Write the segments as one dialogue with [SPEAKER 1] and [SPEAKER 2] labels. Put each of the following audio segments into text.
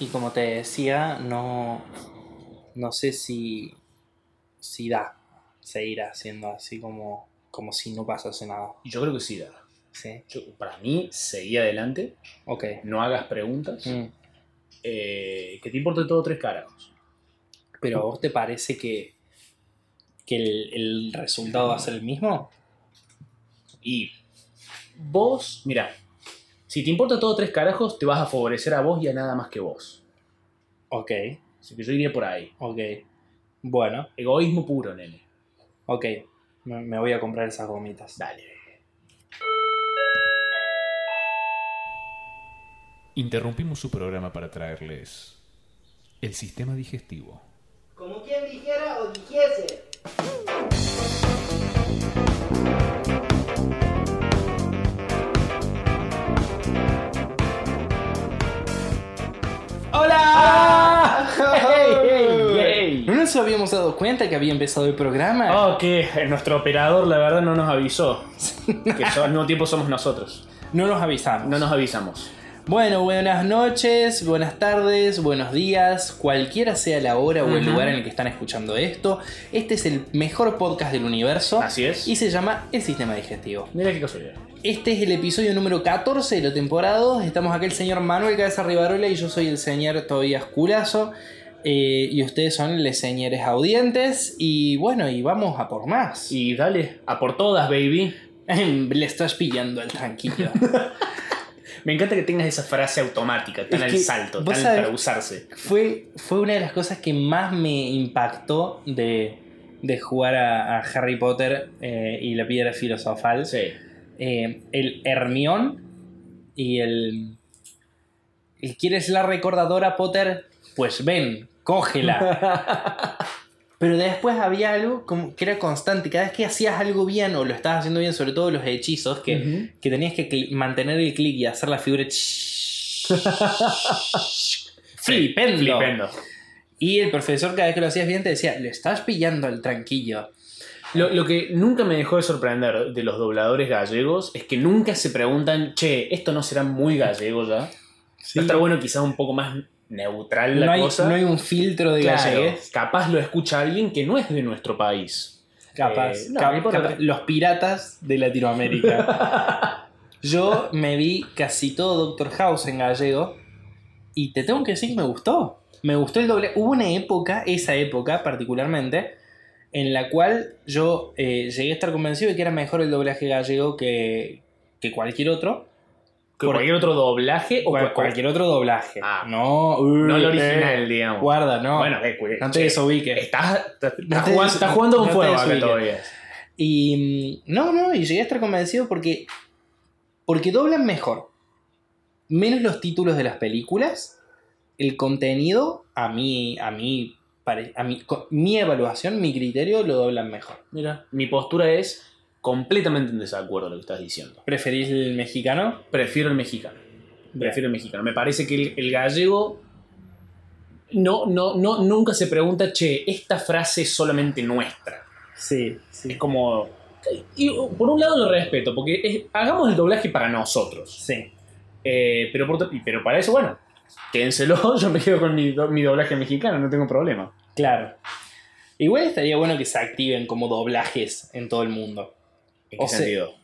[SPEAKER 1] Y como te decía, no, no sé si, si da seguir haciendo así como, como si no pasase nada.
[SPEAKER 2] Yo creo que sí da.
[SPEAKER 1] Sí,
[SPEAKER 2] Yo- para mí, seguí adelante,
[SPEAKER 1] ok.
[SPEAKER 2] no hagas preguntas,
[SPEAKER 1] Mm.
[SPEAKER 2] eh, que te importe todo tres carajos.
[SPEAKER 1] Pero ¿a vos te parece que, que el, el resultado va a ser el mismo?
[SPEAKER 2] Y vos, mira, si te importa todo tres carajos, te vas a favorecer a vos y a nada más que vos.
[SPEAKER 1] Ok,
[SPEAKER 2] Así que yo iría por ahí.
[SPEAKER 1] ok. Bueno,
[SPEAKER 2] Egoísmo puro, nene.
[SPEAKER 1] ok. Me, me voy a comprar esas gomitas.
[SPEAKER 2] Dale.
[SPEAKER 3] Interrumpimos su programa para traerles el sistema digestivo.
[SPEAKER 4] Como quien dijera o dijese.
[SPEAKER 2] ¡Hola! ¡Hey, hey,
[SPEAKER 1] ¿No nos habíamos dado cuenta que había empezado el programa?
[SPEAKER 2] Oh, que nuestro operador, la verdad, no nos avisó. Que so- al mismo tiempo somos nosotros.
[SPEAKER 1] No nos avisamos.
[SPEAKER 2] No nos avisamos.
[SPEAKER 1] Bueno, buenas noches, buenas tardes, buenos días, cualquiera sea la hora o el
[SPEAKER 2] Ujú.
[SPEAKER 1] lugar en el que están escuchando esto. Este es el mejor podcast del universo.
[SPEAKER 2] Así es.
[SPEAKER 1] Y se llama El Sistema Digestivo.
[SPEAKER 2] Mira qué casualidad.
[SPEAKER 1] Este es el episodio número 14 de la temporada 2. Estamos acá el señor Manuel Cabeza Rivarola y yo soy el señor Tobías Culazo. Eh, y ustedes son les señores audientes. Y bueno, y vamos a por más.
[SPEAKER 2] Y dale, a por todas, baby.
[SPEAKER 1] Le estás pillando al tranquilo.
[SPEAKER 2] Me encanta que tengas esa frase automática, tan
[SPEAKER 1] Es
[SPEAKER 2] al
[SPEAKER 1] que
[SPEAKER 2] salto,
[SPEAKER 1] vos
[SPEAKER 2] tan
[SPEAKER 1] sabés-
[SPEAKER 2] para usarse.
[SPEAKER 1] fue, fue una de las cosas que más me impactó de, de jugar a, a Harry Potter eh, y la piedra filosofal.
[SPEAKER 2] Sí.
[SPEAKER 1] Eh, el Hermión y el, el ¿Quieres la recordadora, Potter? Pues ven, cógela. Pero después había algo como que era constante. Cada vez que hacías algo bien o lo estabas haciendo bien, sobre todo los hechizos, que,
[SPEAKER 2] Ujú.
[SPEAKER 1] que tenías que cli- mantener el clic y hacer la figura. Flipendo.
[SPEAKER 2] Flipendo.
[SPEAKER 1] Y el profesor, cada vez que lo hacías bien, te decía: Le estás pillando al tranquillo.
[SPEAKER 2] Lo, lo que nunca me dejó de sorprender de los dobladores gallegos es que nunca se preguntan, che, esto no será muy gallego ya. No está bueno quizás un poco más neutral la
[SPEAKER 1] No hay,
[SPEAKER 2] cosa.
[SPEAKER 1] no hay un filtro de
[SPEAKER 2] Claro,
[SPEAKER 1] galleguez.
[SPEAKER 2] Capaz lo escucha alguien que no es de nuestro país.
[SPEAKER 1] Capaz.
[SPEAKER 2] Eh, no,
[SPEAKER 1] Cap-
[SPEAKER 2] no importa.
[SPEAKER 1] capaz. Los piratas de Latinoamérica. Yo me vi casi todo Doctor House en gallego y te tengo que decir que me gustó. Me gustó el doble. Hubo una época, esa época particularmente, en la cual yo eh, llegué a estar convencido de que era mejor el doblaje gallego que, que cualquier otro.
[SPEAKER 2] Que
[SPEAKER 1] Por-
[SPEAKER 2] cualquier otro doblaje o
[SPEAKER 1] Cual-
[SPEAKER 2] cual-
[SPEAKER 1] cualquier otro doblaje.
[SPEAKER 2] Ah.
[SPEAKER 1] no, uh,
[SPEAKER 2] No el
[SPEAKER 1] eh,
[SPEAKER 2] original, digamos.
[SPEAKER 1] guarda, no.
[SPEAKER 2] Bueno, eh, cuide-
[SPEAKER 1] no te
[SPEAKER 2] che,
[SPEAKER 1] desubiques.
[SPEAKER 2] Estás, estás-
[SPEAKER 1] No
[SPEAKER 2] estás
[SPEAKER 1] te
[SPEAKER 2] jugando,
[SPEAKER 1] des-
[SPEAKER 2] estás jugando con
[SPEAKER 1] no te
[SPEAKER 2] fuego acá
[SPEAKER 1] desubiques.
[SPEAKER 2] todavía.
[SPEAKER 1] Y mm, no, no, y llegué a estar convencido porque porque doblan mejor. Menos los títulos de las películas, el contenido a mí a mí pare- a mi, co- mi evaluación, mi criterio lo doblan mejor.
[SPEAKER 2] Mira, mi postura es completamente en desacuerdo con lo que estás diciendo.
[SPEAKER 1] ¿Preferís el mexicano?
[SPEAKER 2] Prefiero el mexicano. Prefiero el mexicano. Me parece que el, el gallego no, no, no, nunca se pregunta, che, esta frase es solamente nuestra.
[SPEAKER 1] Sí,
[SPEAKER 2] Es
[SPEAKER 1] sí.
[SPEAKER 2] como. Y por un lado lo respeto, porque es- hagamos el doblaje para nosotros.
[SPEAKER 1] Sí.
[SPEAKER 2] Eh, pero, por otro- pero para eso, bueno, quédenselo, yo me quedo con mi, do- mi doblaje mexicano, no tengo problema.
[SPEAKER 1] Claro. Igual estaría bueno que se activen como doblajes en todo el mundo.
[SPEAKER 2] ¿En
[SPEAKER 1] O
[SPEAKER 2] qué
[SPEAKER 1] sea-
[SPEAKER 2] sentido?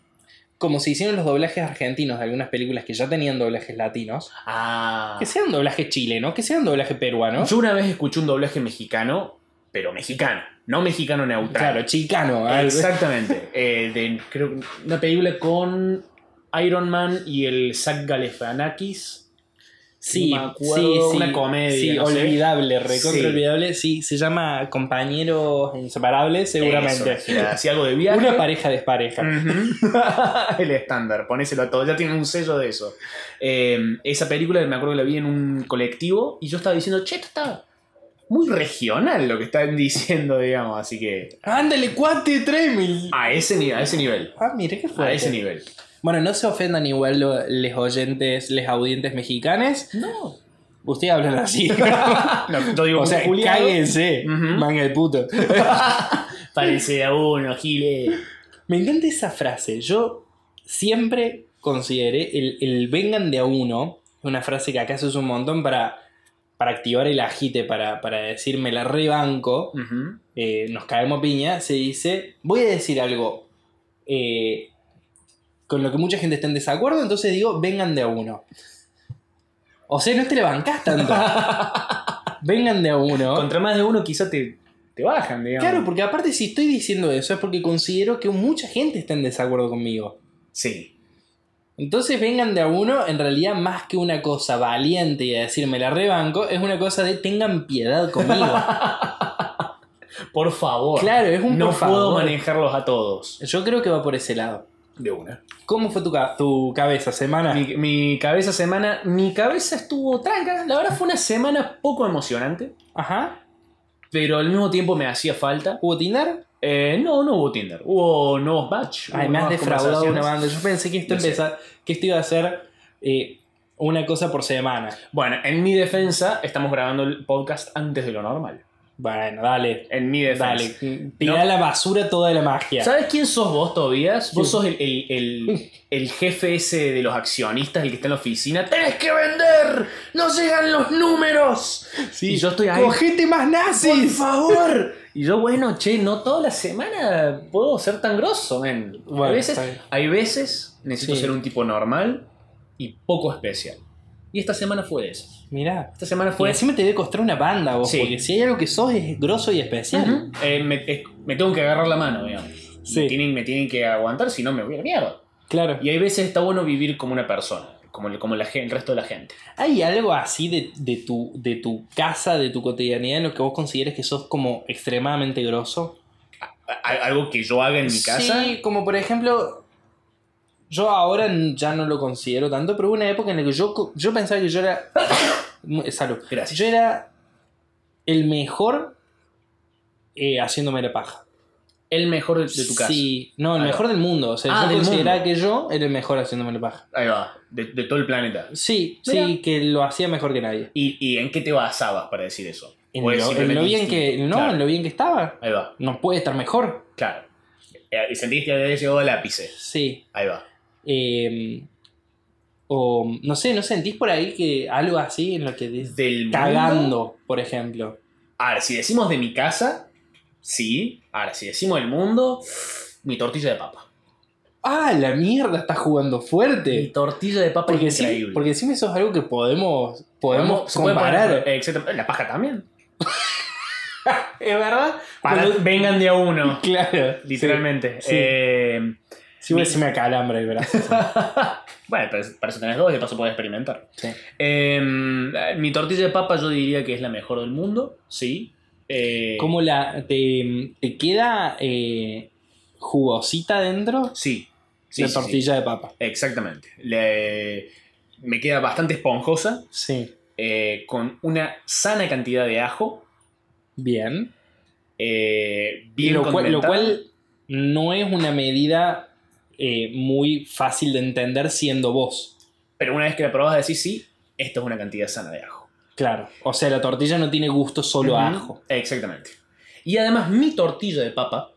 [SPEAKER 1] Como se hicieron los doblajes argentinos de algunas películas que ya tenían doblajes latinos.
[SPEAKER 2] Ah.
[SPEAKER 1] Que sean doblaje chileno, que sean doblaje peruano.
[SPEAKER 2] Yo una vez escuché un doblaje mexicano, pero mexicano, no mexicano
[SPEAKER 1] Claro,
[SPEAKER 2] neutral.
[SPEAKER 1] chicano. algo.
[SPEAKER 2] Exactamente. Eh, de, creo que una película con Iron Man y el Zach Galifianakis.
[SPEAKER 1] Sí,
[SPEAKER 2] No me
[SPEAKER 1] sí,
[SPEAKER 2] acuerdo,
[SPEAKER 1] sí.
[SPEAKER 2] una comedia,
[SPEAKER 1] Sí,
[SPEAKER 2] no sé.
[SPEAKER 1] olvidable, recontra
[SPEAKER 2] Sí.
[SPEAKER 1] olvidable. Sí, se llama Compañeros Inseparables, seguramente.
[SPEAKER 2] Eso, Mm. Hacía algo de viaje.
[SPEAKER 1] Una pareja despareja.
[SPEAKER 2] Ujú. el estándar, ponéselo a todo. Ya tiene un sello de eso. Eh, esa película me acuerdo que la vi en un colectivo y yo estaba diciendo, che, esto está muy regional lo que están diciendo, digamos. Así que
[SPEAKER 1] Ándale, cuate, tráeme.
[SPEAKER 2] a ese, ni- a ese nivel.
[SPEAKER 1] Ah, mire qué
[SPEAKER 2] A
[SPEAKER 1] fuerte.
[SPEAKER 2] ese nivel.
[SPEAKER 1] Bueno, no se ofendan igual los les oyentes, les audientes mexicanes.
[SPEAKER 2] No.
[SPEAKER 1] Ustedes hablan así.
[SPEAKER 2] no yo digo,
[SPEAKER 1] o sea,
[SPEAKER 2] Julián,
[SPEAKER 1] cáguense,
[SPEAKER 2] Ujú.
[SPEAKER 1] manga de puto.
[SPEAKER 2] Parece a uno, Gile.
[SPEAKER 1] Me encanta esa frase. Yo siempre consideré el, el vengan de a uno, una frase que acá se usa un montón para para activar el agite, para, para decir me la rebanco,
[SPEAKER 2] Ujú.
[SPEAKER 1] eh, nos caemos piña, se dice, voy a decir algo eh, con lo que mucha gente está en desacuerdo, entonces digo, vengan de a uno. O sea, no te la bancás tanto. vengan de a uno.
[SPEAKER 2] Contra más de uno quizá te, te bajan, digamos.
[SPEAKER 1] Claro, porque aparte si estoy diciendo eso es porque considero que mucha gente está en desacuerdo conmigo.
[SPEAKER 2] Sí.
[SPEAKER 1] Entonces vengan de a uno, en realidad más que una cosa valiente y de decir me la rebanco, es una cosa de tengan piedad conmigo.
[SPEAKER 2] Por favor.
[SPEAKER 1] claro, es un
[SPEAKER 2] no
[SPEAKER 1] por
[SPEAKER 2] puedo
[SPEAKER 1] favor.
[SPEAKER 2] manejarlos a todos.
[SPEAKER 1] Yo creo que va por ese lado.
[SPEAKER 2] De una.
[SPEAKER 1] ¿Cómo fue tu, ca- tu cabeza semana?
[SPEAKER 2] Mi, mi cabeza semana. Mi cabeza estuvo tranca. La verdad fue una semana poco emocionante.
[SPEAKER 1] Ajá.
[SPEAKER 2] Pero al mismo tiempo me hacía falta.
[SPEAKER 1] ¿Hubo Tinder?
[SPEAKER 2] Eh, no, no hubo Tinder. Hubo nuevos match.
[SPEAKER 1] Ay,
[SPEAKER 2] hubo
[SPEAKER 1] me has
[SPEAKER 2] nuevas
[SPEAKER 1] defraudado una
[SPEAKER 2] conversaciones.
[SPEAKER 1] banda. Yo pensé que esto
[SPEAKER 2] No sé.
[SPEAKER 1] empezaba- que esto iba a ser eh, una cosa por semana.
[SPEAKER 2] Bueno, en mi defensa, estamos grabando el podcast antes de lo normal.
[SPEAKER 1] Bueno, dale.
[SPEAKER 2] En mi defensa.
[SPEAKER 1] Dale. Tirá a la basura toda la magia.
[SPEAKER 2] ¿Sabes quién sos vos, Tobías? Vos
[SPEAKER 1] Sí.
[SPEAKER 2] sos el, el- el- el jefe ese de los accionistas, el que está en la oficina. ¡Tenés que vender! ¡No llegan los números!
[SPEAKER 1] Sí.
[SPEAKER 2] Y yo estoy ahí.
[SPEAKER 1] ¡Cogete más
[SPEAKER 2] ¡Por
[SPEAKER 1] nazis!
[SPEAKER 2] favor! Y yo, bueno, che, no toda la semana puedo ser tan grosso, men.
[SPEAKER 1] Bueno,
[SPEAKER 2] a veces,
[SPEAKER 1] está bien.
[SPEAKER 2] hay veces necesito
[SPEAKER 1] Sí.
[SPEAKER 2] ser un tipo normal y poco especial. Y esta semana fue de eso.
[SPEAKER 1] Mirá.
[SPEAKER 2] Esta semana
[SPEAKER 1] Por
[SPEAKER 2] fue
[SPEAKER 1] encima te debe costar una banda vos,
[SPEAKER 2] Sí.
[SPEAKER 1] porque si hay algo que sos es grosso y especial.
[SPEAKER 2] Ujú. Eh, me, es- me tengo que agarrar la mano, digamos.
[SPEAKER 1] Sí.
[SPEAKER 2] Me, tienen, me tienen que aguantar, si no me voy a la mierda.
[SPEAKER 1] Claro.
[SPEAKER 2] Y hay veces está bueno vivir como una persona, como, como la, gen- el resto de la gente.
[SPEAKER 1] ¿Hay algo así de, de tu, de tu casa, de tu cotidianidad, en lo que vos consideres que sos como extremadamente grosso?
[SPEAKER 2] A- a- algo que yo haga en mi casa.
[SPEAKER 1] Sí, como por ejemplo, yo ahora n- ya no lo considero tanto, pero hubo una época en la que yo, co- yo pensaba que yo era... Mu- eh, Salud.
[SPEAKER 2] Gracias.
[SPEAKER 1] Yo era el mejor eh, haciéndome la paja.
[SPEAKER 2] El mejor de, de tu casa.
[SPEAKER 1] Sí, no, el
[SPEAKER 2] Ahí va.
[SPEAKER 1] mejor del mundo. O sea,
[SPEAKER 2] Ah,
[SPEAKER 1] yo
[SPEAKER 2] del
[SPEAKER 1] consideraba
[SPEAKER 2] mundo.
[SPEAKER 1] que yo era el mejor haciéndome la paja.
[SPEAKER 2] Ahí va, de, de todo el planeta.
[SPEAKER 1] Sí,
[SPEAKER 2] Mira.
[SPEAKER 1] sí, que lo hacía mejor que nadie.
[SPEAKER 2] ¿Y, y en qué te basabas para decir eso?
[SPEAKER 1] En
[SPEAKER 2] ¿O
[SPEAKER 1] lo,
[SPEAKER 2] es
[SPEAKER 1] en
[SPEAKER 2] simplemente
[SPEAKER 1] lo bien
[SPEAKER 2] instinto?
[SPEAKER 1] que. No,
[SPEAKER 2] Claro,
[SPEAKER 1] en lo bien que estaba.
[SPEAKER 2] Ahí va,
[SPEAKER 1] No puede estar mejor.
[SPEAKER 2] claro. Eh, Y sentiste que había llegado al ápice.
[SPEAKER 1] Sí.
[SPEAKER 2] Ahí va.
[SPEAKER 1] Eh, o no sé, ¿no sentís por ahí que algo así en lo que dices?
[SPEAKER 2] Del mundo-
[SPEAKER 1] Cagando, por ejemplo.
[SPEAKER 2] Ahora, si decimos de mi casa, sí. Ahora, si decimos del mundo, mi tortilla de papa.
[SPEAKER 1] Ah, la mierda, estás jugando
[SPEAKER 2] Mi
[SPEAKER 1] fuerte.
[SPEAKER 2] tortilla de papa
[SPEAKER 1] Porque
[SPEAKER 2] es
[SPEAKER 1] sí,
[SPEAKER 2] increíble.
[SPEAKER 1] porque sí, eso es algo que podemos, podemos
[SPEAKER 2] se puede
[SPEAKER 1] comparar.
[SPEAKER 2] poner, eh, etcétera. La paja también.
[SPEAKER 1] es verdad.
[SPEAKER 2] Para-
[SPEAKER 1] Cuando-
[SPEAKER 2] vengan de a uno.
[SPEAKER 1] claro,
[SPEAKER 2] Literalmente.
[SPEAKER 1] Sí.
[SPEAKER 2] Eh,
[SPEAKER 1] Sí, voy a decirme acalambra el brazo.
[SPEAKER 2] bueno, pero para eso tenés dos y de paso podés experimentar.
[SPEAKER 1] Sí.
[SPEAKER 2] Eh, mi tortilla de papa yo diría que es la mejor del mundo, sí. Eh,
[SPEAKER 1] ¿Cómo la. te, te queda eh, jugosita dentro?
[SPEAKER 2] Sí. Sí,
[SPEAKER 1] la
[SPEAKER 2] sí,
[SPEAKER 1] tortilla de papa.
[SPEAKER 2] sí. Exactamente. Le- me queda bastante esponjosa,
[SPEAKER 1] Sí.
[SPEAKER 2] eh, con una sana cantidad de ajo,
[SPEAKER 1] Bien.
[SPEAKER 2] eh,
[SPEAKER 1] Y
[SPEAKER 2] bien
[SPEAKER 1] lo, cual, lo
[SPEAKER 2] condimentada.
[SPEAKER 1] cual no es una medida eh, muy fácil de entender siendo vos.
[SPEAKER 2] Pero una vez que la probás decís, sí, esto es una cantidad sana de ajo.
[SPEAKER 1] Claro. O sea, la tortilla no tiene gusto solo a
[SPEAKER 2] Ujú,
[SPEAKER 1] ajo.
[SPEAKER 2] Exactamente. Y además mi tortilla de papa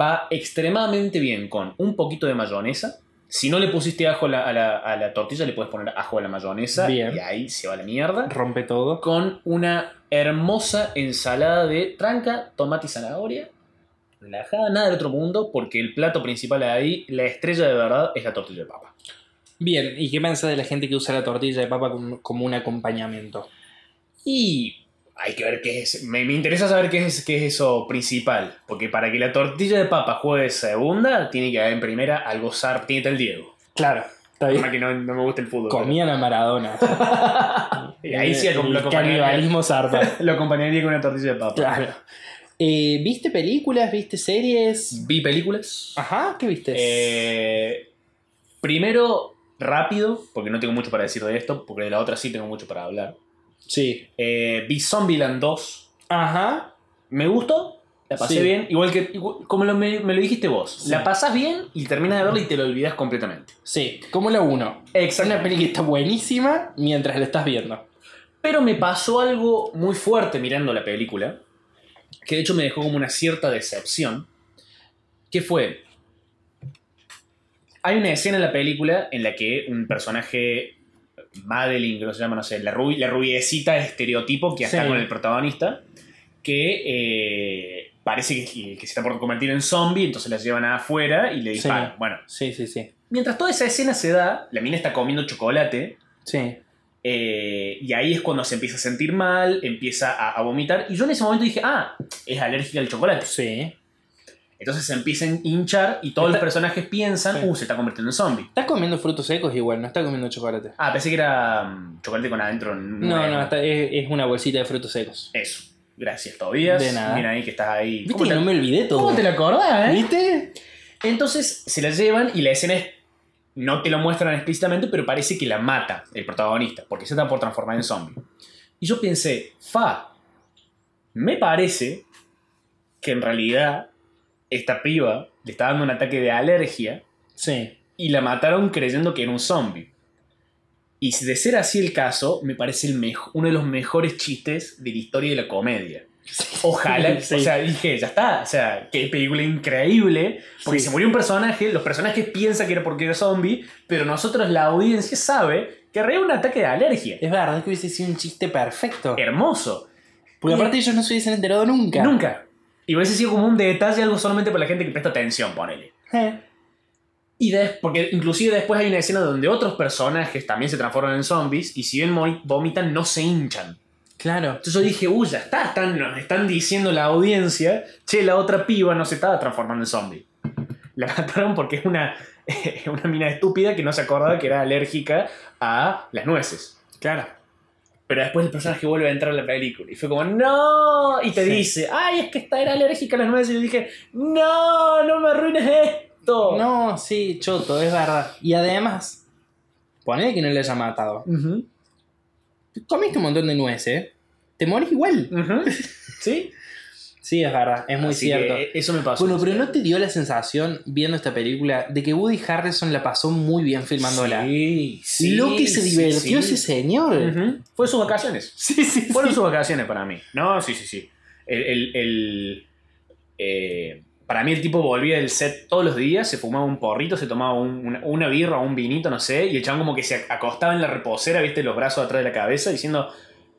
[SPEAKER 2] va extremadamente bien con un poquito de mayonesa. Si no le pusiste ajo a la, a la- a la tortilla, le puedes poner ajo a la mayonesa
[SPEAKER 1] Bien.
[SPEAKER 2] y ahí se va la mierda.
[SPEAKER 1] Rompe todo.
[SPEAKER 2] Con una hermosa ensalada de tranca, tomate y zanahoria. Relajada, nada del otro mundo, porque el plato principal ahí, la estrella de verdad, es la tortilla de papa.
[SPEAKER 1] Bien. ¿Y qué pensás de la gente que usa la tortilla de papa como, como un acompañamiento?
[SPEAKER 2] Y hay que ver qué es. Me, me interesa saber qué es, qué es eso principal. Porque para que la tortilla de papa juegue segunda, tiene que haber en primera algo sartita el Diego.
[SPEAKER 1] Claro. Está
[SPEAKER 2] Además
[SPEAKER 1] bien.
[SPEAKER 2] que no, no me gusta el fútbol.
[SPEAKER 1] Comían a Maradona.
[SPEAKER 2] pero- Y ahí sí
[SPEAKER 1] El-
[SPEAKER 2] lo, lo
[SPEAKER 1] el
[SPEAKER 2] acompañaría,
[SPEAKER 1] canibalismo zarpado.
[SPEAKER 2] lo acompañaría con una tortilla de papa.
[SPEAKER 1] Claro. Eh, ¿Viste películas? ¿Viste series?
[SPEAKER 2] Vi películas.
[SPEAKER 1] Ajá, ¿qué viste?
[SPEAKER 2] Ah, Eh, primero, rápido, porque no tengo mucho para decir de esto, porque de la otra sí tengo mucho para hablar.
[SPEAKER 1] sí.
[SPEAKER 2] Eh, vi Zombieland 2.
[SPEAKER 1] Ajá.
[SPEAKER 2] Me gustó, la pasé
[SPEAKER 1] Sí.
[SPEAKER 2] bien, igual que igual- como lo, me, me lo dijiste vos.
[SPEAKER 1] Sí.
[SPEAKER 2] La pasás bien y terminas de verla y te lo olvidas completamente.
[SPEAKER 1] Sí, como la 1. Es una
[SPEAKER 2] Exacto.
[SPEAKER 1] peli que está buenísima mientras la estás viendo.
[SPEAKER 2] Pero me pasó algo muy fuerte mirando la película, que de hecho me dejó como una cierta decepción, que fue... Hay una escena en la película en la que un personaje Madeline, creo que se llama, no sé, la, rubi- la rubiecita estereotipo que está
[SPEAKER 1] Sí.
[SPEAKER 2] con el protagonista, que eh, parece que, que se está por convertir en zombie, entonces la llevan afuera y le
[SPEAKER 1] Sí.
[SPEAKER 2] disparan. Bueno,
[SPEAKER 1] Sí, sí, sí.
[SPEAKER 2] mientras toda esa escena se da, la mina está comiendo chocolate,
[SPEAKER 1] Sí.
[SPEAKER 2] eh, y ahí es cuando se empieza a sentir mal, empieza a, a vomitar, y yo en ese momento dije, ah, es alérgica al chocolate.
[SPEAKER 1] Sí.
[SPEAKER 2] Entonces se empieza a hinchar y todos los
[SPEAKER 1] Está-
[SPEAKER 2] personajes piensan,
[SPEAKER 1] Sí.
[SPEAKER 2] uh, se está convirtiendo en zombie.
[SPEAKER 1] Estás comiendo frutos secos igual, no estás comiendo chocolate.
[SPEAKER 2] Ah, pensé que era mm, chocolate con adentro.
[SPEAKER 1] No, no, está- es, es una bolsita de frutos secos.
[SPEAKER 2] Eso. Gracias, Tobías.
[SPEAKER 1] De nada.
[SPEAKER 2] Bien ahí que estás ahí.
[SPEAKER 1] ¿Viste? que no me olvidé todo.
[SPEAKER 2] la acordás, eh?
[SPEAKER 1] ¿Viste?
[SPEAKER 2] Entonces se la llevan y la escena es. No te lo muestran explícitamente, pero parece que la mata el protagonista, porque se está por transformar en zombie. Y yo pensé, fa, me parece que en realidad esta piba le está dando un ataque de alergia
[SPEAKER 1] Sí.
[SPEAKER 2] y la mataron creyendo que era un zombie. Y si de ser así el caso, me parece el mejo- uno de los mejores chistes de la historia de la comedia. Ojalá,
[SPEAKER 1] Sí.
[SPEAKER 2] o sea, dije, ya está, o sea, qué película increíble, porque
[SPEAKER 1] Sí.
[SPEAKER 2] se murió un personaje, los personajes piensan que era porque era zombie, pero nosotros, la audiencia, sabe que era un ataque de alergia.
[SPEAKER 1] Es verdad que hubiese sido un chiste perfecto.
[SPEAKER 2] Hermoso.
[SPEAKER 1] Porque
[SPEAKER 2] Y-
[SPEAKER 1] aparte ellos no se hubiesen enterado Eh, nunca.
[SPEAKER 2] Nunca. Y hubiese sido como un detalle, algo solamente para la gente que presta atención, ponele.
[SPEAKER 1] Eh.
[SPEAKER 2] Y des- porque inclusive después hay una escena donde otros personajes también se transforman en zombies y si bien mo- vomitan no se hinchan.
[SPEAKER 1] Claro.
[SPEAKER 2] Entonces yo dije, uy, ya está, están, nos están diciendo la audiencia, che, la otra piba no se estaba transformando en zombie. La mataron porque es una, es una mina estúpida que no se acordaba que era alérgica a las nueces.
[SPEAKER 1] Claro.
[SPEAKER 2] Pero después el personaje vuelve a entrar a la película y fue como, no, y te
[SPEAKER 1] Sí.
[SPEAKER 2] dice, ay, es que esta era alérgica a las nueces. Y yo dije, no, no me arruines esto.
[SPEAKER 1] No, sí, choto, es verdad. Y además, ponele que no le haya matado.
[SPEAKER 2] Ujú.
[SPEAKER 1] Comiste un montón de nueces, te morís igual.
[SPEAKER 2] Ujú. ¿Sí?
[SPEAKER 1] Sí, es verdad, es muy
[SPEAKER 2] Así
[SPEAKER 1] cierto.
[SPEAKER 2] que eso me pasó.
[SPEAKER 1] Bueno, pero ¿no te dio la sensación viendo esta película de que Woody Harrison la pasó muy bien filmándola?
[SPEAKER 2] Sí,
[SPEAKER 1] Lo que se divertió
[SPEAKER 2] sí.
[SPEAKER 1] ese señor.
[SPEAKER 2] Ujú. Fue sus vacaciones.
[SPEAKER 1] Sí, sí,
[SPEAKER 2] Fueron
[SPEAKER 1] sí.
[SPEAKER 2] sus vacaciones para mí. No, sí, sí, sí. El, el- el, eh, para mí el tipo volvía del set todos los días, se fumaba un porrito, se tomaba un- una, una birra o un vinito, no sé, y el chabón como que se acostaba en la reposera, viste, los brazos atrás de la cabeza, diciendo,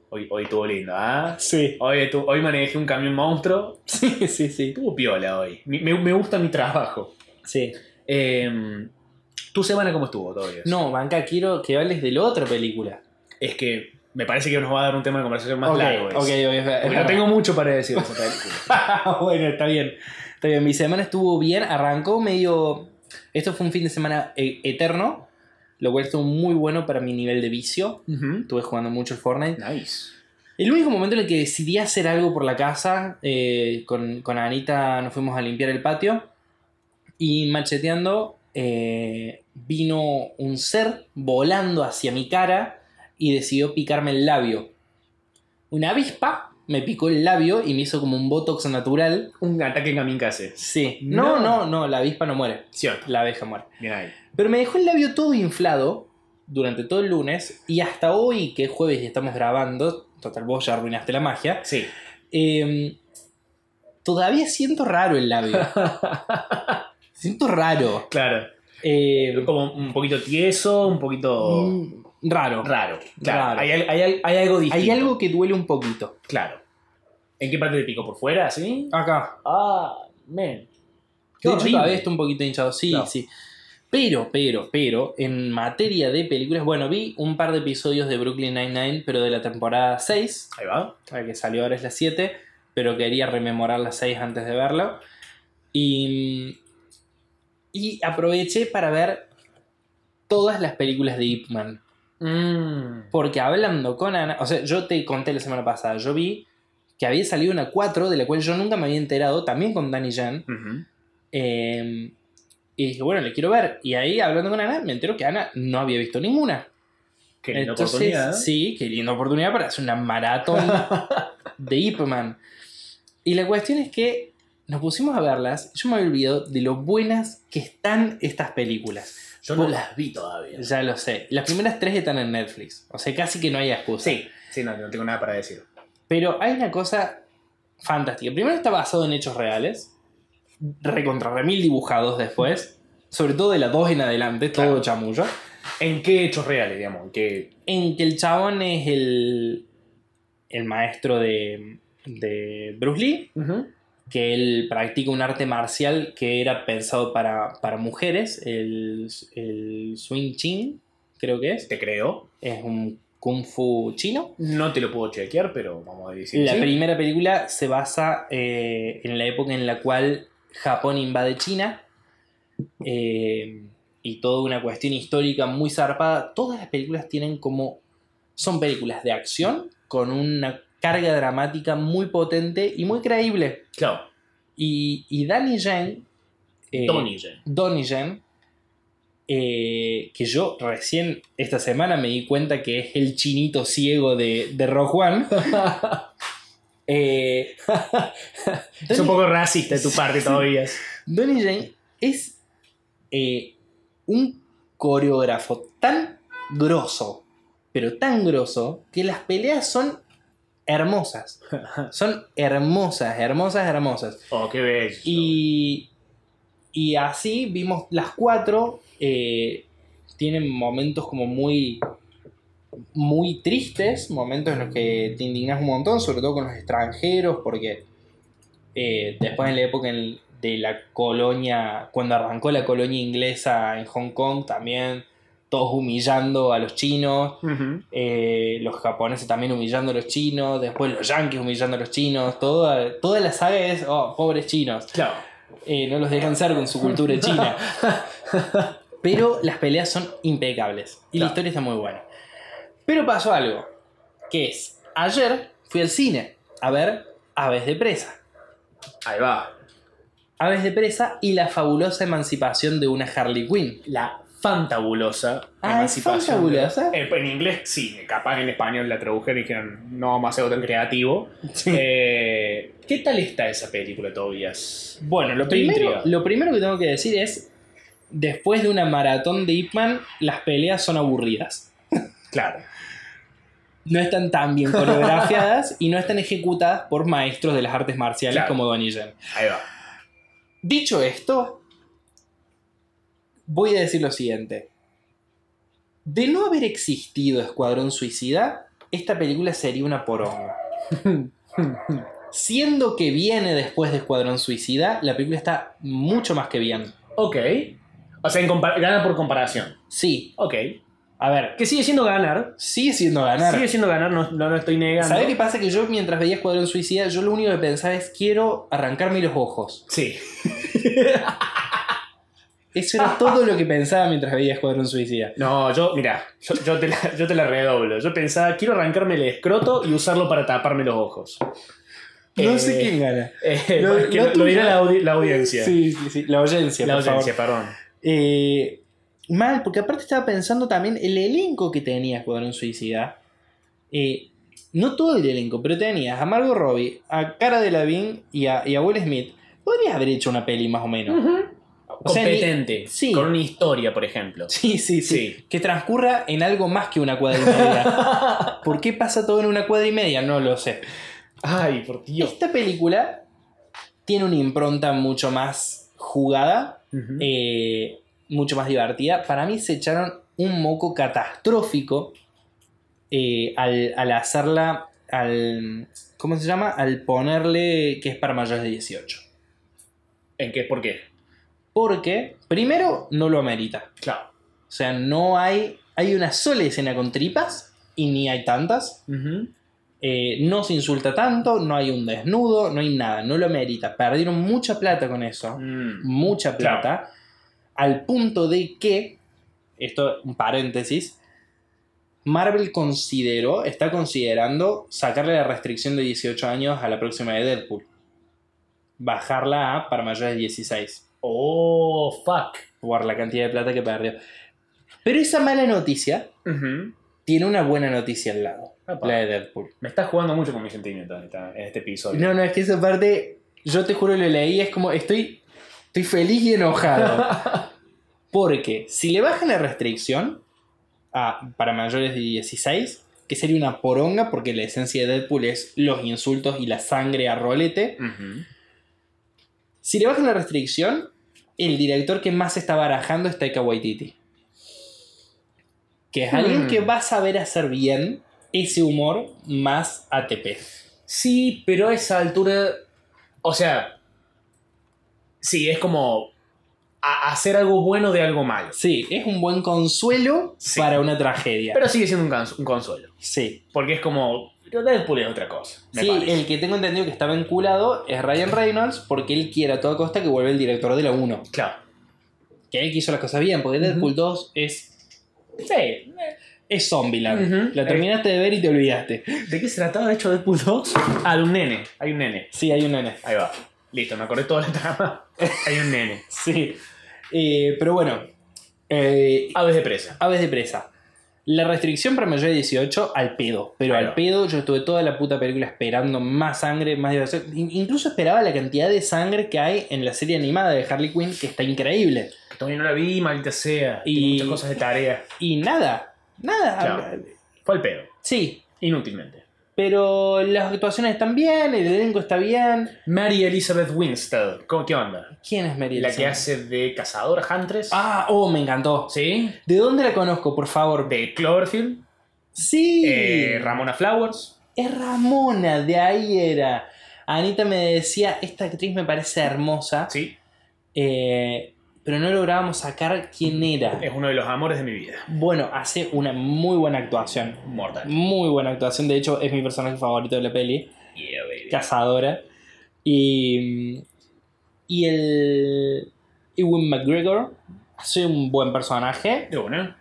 [SPEAKER 2] hoy, hoy estuvo lindo, ¿ah?
[SPEAKER 1] Sí,
[SPEAKER 2] Hoy, estu- hoy manejé un camión monstruo.
[SPEAKER 1] sí, sí, sí.
[SPEAKER 2] Estuvo piola hoy. Me, me- me gusta mi trabajo.
[SPEAKER 1] Sí.
[SPEAKER 2] Eh, ¿Tu semana cómo estuvo todavía?
[SPEAKER 1] No, banca, quiero que hables de la otra película.
[SPEAKER 2] Es que me parece que nos va a dar un tema de conversación más
[SPEAKER 1] ok,
[SPEAKER 2] largo.
[SPEAKER 1] ok,
[SPEAKER 2] ese.
[SPEAKER 1] ok, es verdad, es
[SPEAKER 2] Porque no
[SPEAKER 1] verdad.
[SPEAKER 2] tengo mucho para decir de esa película.
[SPEAKER 1] bueno, está bien. Está bien, mi semana estuvo bien, arrancó medio... Esto fue un fin de semana eh, eterno, lo cual estuvo muy bueno para mi nivel de vicio.
[SPEAKER 2] Ujú.
[SPEAKER 1] Estuve jugando mucho al Fortnite.
[SPEAKER 2] Nice.
[SPEAKER 1] El único momento en el que decidí hacer algo por la casa, eh, con, con Anita nos fuimos a limpiar el patio y macheteando eh, vino un ser volando hacia mi cara y decidió picarme el labio. Una avispa me picó el labio y me hizo como un botox natural.
[SPEAKER 2] Un ataque en kamikaze.
[SPEAKER 1] Sí. No, no, no, la avispa no muere,
[SPEAKER 2] Cierto.
[SPEAKER 1] la abeja muere.
[SPEAKER 2] Bien ahí.
[SPEAKER 1] Pero me dejó el labio todo inflado durante todo el lunes y hasta hoy, que es jueves y estamos grabando, total, vos ya arruinaste la magia.
[SPEAKER 2] Sí.
[SPEAKER 1] Eh, todavía siento raro el labio. siento raro.
[SPEAKER 2] Claro.
[SPEAKER 1] Eh,
[SPEAKER 2] Como un poquito tieso, un poquito
[SPEAKER 1] mm, raro.
[SPEAKER 2] raro. Claro.
[SPEAKER 1] Raro.
[SPEAKER 2] Hay, al- hay al- hay algo distinto.
[SPEAKER 1] Hay algo que duele un poquito.
[SPEAKER 2] Claro. ¿En qué parte te picó? ¿Por fuera? ¿Sí?
[SPEAKER 1] Acá.
[SPEAKER 2] Ah, men. Qué
[SPEAKER 1] De hecho,
[SPEAKER 2] horrible.
[SPEAKER 1] todavía está un poquito hinchado. Sí,
[SPEAKER 2] Claro.
[SPEAKER 1] sí. Pero, pero, pero, en materia de películas, bueno, vi un par de episodios de Brooklyn Nine-Nine, pero de la temporada 6,
[SPEAKER 2] Ahí va.
[SPEAKER 1] la que salió ahora es la 7, pero quería rememorar la 6 antes de verlo. Y, y aproveché para ver todas las películas de Ip Man. Porque hablando con Ana, o sea, yo te conté la semana pasada, yo vi que había salido una 4 de la cual yo nunca me había enterado, también con Danny Jan.
[SPEAKER 2] Ujú.
[SPEAKER 1] eh, y dije, bueno, le quiero ver. Y ahí hablando con Ana, me entero que Ana no había visto ninguna.
[SPEAKER 2] Qué linda
[SPEAKER 1] Entonces,
[SPEAKER 2] oportunidad. ¿eh?
[SPEAKER 1] Sí, qué linda oportunidad para hacer una maratón de Ip Man. Y la cuestión es que nos pusimos a verlas. Yo me había olvidado de lo buenas que están estas películas.
[SPEAKER 2] Yo no las vi todavía.
[SPEAKER 1] Ya lo sé. Las primeras tres están en Netflix. O sea, casi que no hay excusa.
[SPEAKER 2] Sí. Sí, no, no tengo nada para decir.
[SPEAKER 1] Pero hay una cosa fantástica. Primero está basado en hechos reales. Recontra remil dibujados después. Sobre todo de la 2 en adelante, todo
[SPEAKER 2] Claro.
[SPEAKER 1] chamullo.
[SPEAKER 2] ¿En qué hechos reales, digamos? ¿En qué...
[SPEAKER 1] En que el chabón es el, el maestro de, de Bruce Lee, que él practica un arte marcial que era pensado para, para mujeres, el, el Swing Chin, creo que es.
[SPEAKER 2] Te creo.
[SPEAKER 1] Es un kung fu chino.
[SPEAKER 2] No te lo puedo chequear, pero vamos a decir.
[SPEAKER 1] La
[SPEAKER 2] sí.
[SPEAKER 1] primera película se basa eh, en la época en la cual Japón invade China eh, y toda una cuestión histórica muy zarpada. Todas las películas tienen como. Son películas de acción con una carga dramática muy potente y muy creíble.
[SPEAKER 2] Claro,
[SPEAKER 1] Y, y Danny Yen. eh,
[SPEAKER 2] Tony Yen.
[SPEAKER 1] Donnie Yen, eh, que yo recién esta semana me di cuenta que es el chinito ciego de, de Rock One. Eh,
[SPEAKER 2] Es
[SPEAKER 1] Donnie-
[SPEAKER 2] un poco racista de tu parte todavía.
[SPEAKER 1] Donnie Yen es eh, un coreógrafo tan grosso, pero tan grosso, que las peleas son hermosas. Son hermosas, hermosas, hermosas.
[SPEAKER 2] Oh, qué bello.
[SPEAKER 1] Y, y así vimos las cuatro. eh, tienen momentos como muy, muy tristes, momentos en los que te indignas un montón, sobre todo con los extranjeros, porque eh, después en la época en- de la colonia, cuando arrancó la colonia inglesa en Hong Kong, también todos humillando a los chinos,
[SPEAKER 2] Ujú.
[SPEAKER 1] eh, los japoneses también humillando a los chinos, después los yanquis humillando a los chinos, toda, toda la saga es, oh, pobres chinos,
[SPEAKER 2] Claro.
[SPEAKER 1] eh, no los dejan ser con su cultura china. Pero las peleas son impecables y la
[SPEAKER 2] Claro.
[SPEAKER 1] historia está muy buena. Pero pasó algo, que es, ayer fui al cine a ver Aves de Presa.
[SPEAKER 2] Ahí va.
[SPEAKER 1] Aves de Presa y la fabulosa emancipación de una Harley Quinn.
[SPEAKER 2] La fantabulosa
[SPEAKER 1] Ah, ¿es fantabulosa?
[SPEAKER 2] Eh, en inglés sí, capaz en español la tradujeron y dijeron, no vamos a hacer algo tan creativo. Eh, ¿Qué tal está esa película, Tobias?
[SPEAKER 1] Bueno, lo
[SPEAKER 2] Estoy
[SPEAKER 1] primero,
[SPEAKER 2] intrigado.
[SPEAKER 1] lo primero que tengo que decir es, después de una maratón de Ip Man, las peleas son aburridas.
[SPEAKER 2] Claro.
[SPEAKER 1] No están tan bien coreografiadas y no están ejecutadas por maestros de las artes marciales
[SPEAKER 2] Claro.
[SPEAKER 1] como Donnie Yen.
[SPEAKER 2] Ahí va.
[SPEAKER 1] Dicho esto, voy a decir lo siguiente. De no haber existido Escuadrón Suicida, esta película sería una poronga. Siendo que viene después de Escuadrón Suicida, la película está mucho más que bien.
[SPEAKER 2] Ok. O sea, en compar- gana por comparación.
[SPEAKER 1] Sí,
[SPEAKER 2] Ok.
[SPEAKER 1] a ver,
[SPEAKER 2] Que sigue siendo ganar.
[SPEAKER 1] sigue siendo ganar.
[SPEAKER 2] Sigue siendo ganar, no, no lo estoy negando.
[SPEAKER 1] ¿Sabes qué pasa? Que yo mientras veía Escuadrón Suicida, yo lo único que pensaba es quiero arrancarme los ojos.
[SPEAKER 2] Sí.
[SPEAKER 1] Eso era todo lo que pensaba mientras veía Escuadrón Suicida.
[SPEAKER 2] No, yo, mira, yo, yo te la, yo te la redoblo. Yo pensaba, quiero arrancarme el escroto y usarlo para taparme los ojos.
[SPEAKER 1] No
[SPEAKER 2] Eh,
[SPEAKER 1] sé quién gana.
[SPEAKER 2] Eh,
[SPEAKER 1] Lo-
[SPEAKER 2] es que
[SPEAKER 1] lo
[SPEAKER 2] lo, lo dirá
[SPEAKER 1] tuyo-
[SPEAKER 2] la, audi- la audiencia.
[SPEAKER 1] Sí, sí, sí. La audiencia,
[SPEAKER 2] la
[SPEAKER 1] por favor.
[SPEAKER 2] audiencia, perdón.
[SPEAKER 1] Eh, mal, porque aparte estaba pensando también el elenco que tenía Escuadrón Suicida. Eh, no todo el elenco, pero tenías a Margot Robbie, a Cara de Lavín y a, y a Will Smith. Podrías haber hecho una peli más o menos. O sea, ni-
[SPEAKER 2] Competente.
[SPEAKER 1] sí.
[SPEAKER 2] Con una historia, por ejemplo.
[SPEAKER 1] Sí, sí, sí,
[SPEAKER 2] Sí.
[SPEAKER 1] Que transcurra en algo más que una cuadra y media. ¿Por qué pasa todo en una cuadra y media? No lo sé.
[SPEAKER 2] Ay, por Dios.
[SPEAKER 1] Esta película tiene una impronta mucho más jugada,
[SPEAKER 2] Ujú.
[SPEAKER 1] eh, mucho más divertida. Para mí se echaron un moco catastrófico eh, al, al hacerla, al... ¿Cómo se llama? Al ponerle que es para mayores de 18.
[SPEAKER 2] ¿En qué? ¿Por qué?
[SPEAKER 1] Porque, primero, no lo amerita.
[SPEAKER 2] Claro.
[SPEAKER 1] O sea, no hay... Hay una sola escena con tripas y ni hay tantas.
[SPEAKER 2] Ujú.
[SPEAKER 1] Eh, no se insulta tanto, no hay un desnudo, no hay nada, no lo merita. Perdieron mucha plata con eso,
[SPEAKER 2] Mm.
[SPEAKER 1] mucha plata, al punto de que, esto un paréntesis, Marvel consideró, está considerando sacarle la restricción de 18 años a la próxima de Deadpool. Bajarla a para mayores de 16,
[SPEAKER 2] Oh, fuck.
[SPEAKER 1] por la cantidad de plata que perdió. Pero esa mala noticia
[SPEAKER 2] Ujú.
[SPEAKER 1] tiene una buena noticia al lado,
[SPEAKER 2] Apa.
[SPEAKER 1] la de Deadpool.
[SPEAKER 2] Me estás jugando mucho con mis sentimientos en, esta- en este episodio.
[SPEAKER 1] No, no, es que esa parte, yo te juro, lo leí, es como, estoy, estoy feliz y enojado. Porque si le bajan la restricción a, para mayores de 16, que sería una poronga, porque la esencia de Deadpool es los insultos y la sangre a rolete,
[SPEAKER 2] Ujú.
[SPEAKER 1] si le bajan la restricción, el director que más está barajando es Taika Waititi. Que es alguien
[SPEAKER 2] Hmm.
[SPEAKER 1] que va a saber hacer bien ese humor más ATP.
[SPEAKER 2] Sí, pero a esa altura. O sea. Sí, es como. a- hacer algo bueno de algo malo.
[SPEAKER 1] Sí, es un buen consuelo
[SPEAKER 2] Sí.
[SPEAKER 1] para una tragedia.
[SPEAKER 2] Pero sigue siendo un, cons- un consuelo.
[SPEAKER 1] sí.
[SPEAKER 2] Porque es como. Pero Deadpool es otra cosa. Me
[SPEAKER 1] Sí,
[SPEAKER 2] parece.
[SPEAKER 1] el que tengo entendido que estaba vinculado es Ryan Reynolds porque él quiere a toda costa que vuelva el director de la 1.
[SPEAKER 2] Claro.
[SPEAKER 1] Que él que hizo las cosas bien, porque Deadpool 2 es,
[SPEAKER 2] Sí.
[SPEAKER 1] es Zombieland.
[SPEAKER 2] Ujú. Eh.
[SPEAKER 1] La terminaste de ver y te olvidaste.
[SPEAKER 2] ¿De qué se trataba de hecho Deadpool 2? Ah, de un nene. Hay un nene.
[SPEAKER 1] Sí, hay un nene.
[SPEAKER 2] Ahí va. Listo, me acordé toda la trama. Hay un nene.
[SPEAKER 1] Sí. Eh, pero bueno. eh,
[SPEAKER 2] Aves de presa.
[SPEAKER 1] aves de presa. La restricción para mayores de 18 al pedo. Pero
[SPEAKER 2] Claro.
[SPEAKER 1] al pedo yo estuve toda la puta película esperando más sangre, más diversión. In- Incluso esperaba la cantidad de sangre que hay en la serie animada de Harley Quinn, que está increíble.
[SPEAKER 2] Que todavía no la vi, maldita sea.
[SPEAKER 1] Y-
[SPEAKER 2] Y muchas cosas de tarea.
[SPEAKER 1] Y nada, nada.
[SPEAKER 2] Claro. Fue al pedo.
[SPEAKER 1] Sí,
[SPEAKER 2] Inútilmente.
[SPEAKER 1] pero las actuaciones están bien, el elenco está bien.
[SPEAKER 2] Mary Elizabeth Winstead. ¿Cómo, ¿Qué onda?
[SPEAKER 1] ¿Quién es Mary
[SPEAKER 2] La que
[SPEAKER 1] Elizabeth?
[SPEAKER 2] hace de cazadora Huntress.
[SPEAKER 1] Ah, oh, me encantó.
[SPEAKER 2] Sí.
[SPEAKER 1] ¿De dónde la conozco, por favor?
[SPEAKER 2] De Cloverfield.
[SPEAKER 1] Sí.
[SPEAKER 2] Eh, Ramona Flowers.
[SPEAKER 1] Es Ramona, de ahí era. Anita me decía, esta actriz me parece hermosa,
[SPEAKER 2] Sí.
[SPEAKER 1] eh, pero no lográbamos sacar quién era.
[SPEAKER 2] Es uno de los amores de mi vida.
[SPEAKER 1] Bueno, hace una muy buena actuación.
[SPEAKER 2] Mortal.
[SPEAKER 1] Muy buena actuación, de hecho es mi personaje favorito de la peli,
[SPEAKER 2] Yeah, baby.
[SPEAKER 1] cazadora. Y, y el Ewan McGregor hace un buen personaje,
[SPEAKER 2] De una.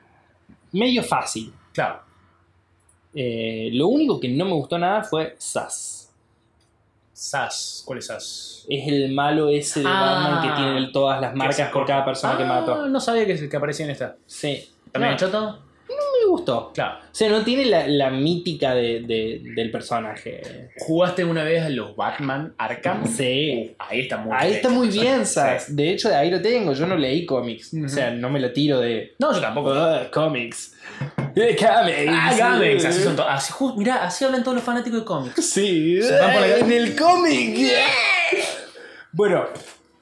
[SPEAKER 1] medio fácil.
[SPEAKER 2] Claro.
[SPEAKER 1] Eh, lo único que no me gustó nada fue Sass.
[SPEAKER 2] Sass. ¿Cuál es Sass?
[SPEAKER 1] es el malo ese de
[SPEAKER 2] Ah.
[SPEAKER 1] Batman que tiene el- todas las
[SPEAKER 2] Que
[SPEAKER 1] marcas
[SPEAKER 2] se
[SPEAKER 1] por cada persona que
[SPEAKER 2] Ah,
[SPEAKER 1] mató. Ah.
[SPEAKER 2] No sabía que, que aparecía en esta.
[SPEAKER 1] Sí.
[SPEAKER 2] ¿También
[SPEAKER 1] no,
[SPEAKER 2] choto?
[SPEAKER 1] me gustó.
[SPEAKER 2] Claro.
[SPEAKER 1] O sea, no tiene la, la mítica de- de- del personaje.
[SPEAKER 2] ¿Jugaste una vez a los Batman Arkham?
[SPEAKER 1] Sí.
[SPEAKER 2] Uh, ahí está muy
[SPEAKER 1] Ahí
[SPEAKER 2] bien
[SPEAKER 1] está muy
[SPEAKER 2] hecho.
[SPEAKER 1] bien,
[SPEAKER 2] Sí.
[SPEAKER 1] Sass. De hecho, ahí lo tengo. Yo no leí cómics.
[SPEAKER 2] Ujú.
[SPEAKER 1] O sea, no me lo tiro de.
[SPEAKER 2] No, yo tampoco.
[SPEAKER 1] "Ah, cómics. Eh, cómics.
[SPEAKER 2] Ah, cómics. Así son todos. Así, ju- mirá, así hablan todos los fanáticos de cómics.
[SPEAKER 1] Sí.
[SPEAKER 2] Se van por la-
[SPEAKER 1] En el cómic. Bueno,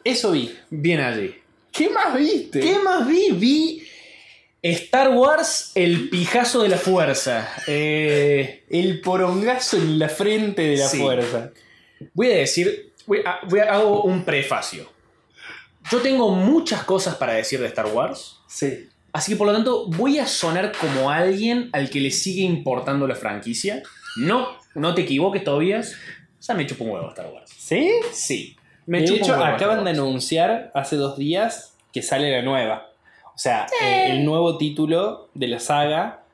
[SPEAKER 1] eso vi.
[SPEAKER 2] Bien allí.
[SPEAKER 1] ¿Qué más viste?
[SPEAKER 2] ¿Qué más vi? Vi Star Wars, el pijazo de la fuerza. Eh,
[SPEAKER 1] El porongazo en la frente de la
[SPEAKER 2] Sí.
[SPEAKER 1] fuerza.
[SPEAKER 2] voy a decir, voy a- voy a- hago un prefacio. Yo tengo muchas cosas para decir de Star Wars,
[SPEAKER 1] Sí.
[SPEAKER 2] así que por lo tanto voy a sonar como alguien al que le sigue importando la franquicia. No, no te equivoques todavía. Ya me chupo un huevo Star Wars.
[SPEAKER 1] ¿Sí?
[SPEAKER 2] Sí. Me
[SPEAKER 1] de
[SPEAKER 2] chupa un
[SPEAKER 1] hecho,
[SPEAKER 2] huevo este Star
[SPEAKER 1] acaban de
[SPEAKER 2] Wars.
[SPEAKER 1] anunciar hace dos días que sale la nueva. O sea, eh, el nuevo título de la saga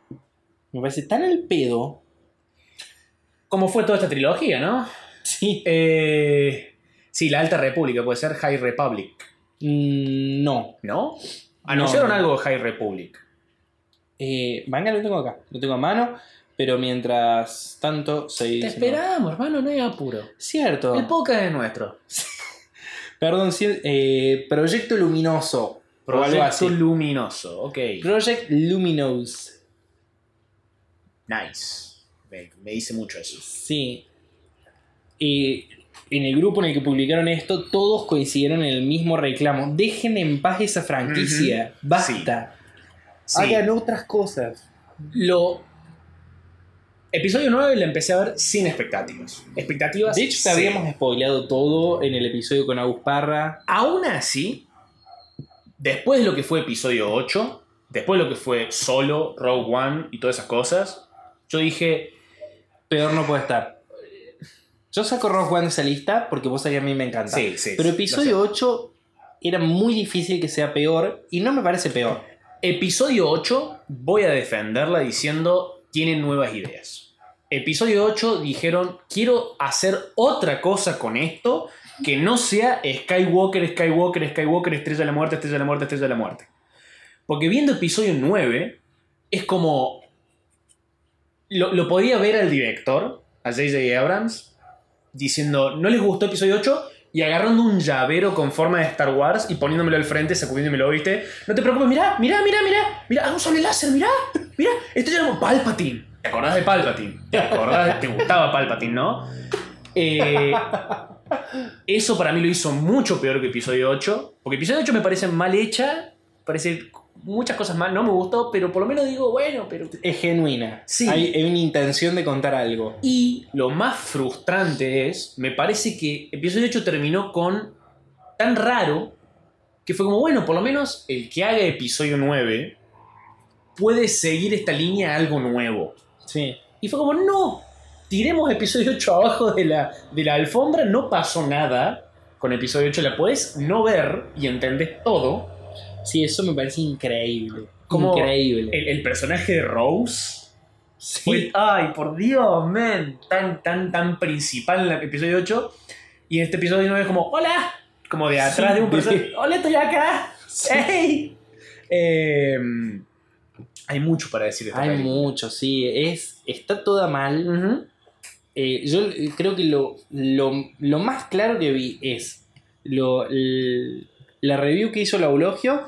[SPEAKER 1] me parece tan al pedo.
[SPEAKER 2] Como fue toda esta trilogía, ¿no?
[SPEAKER 1] Sí.
[SPEAKER 2] Eh, sí, la Alta República, puede ser High Republic.
[SPEAKER 1] Mm, no.
[SPEAKER 2] ¿No? Anunciaron
[SPEAKER 1] Ah, no.
[SPEAKER 2] algo de High Republic.
[SPEAKER 1] Eh, manga lo tengo acá, lo tengo a mano, pero mientras tanto se
[SPEAKER 2] Te
[SPEAKER 1] dice, no.
[SPEAKER 2] esperamos, hermano, no hay apuro.
[SPEAKER 1] Cierto.
[SPEAKER 2] El podcast es nuestro.
[SPEAKER 1] Perdón, sí, eh, Proyecto Luminoso. o algo así.
[SPEAKER 2] Proyecto luminoso, ok.
[SPEAKER 1] Project Luminous.
[SPEAKER 2] Nice. Me, me dice mucho eso.
[SPEAKER 1] Sí. Y en el grupo en el que publicaron esto, todos coincidieron en el mismo reclamo. Dejen en paz esa franquicia. Basta.
[SPEAKER 2] Sí.
[SPEAKER 1] Hagan otras cosas.
[SPEAKER 2] Lo. Episodio 9 lo empecé a ver sin expectativas. Expectativas.
[SPEAKER 1] De hecho, te
[SPEAKER 2] cero.
[SPEAKER 1] habíamos spoileado todo en el episodio con Agus Parra.
[SPEAKER 2] Aún así, después de lo que fue episodio 8, después de lo que fue solo, Rogue One y todas esas cosas, yo dije,
[SPEAKER 1] Peor no puede estar. Yo saco Rock One de esa lista porque vos sabés que a mí me encanta.
[SPEAKER 2] Sí, sí,
[SPEAKER 1] Pero
[SPEAKER 2] sí,
[SPEAKER 1] episodio
[SPEAKER 2] lo
[SPEAKER 1] 8 era muy difícil que sea peor y no me parece peor.
[SPEAKER 2] Episodio 8, voy a defenderla diciendo, tienen nuevas ideas. Episodio 8 dijeron, quiero hacer otra cosa con esto que no sea Skywalker, Skywalker, Skywalker, Estrella de la Muerte, Estrella de la Muerte, Estrella de la Muerte. Porque viendo episodio 9, es como... Lo, lo podía ver al director, a JJ Abrams, diciendo, no les gustó episodio 8, y agarrando un llavero con forma de Star Wars y poniéndomelo al frente, sacudiéndomelo, ¿viste? No te preocupes, mirá, mirá, mirá, mirá, mirá, hago un sable láser, mirá, mirá, esto ya llamo Palpatine. ¿Te acordás de Palpatine? ¿Te acordás? ¿Te gustaba Palpatine, no? Eh, eso para mí lo hizo mucho peor que episodio 8, porque episodio 8 me parece mal hecha, parece muchas cosas más no me gustó, pero por lo menos digo, bueno, pero...
[SPEAKER 1] Es genuina.
[SPEAKER 2] Sí.
[SPEAKER 1] Hay, hay una intención de contar algo.
[SPEAKER 2] Y lo más frustrante es, me parece que episodio 8 terminó con tan raro que fue como, bueno, por lo menos el que haga episodio 9 puede seguir esta línea a algo nuevo.
[SPEAKER 1] Sí.
[SPEAKER 2] Y fue como, no, tiremos episodio 8 abajo de la, de la alfombra, no pasó nada. Con episodio 8 la puedes no ver y entendés todo.
[SPEAKER 1] Sí, eso me parece increíble.
[SPEAKER 2] Como
[SPEAKER 1] Increíble.
[SPEAKER 2] El, el personaje de Rose. fue-
[SPEAKER 1] Sí.
[SPEAKER 2] ay, por Dios, man. Tan, tan, tan principal en el episodio 8. Y en este episodio 9 es como, hola. Como de atrás
[SPEAKER 1] Sí.
[SPEAKER 2] de un personaje. Hola, estoy acá. ¡Ey! Em, hay mucho para decir de esta
[SPEAKER 1] Hay
[SPEAKER 2] peli.
[SPEAKER 1] mucho, sí. Es, está toda mal.
[SPEAKER 2] Ujú.
[SPEAKER 1] Eh, yo eh, creo que lo, lo, lo más claro que vi es lo, l- la review que hizo Laulogio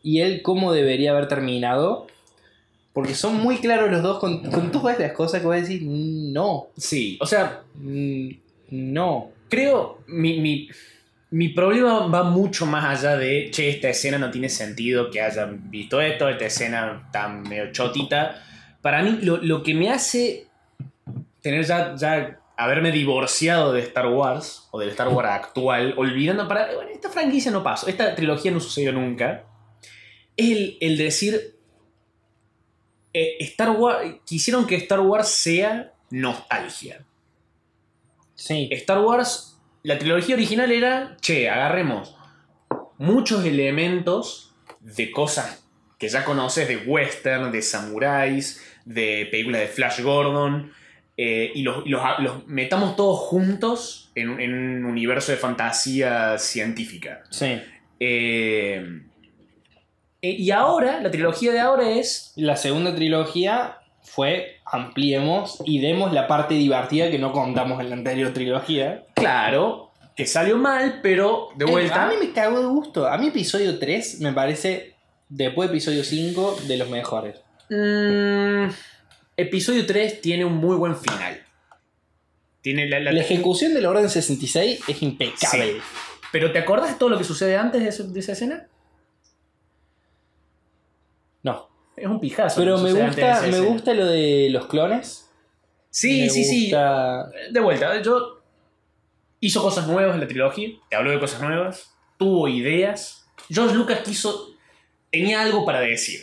[SPEAKER 1] y él cómo debería haber terminado. Porque son muy claros los dos con, con todas las cosas que voy a decir. No,
[SPEAKER 2] Sí, o sea,
[SPEAKER 1] mm, no.
[SPEAKER 2] creo, mi, mi, mi problema va mucho más allá de, che, esta escena no tiene sentido que hayan visto esto, esta escena está medio chotita. Para mí, lo, lo que me hace tener ya, ya haberme divorciado de Star Wars, o del Star Wars actual, olvidando, para, bueno, esta franquicia no pasó, esta trilogía no sucedió nunca, es el, el decir, eh, Star Wars, quisieron que Star Wars sea nostalgia.
[SPEAKER 1] Sí,
[SPEAKER 2] Star Wars, la trilogía original era, che, agarremos muchos elementos de cosas que ya conoces, de western, de samuráis, de películas de Flash Gordon, eh, y, los, y los- los metamos todos juntos en, un- en un universo de fantasía científica.
[SPEAKER 1] sí.
[SPEAKER 2] Eh, eh, y ahora, la trilogía de ahora es,
[SPEAKER 1] La segunda trilogía fue ampliemos y demos la parte divertida que no contamos en la anterior trilogía.
[SPEAKER 2] claro, que salió mal, pero de vuelta...
[SPEAKER 1] Eh, A mí me cagó de gusto. A mí episodio 3 me parece, después de episodio 5, de los mejores.
[SPEAKER 2] Mm, episodio 3 tiene un muy buen final. Tiene la, la-
[SPEAKER 1] La ejecución de la Orden 66 es impecable.
[SPEAKER 2] Sí. ¿Pero te acordás de todo lo que sucede antes de, ese- de esa escena?
[SPEAKER 1] No.
[SPEAKER 2] Es un pijazo.
[SPEAKER 1] Pero
[SPEAKER 2] lo que
[SPEAKER 1] me
[SPEAKER 2] sucede antes
[SPEAKER 1] gusta,
[SPEAKER 2] de esa
[SPEAKER 1] me
[SPEAKER 2] escena.
[SPEAKER 1] gusta lo de los clones.
[SPEAKER 2] Sí,
[SPEAKER 1] Me
[SPEAKER 2] sí, sí.
[SPEAKER 1] gusta-
[SPEAKER 2] De vuelta, yo hizo cosas nuevas en la trilogía, te habló de cosas nuevas, tuvo ideas. George Lucas quiso, tenía algo para decir.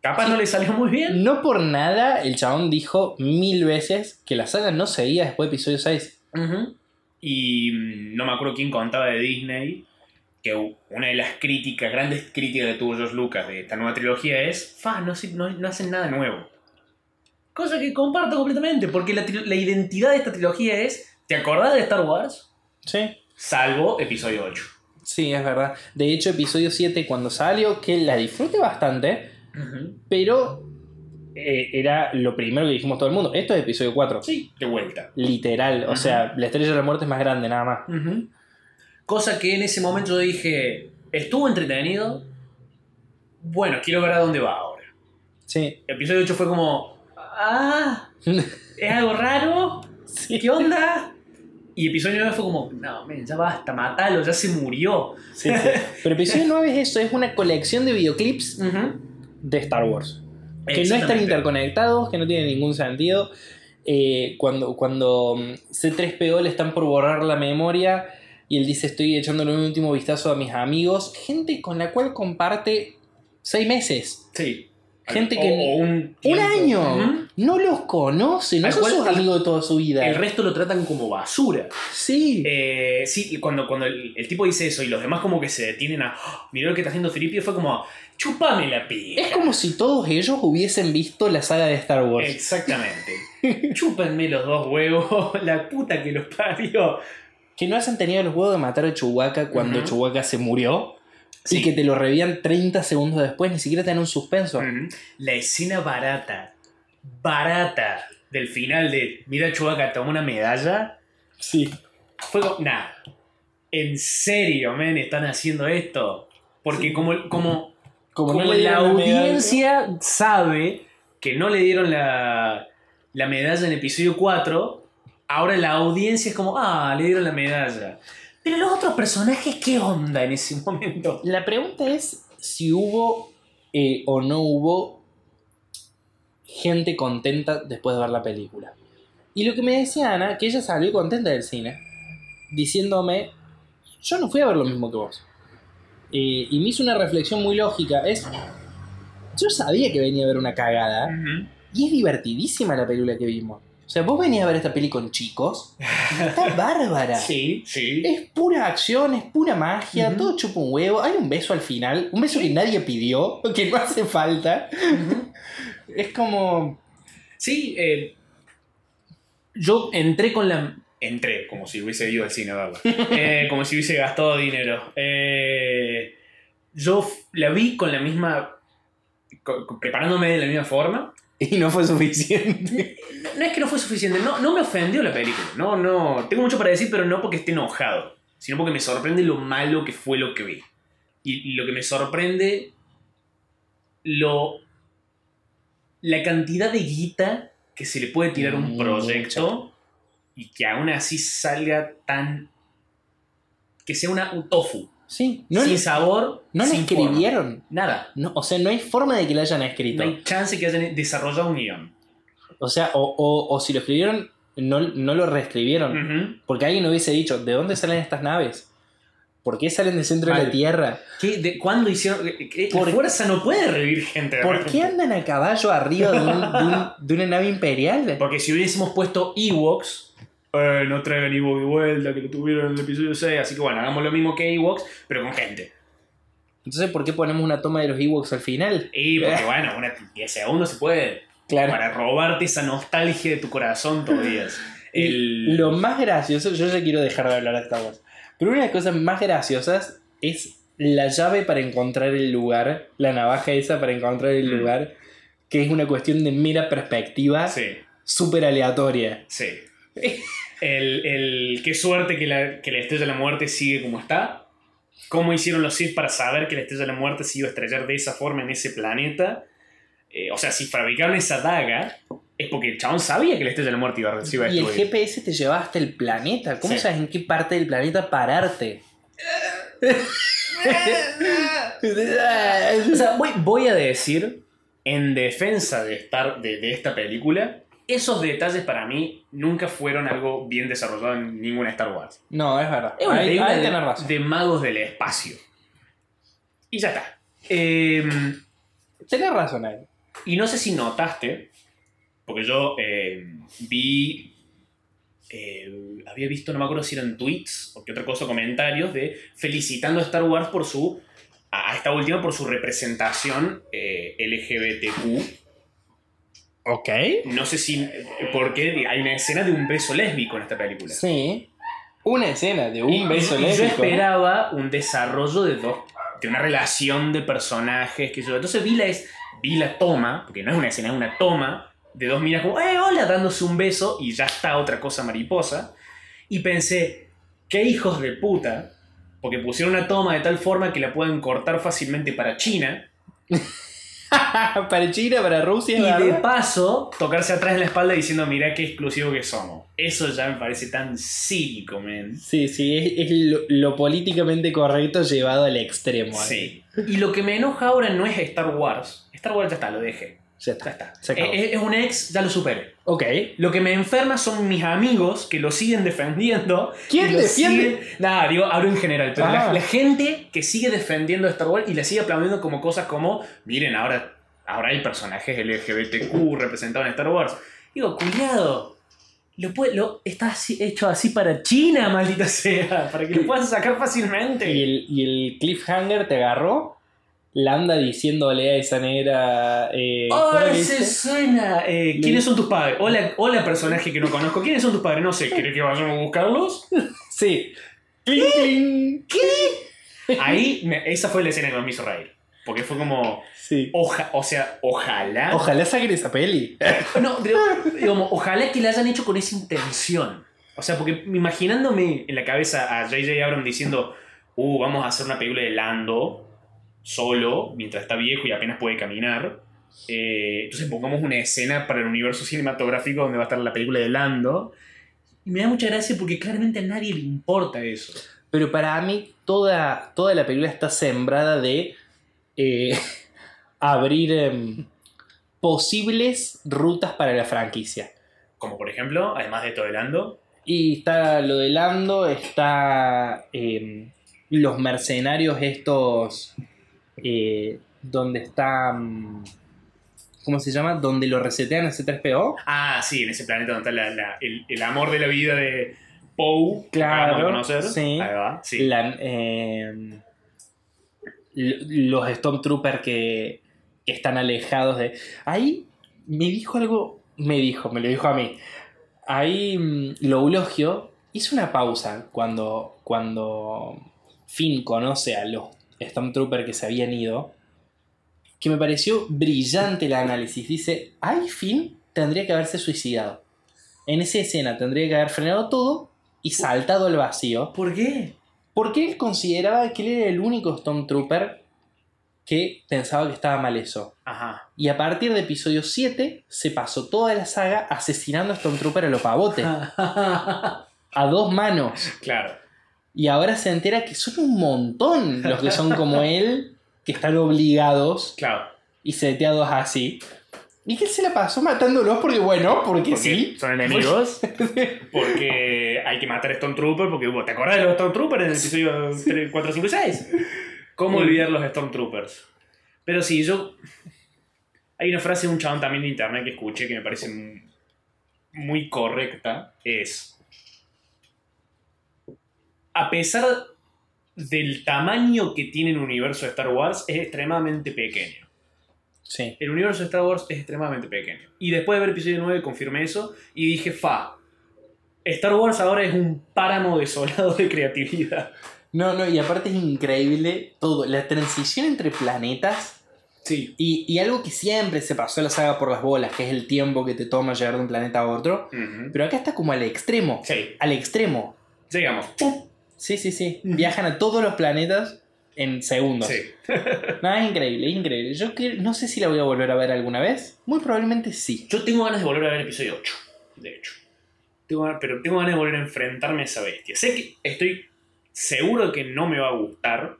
[SPEAKER 2] Capaz no le salió muy bien.
[SPEAKER 1] No por nada el chabón dijo mil veces que la saga no seguía después de episodio 6.
[SPEAKER 2] Ujú. Y mm, no me acuerdo quién contaba de Disney que u- una de las críticas, grandes críticas que tuvo George Lucas de esta nueva trilogía es, fa, no, se- no, no hacen nada nuevo. Cosa que comparto completamente, porque la, tri- la identidad de esta trilogía es, ¿te acordás de Star Wars?
[SPEAKER 1] Sí.
[SPEAKER 2] Salvo episodio 8.
[SPEAKER 1] Sí, es verdad. De hecho, episodio 7 cuando salió, que la disfruté bastante, pero eh, era lo primero que dijimos todo el mundo. Esto es episodio 4.
[SPEAKER 2] Sí, de vuelta.
[SPEAKER 1] Literal, o
[SPEAKER 2] Ajá.
[SPEAKER 1] sea, la estrella de la muerte es más grande, nada más.
[SPEAKER 2] Cosa que en ese momento yo dije, estuvo entretenido, bueno, quiero ver a dónde va ahora.
[SPEAKER 1] Sí.
[SPEAKER 2] Episodio 8 fue como, ah, ¿Es algo raro?
[SPEAKER 1] Sí.
[SPEAKER 2] ¿Qué onda? Y episodio 9 fue como, no, men, ya basta, matalo, ya se murió.
[SPEAKER 1] Sí, sí. Pero episodio 9 es eso, es una colección de videoclips de Star Wars. Que no están
[SPEAKER 2] Exactamente.
[SPEAKER 1] interconectados, que no tienen ningún sentido. Eh, cuando, cuando mm, C3PO le están por borrar la memoria y él dice estoy echándole un último vistazo a mis amigos, gente con la cual comparte seis meses.
[SPEAKER 2] Sí.
[SPEAKER 1] Gente
[SPEAKER 2] O-
[SPEAKER 1] que-
[SPEAKER 2] o un,
[SPEAKER 1] Un
[SPEAKER 2] tiempo.
[SPEAKER 1] año.
[SPEAKER 2] Ujú.
[SPEAKER 1] No los conoce, no
[SPEAKER 2] Al
[SPEAKER 1] son
[SPEAKER 2] cual-
[SPEAKER 1] sus amigos de toda su vida.
[SPEAKER 2] El resto lo tratan como basura.
[SPEAKER 1] Sí.
[SPEAKER 2] Eh, sí, y cuando, cuando el, el tipo dice eso y los demás como que se detienen a, "Oh, mirá lo que está haciendo Felipe, fue como, chupame la pija.
[SPEAKER 1] Es como si todos ellos hubiesen visto la saga de Star Wars.
[SPEAKER 2] Exactamente. Chúpenme los dos huevos, la puta que los parió.
[SPEAKER 1] Que no hayan tenido los huevos de matar a Chewbacca cuando
[SPEAKER 2] Ujú.
[SPEAKER 1] Chewbacca se murió.
[SPEAKER 2] Sí.
[SPEAKER 1] Y que te lo revían 30 segundos después, ni siquiera te dan un suspenso.
[SPEAKER 2] Ujú. La escena barata, barata del final de Mira Chubaca toma una medalla.
[SPEAKER 1] Sí.
[SPEAKER 2] Fue como, nah, en serio, men, están haciendo esto. Porque como, como,
[SPEAKER 1] Como,
[SPEAKER 2] como
[SPEAKER 1] no le
[SPEAKER 2] la
[SPEAKER 1] dieron medalla-
[SPEAKER 2] audiencia sabe que no le dieron la, la medalla en episodio 4, ahora la audiencia es como, ah, le dieron la medalla. Pero los otros personajes, ¿qué onda en ese momento?
[SPEAKER 1] La pregunta es si hubo eh, o no hubo gente contenta después de ver la película. Y lo que me decía Ana, que ella salió contenta del cine, diciéndome, yo no fui a ver lo mismo que vos. Eh, y me hizo una reflexión muy lógica, es, yo sabía que venía a ver una cagada, y es divertidísima la película que vimos. O sea, vos venías a ver esta peli con chicos. y Está bárbara.
[SPEAKER 2] Sí, sí.
[SPEAKER 1] Es pura acción, es pura magia,
[SPEAKER 2] Ujú.
[SPEAKER 1] todo chupa un huevo. Hay un beso al final, un beso que nadie pidió, que no hace falta. Es como.
[SPEAKER 2] Sí, eh, yo entré con la... Entré, como si hubiese ido al cine a verla. Eh, como si hubiese gastado dinero. Eh, yo f- la vi con la misma... co- co- preparándome de la misma forma.
[SPEAKER 1] Y no fue suficiente.
[SPEAKER 2] No es que no fue suficiente, no, no me ofendió la película. No, no. Tengo mucho para decir, pero no porque esté enojado, sino porque me sorprende lo malo que fue lo que vi. Y lo que me sorprende, lo. la cantidad de guita que se le puede tirar a un
[SPEAKER 1] Mucha.
[SPEAKER 2] proyecto y que aún así salga tan. que sea una, un tofu.
[SPEAKER 1] Sí, no,
[SPEAKER 2] sin
[SPEAKER 1] le,
[SPEAKER 2] sabor,
[SPEAKER 1] no le
[SPEAKER 2] sin forma.
[SPEAKER 1] escribieron.
[SPEAKER 2] Nada.
[SPEAKER 1] No, o sea, no hay forma de que la hayan
[SPEAKER 2] No
[SPEAKER 1] escrito.
[SPEAKER 2] hay chance que hayan desarrollado un guión.
[SPEAKER 1] O sea, o, o- o si lo escribieron, no, no lo reescribieron.
[SPEAKER 2] Ujú.
[SPEAKER 1] Porque alguien hubiese dicho, ¿de dónde salen estas naves? ¿Por qué salen del centro de
[SPEAKER 2] Mal.
[SPEAKER 1] la Tierra?
[SPEAKER 2] ¿Qué? ¿De ¿Cuándo hicieron? eh, eh,
[SPEAKER 1] ¿Por-
[SPEAKER 2] la fuerza no puede revivir gente. de
[SPEAKER 1] ¿Por
[SPEAKER 2] repente.
[SPEAKER 1] qué andan a caballo arriba de, un- de un- de una nave imperial?
[SPEAKER 2] Porque si hubiésemos puesto Ewoks. eh, no traigan Ewoks de vuelta, que lo tuvieron en el episodio 6. Así que bueno, hagamos lo mismo que Ewoks, pero con gente.
[SPEAKER 1] Entonces, ¿por qué ponemos una toma de los Ewoks al final?
[SPEAKER 2] Y porque bueno, una 10 segundos se puede.
[SPEAKER 1] Claro.
[SPEAKER 2] Para robarte esa nostalgia de tu corazón todavía. El...
[SPEAKER 1] Lo más gracioso, yo ya quiero dejar de hablar de Star Wars, pero una de las cosas más graciosas es la llave para encontrar el lugar, la navaja esa para encontrar el
[SPEAKER 2] Mm.
[SPEAKER 1] lugar, que es una cuestión de mera perspectiva
[SPEAKER 2] Sí,
[SPEAKER 1] súper aleatoria.
[SPEAKER 2] sí. El, el- Qué suerte que la, que la estrella de la muerte sigue como está. ¿Cómo hicieron los Sith para saber que la estrella de la muerte se iba a estrellar de esa forma en ese planeta? Eh, o sea, si fabricaron esa daga, es porque el chabón sabía que la estrella de la muerte iba a, se iba a este
[SPEAKER 1] Y el
[SPEAKER 2] destruir.
[SPEAKER 1] GPS te llevaba hasta el planeta. ¿Cómo
[SPEAKER 2] Sí.
[SPEAKER 1] sabes en qué parte del planeta pararte?
[SPEAKER 2] eh, O sea, voy, voy a decir, en defensa de, estar, de, de esta película, esos detalles para mí nunca fueron algo bien desarrollado en ninguna Star Wars.
[SPEAKER 1] No, es verdad.
[SPEAKER 2] Es una
[SPEAKER 1] Ahí-
[SPEAKER 2] película
[SPEAKER 1] ahí
[SPEAKER 2] de,
[SPEAKER 1] tenés razón.
[SPEAKER 2] de magos del espacio. Y ya está. Em,
[SPEAKER 1] Tenés razón ahí.
[SPEAKER 2] Y no sé si notaste, porque yo eh, vi. eh, había visto, no me acuerdo si eran tweets o qué otra cosa, comentarios de felicitando a Star Wars por su. a a esta última por su representación eh, LGBTQ.
[SPEAKER 1] Ok.
[SPEAKER 2] No sé si. porque hay una escena de un beso lésbico en esta película.
[SPEAKER 1] Sí. Una escena de
[SPEAKER 2] Y-
[SPEAKER 1] un beso
[SPEAKER 2] y Yo
[SPEAKER 1] lésbico.
[SPEAKER 2] esperaba un desarrollo de dos, de una relación de personajes. Que yo, entonces vi la, es- vi la toma, porque no es una escena, es una toma de dos minas como, ¡eh, hola! dándose un beso y ya está otra cosa mariposa. Y pensé, ¡qué hijos de puta! Porque pusieron una toma de tal forma que la pueden cortar fácilmente para China
[SPEAKER 1] para China, para Rusia,
[SPEAKER 2] y de
[SPEAKER 1] ¿verdad?
[SPEAKER 2] paso tocarse atrás en la espalda diciendo, mirá qué exclusivo que somos. Eso ya me parece tan cínico, men.
[SPEAKER 1] Sí, sí, es, es lo, lo políticamente correcto llevado al extremo. ¿eh?
[SPEAKER 2] Sí. Y lo que me enoja ahora no es Star Wars. Star Wars ya está, lo dejé.
[SPEAKER 1] Ya
[SPEAKER 2] Ya
[SPEAKER 1] está.
[SPEAKER 2] está. Eh,
[SPEAKER 1] Se acabó.
[SPEAKER 2] Es, es un ex, ya lo superé.
[SPEAKER 1] Ok.
[SPEAKER 2] Lo que me enferma son mis amigos que lo siguen defendiendo.
[SPEAKER 1] ¿Quién
[SPEAKER 2] y lo
[SPEAKER 1] defiende?
[SPEAKER 2] siguen- Nah, digo, hablo en general. Pero la,
[SPEAKER 1] Ah.
[SPEAKER 2] la gente que sigue defendiendo a Star Wars y la sigue aplaudiendo como cosas como, miren, ahora, ahora hay personajes LGBTQ representados en Star Wars. Digo, cuidado. Lo, puede- lo- está así- hecho así para China, maldita sea. Para que lo puedan sacar fácilmente.
[SPEAKER 1] Y el, y el cliffhanger te agarró. La anda diciéndole a esa negra. Eh, ¿cómo
[SPEAKER 2] ¡Oh,
[SPEAKER 1] le
[SPEAKER 2] se
[SPEAKER 1] dice?
[SPEAKER 2] suena! Eh, ¿Quiénes son tus padres? Hola, hola, personaje que no conozco. ¿Quiénes son tus padres? No sé, ¿querés que vayamos a buscarlos?
[SPEAKER 1] Sí. Cling, cling.
[SPEAKER 2] Ahí, me- esa fue la escena que me hizo reír. Porque fue como,
[SPEAKER 1] Sí.
[SPEAKER 2] oja, o sea, ojalá.
[SPEAKER 1] Ojalá saquen esa peli.
[SPEAKER 2] No, digo, digamos, ojalá que la hayan hecho con esa intención. O sea, porque imaginándome en la cabeza a J.J. Abrams diciendo, uh, vamos a hacer una película de Lando solo, mientras está viejo y apenas puede caminar. Eh, entonces pongamos una escena para el universo cinematográfico donde va a estar la película de Lando. Y me da mucha gracia porque claramente a nadie le importa eso.
[SPEAKER 1] Pero para mí toda, toda la película está sembrada de... eh, abrir em, posibles rutas para la franquicia.
[SPEAKER 2] Como por ejemplo, además de Todelando,
[SPEAKER 1] Y está lo de Lando, está em, los mercenarios estos, eh, donde está, mm, ¿cómo se llama? Donde lo resetean el C3PO.
[SPEAKER 2] Ah, sí, en ese planeta donde está la- la- el, el amor de la vida de Poe. que
[SPEAKER 1] Claro,
[SPEAKER 2] acabamos de conocer.
[SPEAKER 1] sí.
[SPEAKER 2] Ahí va, sí.
[SPEAKER 1] La- em, l- los Stormtroopers que, que están alejados de... Ahí me dijo algo, me dijo, me lo dijo a mí. Ahí mm, Loulogio hizo una pausa cuando, cuando Finn conoce a los Stormtroopers que se habían ido, que me pareció brillante el análisis. Dice, ahí Finn tendría que haberse suicidado. En esa escena tendría que haber frenado todo y saltado al vacío.
[SPEAKER 2] ¿Por qué?
[SPEAKER 1] Porque él consideraba que él era el único Stormtrooper que pensaba que estaba mal eso.
[SPEAKER 2] Ajá.
[SPEAKER 1] Y a partir de episodio 7 se pasó toda la saga asesinando a Stormtrooper a lo pavote.
[SPEAKER 2] Ah.
[SPEAKER 1] a dos manos.
[SPEAKER 2] Claro.
[SPEAKER 1] Y ahora se entera que son un montón los que son como él, que están obligados
[SPEAKER 2] Claro.
[SPEAKER 1] y seteados así. Y que él se la pasó matándolos porque, bueno, porque,
[SPEAKER 2] Porque
[SPEAKER 1] sí.
[SPEAKER 2] Son enemigos. porque hay que matar a Stone Trooper. Porque hubo. ¿Te acordás de los Stone Troopers en el episodio 3, 4, 5 y 6? ¿Cómo
[SPEAKER 1] Mm.
[SPEAKER 2] olvidar los Stone Troopers? Pero sí, yo. Hay una frase de un chabón también de internet que escuché que me parece m- muy correcta. Es. A pesar del tamaño que tiene el universo de Star Wars, es extremadamente pequeño.
[SPEAKER 1] Sí.
[SPEAKER 2] El universo de Star Wars es extremadamente pequeño. Y después de ver episodio 9 confirmé eso y dije, fa, Star Wars ahora es un páramo desolado de creatividad.
[SPEAKER 1] No, no, y aparte es increíble todo. La transición entre planetas
[SPEAKER 2] Sí.
[SPEAKER 1] Y, y algo que siempre se pasó en la saga por las bolas, que es el tiempo que te toma llegar de un planeta a otro. Pero acá está como al extremo.
[SPEAKER 2] Sí,
[SPEAKER 1] Al extremo.
[SPEAKER 2] llegamos. ¡Pum!
[SPEAKER 1] Sí, sí, sí. Viajan a todos los planetas en segundos.
[SPEAKER 2] Sí.
[SPEAKER 1] No, es increíble, es increíble. Yo que- no sé si la voy a volver a ver alguna vez. Muy probablemente sí.
[SPEAKER 2] Yo tengo ganas de volver a ver episodio 8, de hecho. Tengo ganas- pero tengo ganas de volver a enfrentarme a esa bestia. Sé que estoy seguro que no me va a gustar,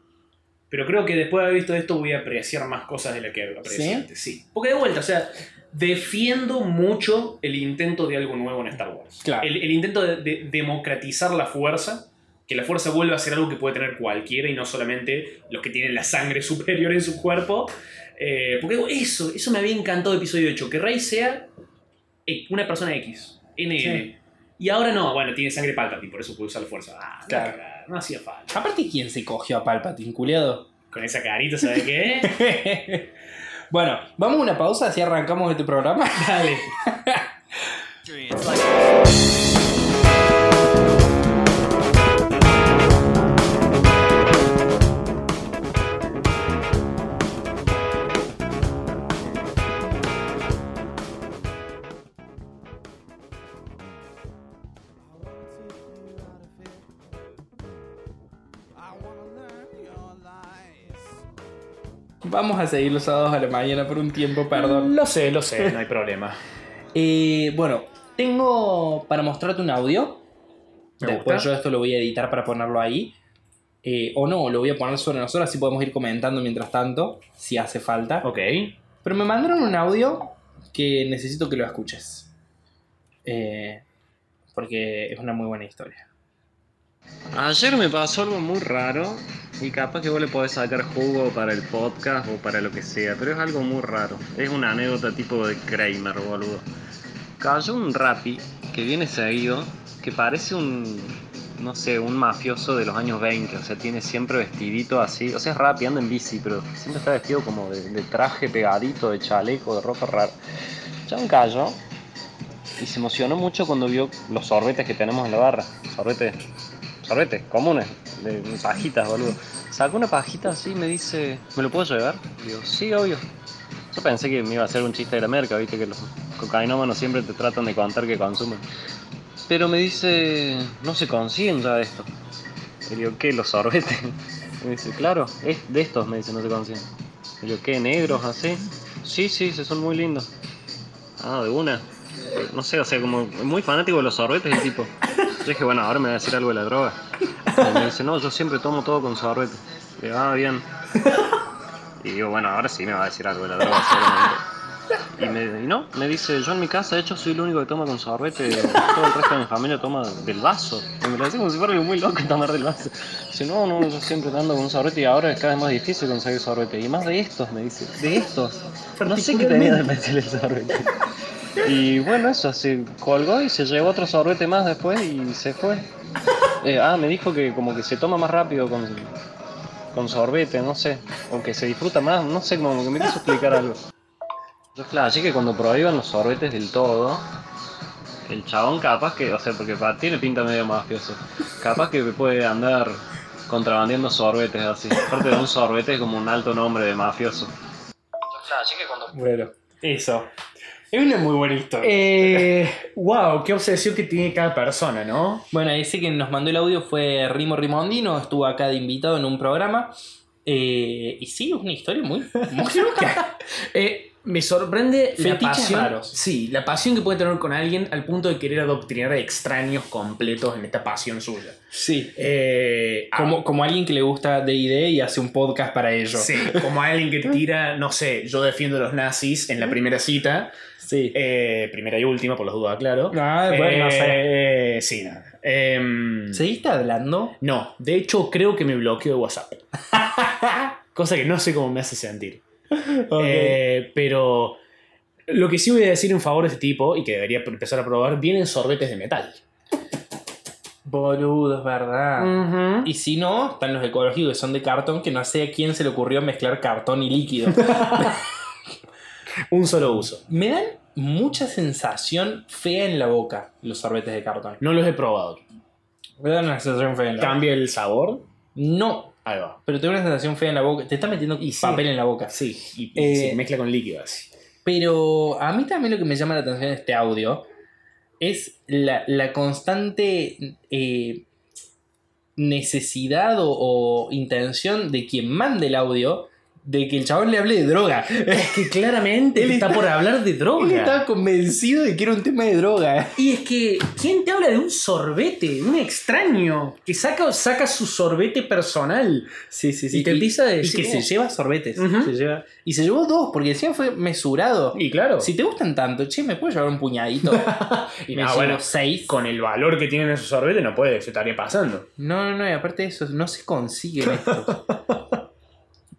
[SPEAKER 2] pero creo que después de haber visto esto voy a apreciar más cosas de las que aprecié
[SPEAKER 1] ¿Sí?
[SPEAKER 2] antes. Sí. Porque de vuelta, o sea, defiendo mucho el intento de algo nuevo en Star Wars.
[SPEAKER 1] Claro.
[SPEAKER 2] El, el intento de, de democratizar la fuerza, que la fuerza vuelva a ser algo que puede tener cualquiera y no solamente los que tienen la sangre superior en su cuerpo. Eh, porque eso, eso me había encantado de episodio 8, que Rey sea eh, una persona X, NN.
[SPEAKER 1] Sí.
[SPEAKER 2] Y ahora no, bueno, tiene sangre Palpatine, por eso puede usar la fuerza. Ah,
[SPEAKER 1] Claro.
[SPEAKER 2] claro. no hacía falta.
[SPEAKER 1] Aparte, ¿quién se cogió a Palpatine, culiado?
[SPEAKER 2] Con esa carita, ¿sabes qué?
[SPEAKER 1] bueno, vamos a una pausa, así arrancamos este programa.
[SPEAKER 2] Dale.
[SPEAKER 1] Vamos a seguir los sábados a la mañana por un tiempo, perdón.
[SPEAKER 2] Lo sé, lo sé, no hay problema.
[SPEAKER 1] Eh, bueno, tengo para mostrarte un audio.
[SPEAKER 2] Me
[SPEAKER 1] Después
[SPEAKER 2] gusta.
[SPEAKER 1] yo esto lo voy a editar para ponerlo ahí. Eh, o no, lo voy a poner sobre nosotros, así podemos ir comentando mientras tanto, si hace falta.
[SPEAKER 2] Ok.
[SPEAKER 1] Pero me mandaron un audio que necesito que lo escuches. Eh, porque es una muy buena historia.
[SPEAKER 5] Ayer me pasó algo muy raro y capaz que vos le podés sacar jugo para el podcast o para lo que sea, pero es algo muy raro. Es una anécdota tipo de Kramer, boludo. Cayó un rapi que viene seguido, que parece un, no sé, un mafioso de los años 20, o sea, tiene siempre vestidito así, o sea, es rapi, anda en bici, pero siempre está vestido como de, de traje pegadito, de chaleco, de ropa rara. Ya un cayó y se emocionó mucho cuando vio los sorbetes que tenemos en la barra, sorbetes sorbetes comunes, de de pajitas, boludo. Sacó una pajita así y me dice, ¿me lo puedo llevar? Digo, sí, obvio. Yo pensé que me iba a hacer un chiste de la merca, viste que los cocainómanos siempre te tratan de contar que consumen. Pero me dice, no se consiguen ya de esto. Le digo, ¿qué? ¿Los sorbetes? Me dice, claro, es de estos, me dice, no se consiguen. Le digo, ¿qué? ¿Negros así? Sí, sí, se son muy lindos. Ah, de una. No sé, o sea, como muy fanático de los sorbetes el tipo. Yo dije, bueno, ahora me va a decir algo de la droga. Y me dice, no, yo siempre tomo todo con sorbete. Le digo, ah, bien. Y digo, bueno, ahora sí me va a decir algo de la droga, seguramente. Y, me, y no, me dice, yo en mi casa, de hecho, soy el único que toma con sorbete, todo el resto de mi familia toma del vaso. Y me parece como si fuera algo muy loco tomar del vaso. Dice, no, no, yo siempre ando con sorbete y ahora es cada vez más difícil conseguir sorbete. Y más de estos, me dice, de estos. No sé qué tenía de especial el sorbete. Y bueno, eso, se colgó y se llevó otro sorbete más después y se fue. Eh, ah, me dijo que como que se toma más rápido con, con sorbete, no sé. O que se disfruta más, no sé, como que me quiso explicar algo. Yo claro, así que cuando prohíban los sorbetes del todo, el chabón capaz que, o sea, porque para, tiene pinta medio mafioso, capaz que puede andar contrabandeando sorbetes así. Aparte de un sorbete es como un alto nombre de mafioso. Yo claro, así que cuando
[SPEAKER 2] Bueno.
[SPEAKER 1] Eso. Es una muy buena historia.
[SPEAKER 2] Eh, wow, qué obsesión que tiene cada persona, ¿no?
[SPEAKER 1] Bueno, ese que nos mandó el audio fue Rimo Rimondino, estuvo acá de invitado en un programa. Eh, y sí, es una historia muy, muy loca.
[SPEAKER 2] Eh, me sorprende la
[SPEAKER 1] Fetiches
[SPEAKER 2] pasión.
[SPEAKER 1] raros.
[SPEAKER 2] Sí, la pasión que puede tener con alguien al punto de querer adoctrinar a extraños completos en esta pasión suya.
[SPEAKER 1] Sí.
[SPEAKER 2] Eh, ah,
[SPEAKER 1] Como, como alguien que le gusta D&D y hace un podcast para ello.
[SPEAKER 2] sí, como alguien que tira, no sé, yo defiendo a los nazis en la primera cita,
[SPEAKER 1] Sí.
[SPEAKER 2] eh, primera y última, por las dudas, claro.
[SPEAKER 1] Ah, bueno,
[SPEAKER 2] Eh, Sí, nada. Em,
[SPEAKER 1] ¿Seguiste hablando?
[SPEAKER 2] No, de hecho creo que me bloqueó de WhatsApp. Cosa que no sé cómo me hace sentir. Eh, pero lo que sí voy a decir en favor de este tipo, y que debería empezar a probar, vienen sorbetes de metal.
[SPEAKER 1] Boludo, es verdad.
[SPEAKER 2] Ah.
[SPEAKER 1] Y si no, están los ecológicos que son de cartón, que no sé a quién se le ocurrió mezclar cartón y líquido.
[SPEAKER 2] Un solo uso.
[SPEAKER 1] Me dan mucha sensación fea en la boca los sorbetes de cartón.
[SPEAKER 2] No los he probado.
[SPEAKER 1] Me dan una sensación fea en la boca.
[SPEAKER 2] ¿Cambia el sabor?
[SPEAKER 1] No,
[SPEAKER 2] Ahí va.
[SPEAKER 1] pero tengo una sensación fea en la boca. Te está metiendo
[SPEAKER 2] Y sí.
[SPEAKER 1] papel en la boca.
[SPEAKER 2] Sí, y,
[SPEAKER 1] Eh,
[SPEAKER 2] se mezcla con líquido así.
[SPEAKER 1] Pero a mí también lo que me llama la atención de este audio es la, la constante eh, necesidad o, o intención de quien manda el audio de que el chabón le hable de droga.
[SPEAKER 2] Es que claramente
[SPEAKER 1] Él
[SPEAKER 2] está,
[SPEAKER 1] está-
[SPEAKER 2] por hablar de droga.
[SPEAKER 1] Él estaba convencido de que era un tema de droga.
[SPEAKER 2] Y es que, ¿quién te habla de un sorbete? Un extraño que saca, saca su sorbete personal.
[SPEAKER 1] Sí, sí,
[SPEAKER 2] sí. Y- y
[SPEAKER 1] que
[SPEAKER 2] que
[SPEAKER 1] se
[SPEAKER 2] se
[SPEAKER 1] lleva sorbetes.
[SPEAKER 2] Se
[SPEAKER 1] Y se llevó dos, porque decía fue mesurado.
[SPEAKER 2] Y claro,
[SPEAKER 1] Si te gustan tanto, che, ¿me puedo llevar un puñadito?
[SPEAKER 2] Y
[SPEAKER 1] me
[SPEAKER 2] nada,
[SPEAKER 1] llevo
[SPEAKER 2] bueno,
[SPEAKER 1] seis.
[SPEAKER 2] con el valor que tienen esos sorbetes no puede, se estaría pasando.
[SPEAKER 1] No, no, no, y aparte de eso, no se consigue esto.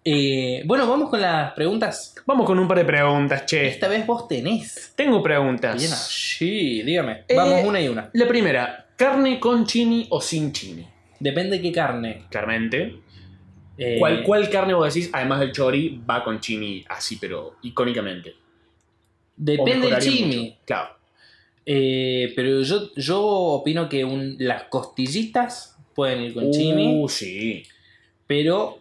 [SPEAKER 1] Eh, bueno, vamos con las preguntas.
[SPEAKER 2] Vamos con un par de preguntas, che.
[SPEAKER 1] Esta vez vos tenés.
[SPEAKER 2] Tengo preguntas.
[SPEAKER 1] Bien, ah. sí, dígame.
[SPEAKER 2] Eh,
[SPEAKER 1] Vamos una y una.
[SPEAKER 2] La primera, ¿carne con chini o sin chini?
[SPEAKER 1] Depende de qué carne.
[SPEAKER 2] Claramente.
[SPEAKER 1] Eh,
[SPEAKER 2] ¿Cuál, cuál carne vos decís, además del chori, va con chini así, pero icónicamente? O
[SPEAKER 1] Depende del
[SPEAKER 2] mejoraría
[SPEAKER 1] chimi.
[SPEAKER 2] mucho. Claro.
[SPEAKER 1] Eh, pero yo, yo opino que un- las costillitas pueden ir con chimi.
[SPEAKER 2] Uh, sí.
[SPEAKER 1] Pero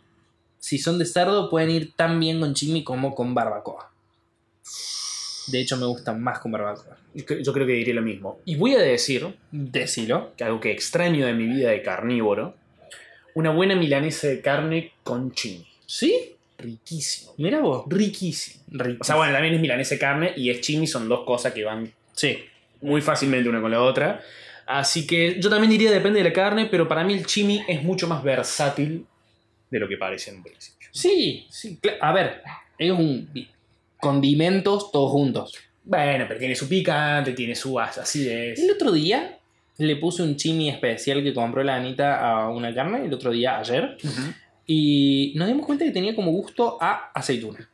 [SPEAKER 1] si son de cerdo, pueden ir tan bien con chimi como con barbacoa. De hecho, me gustan más con barbacoa.
[SPEAKER 2] Yo cre- yo creo que diría lo mismo. Y voy a decir,
[SPEAKER 1] Decilo.
[SPEAKER 2] que algo que extraño de mi vida de carnívoro, una buena milanesa de carne con chini.
[SPEAKER 1] ¿Sí?
[SPEAKER 2] Riquísimo.
[SPEAKER 1] Mira vos.
[SPEAKER 2] Riquísimo.
[SPEAKER 1] Rico.
[SPEAKER 2] O sea, bueno, también es milanesa de carne y es chini, son dos cosas que van
[SPEAKER 1] Sí.
[SPEAKER 2] muy fácilmente una con la otra. Así que yo también diría depende de la carne, pero para mí el chimi es mucho más versátil de lo que parece en un principio.
[SPEAKER 1] Sí, sí. cla- A ver, es un condimentos todos juntos.
[SPEAKER 2] Bueno, pero tiene su picante, tiene su as- así es.
[SPEAKER 1] El otro día le puse un chimi especial que compró la Anita a una carne, el otro día, ayer, y nos dimos cuenta que tenía como gusto a aceituna.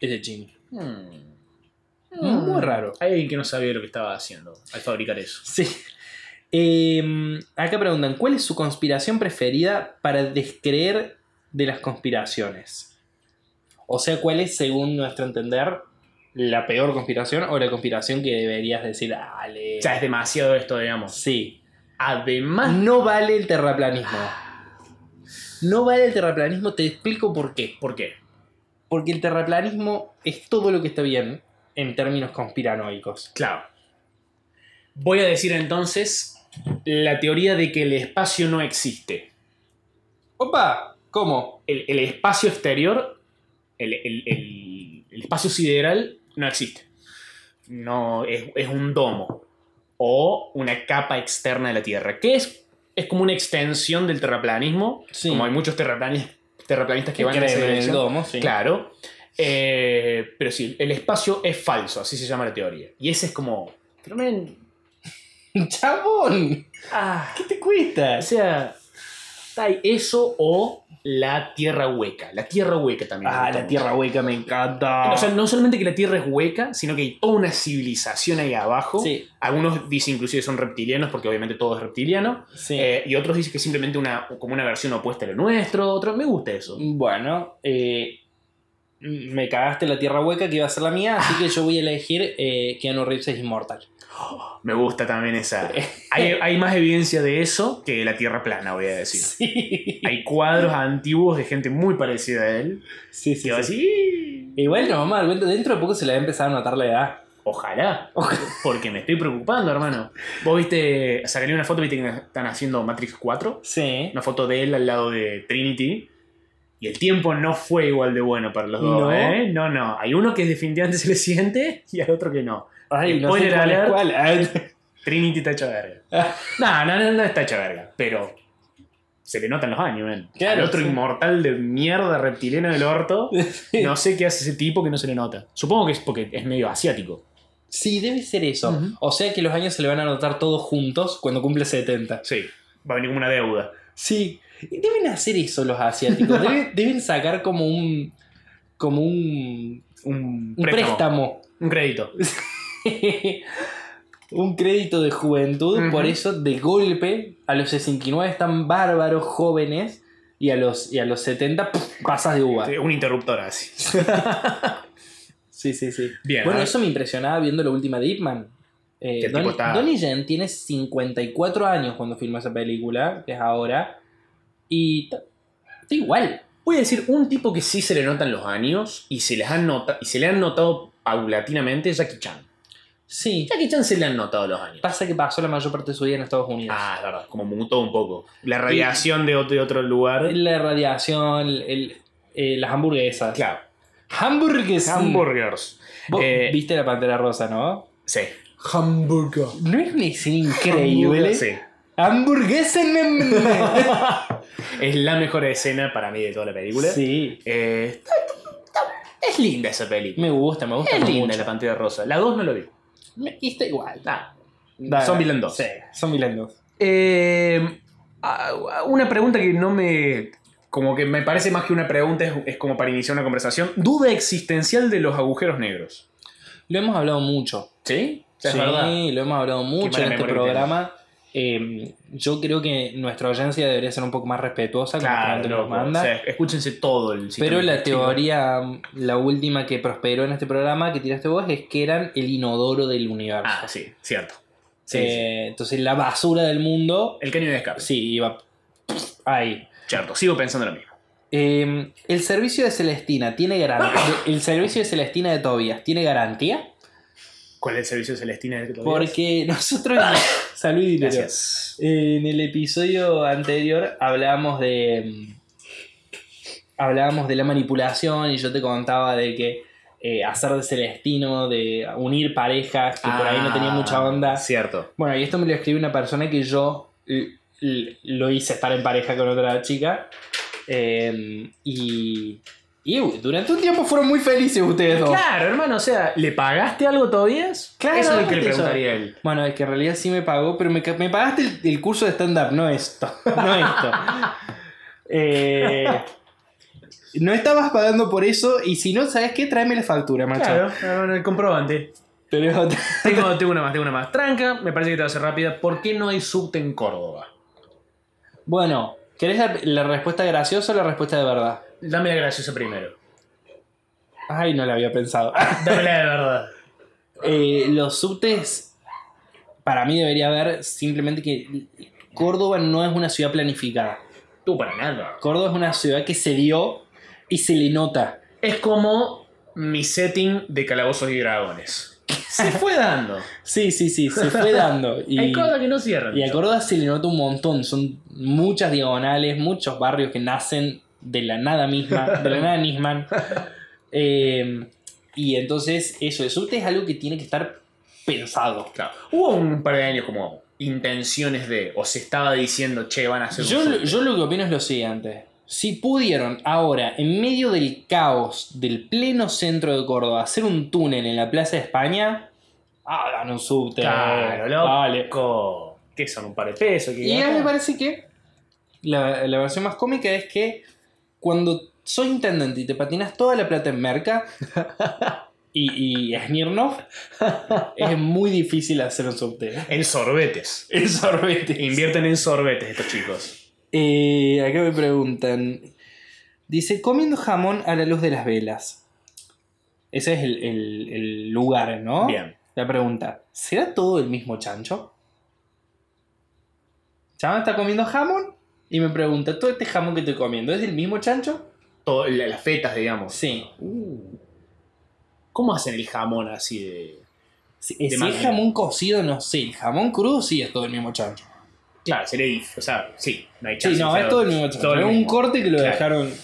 [SPEAKER 1] Ese chimi. Muy raro.
[SPEAKER 2] Hmm. Hay alguien que no sabía lo que estaba haciendo al fabricar eso.
[SPEAKER 1] Sí. Eh, acá preguntan, ¿cuál es su conspiración preferida para descreer de las conspiraciones? O sea, ¿cuál es, según nuestro entender, la peor conspiración o la conspiración que deberías decir, dale?
[SPEAKER 2] O sea, es demasiado esto, digamos.
[SPEAKER 1] Sí.
[SPEAKER 2] Además,
[SPEAKER 1] No vale el terraplanismo. No vale el terraplanismo, te explico por qué.
[SPEAKER 2] ¿por qué?
[SPEAKER 1] Porque el terraplanismo es todo lo que está bien en términos conspiranoicos.
[SPEAKER 2] Claro. Voy a decir entonces la teoría de que el espacio no existe.
[SPEAKER 1] Opa, ¿cómo?
[SPEAKER 2] El, el espacio exterior, el, el- el- el espacio sideral, no existe. No, es, es un domo o una capa externa de la Tierra, que es, es como una extensión del terraplanismo.
[SPEAKER 1] Sí.
[SPEAKER 2] Como hay muchos terraplanis- terraplanistas, terraplanistas que van en esa
[SPEAKER 1] creen en el
[SPEAKER 2] dirección.
[SPEAKER 1] domo, sí.
[SPEAKER 2] Claro. Eh, pero sí, el espacio es falso, así se llama la teoría. Y ese es como. Pero men,
[SPEAKER 1] ¡Chabón!
[SPEAKER 2] ah,
[SPEAKER 1] ¿Qué te cuesta?
[SPEAKER 2] o sea, está ahí eso o la tierra hueca. La tierra hueca también. me
[SPEAKER 1] Ah, la
[SPEAKER 2] gusta mucho.
[SPEAKER 1] tierra hueca me encanta.
[SPEAKER 2] O sea, no solamente que la tierra es hueca, sino que hay toda una civilización ahí abajo.
[SPEAKER 1] Sí,
[SPEAKER 2] Algunos dicen inclusive son reptilianos, porque obviamente todo es reptiliano.
[SPEAKER 1] sí.
[SPEAKER 2] Eh, y otros dicen que es simplemente una, como una versión opuesta a lo nuestro. Otro, me gusta eso.
[SPEAKER 1] Bueno, eh, me cagaste la tierra hueca que iba a ser la mía, así que yo voy a elegir eh, Keanu Reeves es inmortal.
[SPEAKER 2] Me gusta también esa. Hay, hay más evidencia de eso que de la tierra plana, voy a decir.
[SPEAKER 1] Sí,
[SPEAKER 2] Hay cuadros antiguos de gente muy parecida a él.
[SPEAKER 1] sí, sí.
[SPEAKER 2] Que va
[SPEAKER 1] sí.
[SPEAKER 2] así.
[SPEAKER 1] Igual no, mamá, dentro de poco se le va a empezar a notar la edad.
[SPEAKER 2] Ojalá. Porque me estoy preocupando, hermano. Vos viste, sacaría una foto, viste que están haciendo Matrix 4.
[SPEAKER 1] Sí.
[SPEAKER 2] Una foto de él al lado de Trinity. Y el tiempo no fue igual de bueno para los dos,
[SPEAKER 1] No.
[SPEAKER 2] ¿eh? No, no. Hay uno que es definitivamente se le siente y al otro que no.
[SPEAKER 1] Ay, no sé
[SPEAKER 2] Spoiler
[SPEAKER 1] cuál es
[SPEAKER 2] alert.
[SPEAKER 1] cuál. Ay,
[SPEAKER 2] Trinity está hecha verga. No, no, no, no está hecha verga. Pero se le notan los años, man.
[SPEAKER 1] Claro,
[SPEAKER 2] Al otro
[SPEAKER 1] sí.
[SPEAKER 2] inmortal de mierda reptiliano del orto. No sé qué hace ese tipo que no se le nota. Supongo que es porque es medio asiático.
[SPEAKER 1] Sí, debe ser eso.
[SPEAKER 2] Ujú.
[SPEAKER 1] O sea que los años se le van a notar todos juntos cuando cumple 70.
[SPEAKER 2] Sí. Va a venir como una deuda.
[SPEAKER 1] Sí. Deben hacer eso los asiáticos. Deben, deben sacar como un. como un.
[SPEAKER 2] Un
[SPEAKER 1] un
[SPEAKER 2] préstamo.
[SPEAKER 1] préstamo.
[SPEAKER 2] Un crédito.
[SPEAKER 1] un crédito de juventud.
[SPEAKER 2] Ujú.
[SPEAKER 1] Por eso, de golpe, a los 69 están bárbaros, jóvenes. Y a los, y a los 70 ¡puf! pasas de uva.
[SPEAKER 2] Un interruptor así.
[SPEAKER 1] Sí, sí, sí.
[SPEAKER 2] Bien,
[SPEAKER 1] bueno,
[SPEAKER 2] a ver.
[SPEAKER 1] eso me impresionaba viendo la última de Ip Man. Eh,
[SPEAKER 2] Que el
[SPEAKER 1] Donnie-
[SPEAKER 2] tipo está-
[SPEAKER 1] Donnie Yen tiene 54 años cuando filmó esa película, que es ahora. Y ta- está igual.
[SPEAKER 2] Voy a decir un tipo que sí se le notan los años y se, les han nota y se le han notado paulatinamente es Jackie Chan.
[SPEAKER 1] Sí.
[SPEAKER 2] Jackie Chan se le han notado los años.
[SPEAKER 1] Pasa que pasó la mayor parte de su vida en Estados Unidos.
[SPEAKER 2] Ah, es verdad, como mutó un poco. La radiación de otro, de otro lugar.
[SPEAKER 1] La radiación, el- eh, las hamburguesas.
[SPEAKER 2] Claro.
[SPEAKER 1] Hamburguesas.
[SPEAKER 2] Hamburgers.
[SPEAKER 1] Vos
[SPEAKER 2] Eh,
[SPEAKER 1] viste la pantera rosa, ¿no?
[SPEAKER 2] Sí.
[SPEAKER 1] Hamburger. ¿No es una escena increíble?
[SPEAKER 2] Sí.
[SPEAKER 1] Hamburguesa. en-
[SPEAKER 2] Es la mejor escena para mí de toda la película.
[SPEAKER 1] sí.
[SPEAKER 2] Eh, está- está- es linda esa película.
[SPEAKER 1] Me gusta, me gusta
[SPEAKER 2] Es linda
[SPEAKER 1] mucho.
[SPEAKER 2] la pantalla rosa. La 2 no lo vi.
[SPEAKER 1] Me- y está igual.
[SPEAKER 2] Ah.
[SPEAKER 1] da.
[SPEAKER 2] Son Villain 2.
[SPEAKER 1] Sí, son Villain 2.
[SPEAKER 2] Eh, a- a- una pregunta que no me. Como que me parece más que una pregunta, es, es como para iniciar una conversación. Duda existencial de los agujeros negros.
[SPEAKER 1] Lo hemos hablado mucho.
[SPEAKER 2] ¿Sí?
[SPEAKER 1] Sí, lo hemos hablado mucho
[SPEAKER 2] mala
[SPEAKER 1] en este
[SPEAKER 2] memoria que
[SPEAKER 1] programa. Eh, yo creo que nuestra audiencia debería ser un poco más respetuosa con lo que
[SPEAKER 2] Claro,
[SPEAKER 1] antes nos
[SPEAKER 2] loco,
[SPEAKER 1] manda.
[SPEAKER 2] o sea, escúchense todo el sistema
[SPEAKER 1] Pero la
[SPEAKER 2] digestivo.
[SPEAKER 1] teoría, la última que prosperó en este programa que tiraste vos, es que eran el inodoro del universo.
[SPEAKER 2] Ah, sí, cierto. Sí,
[SPEAKER 1] Eh,
[SPEAKER 2] sí.
[SPEAKER 1] Entonces la basura del mundo,
[SPEAKER 2] El cañón de escape.
[SPEAKER 1] sí, iba ahí.
[SPEAKER 2] Cierto, sigo pensando lo mismo.
[SPEAKER 1] Eh, el servicio de Celestina tiene garantía.
[SPEAKER 2] Ah.
[SPEAKER 1] el servicio de Celestina de Tobias tiene garantía.
[SPEAKER 2] ¿Cuál es el servicio de Celestina? de todos los días?
[SPEAKER 1] Porque nosotros. Salud y dinero.
[SPEAKER 2] Gracias.
[SPEAKER 1] Eh, En el episodio anterior hablábamos de. mm, Hablábamos de la manipulación y yo te contaba de que eh, hacer de Celestino, de unir parejas que por ahí no tenía mucha onda.
[SPEAKER 2] Ah, Cierto.
[SPEAKER 1] Bueno, y esto me lo escribió una persona que yo l- l- lo hice estar en pareja con otra chica. Eh, y. Y uh, durante un tiempo fueron muy felices ustedes dos.
[SPEAKER 2] Claro, hermano, o sea, ¿le pagaste algo todavía?
[SPEAKER 1] Claro,
[SPEAKER 2] Eso es lo que le
[SPEAKER 1] eso.
[SPEAKER 2] preguntaría a él.
[SPEAKER 1] Bueno, es que en realidad sí me pagó, pero me, ca- me pagaste el, el curso de stand-up, no esto. No esto. Eh, no estabas pagando por eso, y si no, ¿sabes qué? Tráeme la factura, macho.
[SPEAKER 2] Claro, hermano, el comprobante.
[SPEAKER 1] Pero es otra-
[SPEAKER 2] Tengo, tengo una más, tengo una más. Tranca, me parece que te va a ser rápida. ¿Por qué no hay subte en Córdoba?
[SPEAKER 1] Bueno, ¿querés la, la respuesta graciosa o la respuesta de verdad?
[SPEAKER 2] Dame la graciosa primero.
[SPEAKER 1] Ay, no la había pensado.
[SPEAKER 2] Dame la de verdad.
[SPEAKER 1] Eh, los subtes, para mí debería haber simplemente que Córdoba no es una ciudad planificada.
[SPEAKER 2] Tú para nada.
[SPEAKER 1] Córdoba es una ciudad que se dio y se le nota.
[SPEAKER 2] Es como mi setting de calabozos y dragones. Se fue dando.
[SPEAKER 1] Sí, sí, sí, se fue dando. Y...
[SPEAKER 2] Hay cosas que no cierran.
[SPEAKER 1] Y a Córdoba se le nota un montón, son muchas diagonales, muchos barrios que nacen de la nada misma, de la nada Nisman. Eh, y entonces eso, el subte es algo que tiene que estar pensado.
[SPEAKER 2] Claro. Hubo un par de años como intenciones de, o se estaba diciendo, che, van a hacer un
[SPEAKER 1] Yo,
[SPEAKER 2] subte.
[SPEAKER 1] yo lo que opino es lo siguiente. Si pudieron ahora, en medio del caos del pleno centro de Córdoba, hacer un túnel en la Plaza de España, hagan un subte.
[SPEAKER 2] Claro, loco.
[SPEAKER 1] Vale.
[SPEAKER 2] ¿Qué son? ¿Un par de pesos? ¿Qué
[SPEAKER 1] Y a mí me parece que la, la versión más cómica es que cuando soy intendente y te patinas toda la plata en merca y, y Smirnoff, es muy difícil hacer un subte.
[SPEAKER 2] En sorbetes.
[SPEAKER 1] El sorbete.
[SPEAKER 2] Invierten en sorbetes estos chicos.
[SPEAKER 1] Eh, acá me preguntan. Dice, comiendo jamón a la luz de las velas. Ese es el, el- el lugar, ¿no?
[SPEAKER 2] Bien.
[SPEAKER 1] La pregunta, ¿será todo el mismo chancho? Chama está comiendo jamón y me pregunta, ¿todo este jamón que estoy comiendo es del mismo chancho?
[SPEAKER 2] Todo- la- las fetas, digamos.
[SPEAKER 1] Sí.
[SPEAKER 2] Uh. ¿Cómo hacen el jamón así de.?
[SPEAKER 1] Si,
[SPEAKER 2] De
[SPEAKER 1] si es
[SPEAKER 2] manera.
[SPEAKER 1] jamón cocido, no sé. El jamón crudo sí es todo el mismo chancho.
[SPEAKER 2] Claro, sería. dif- O sea, sí, no hay
[SPEAKER 1] Sí,
[SPEAKER 2] chance,
[SPEAKER 1] no,
[SPEAKER 2] o sea,
[SPEAKER 1] es todo el mismo chancho.
[SPEAKER 2] todo el
[SPEAKER 1] es un
[SPEAKER 2] mismo.
[SPEAKER 1] corte que lo
[SPEAKER 2] Claro.
[SPEAKER 1] dejaron...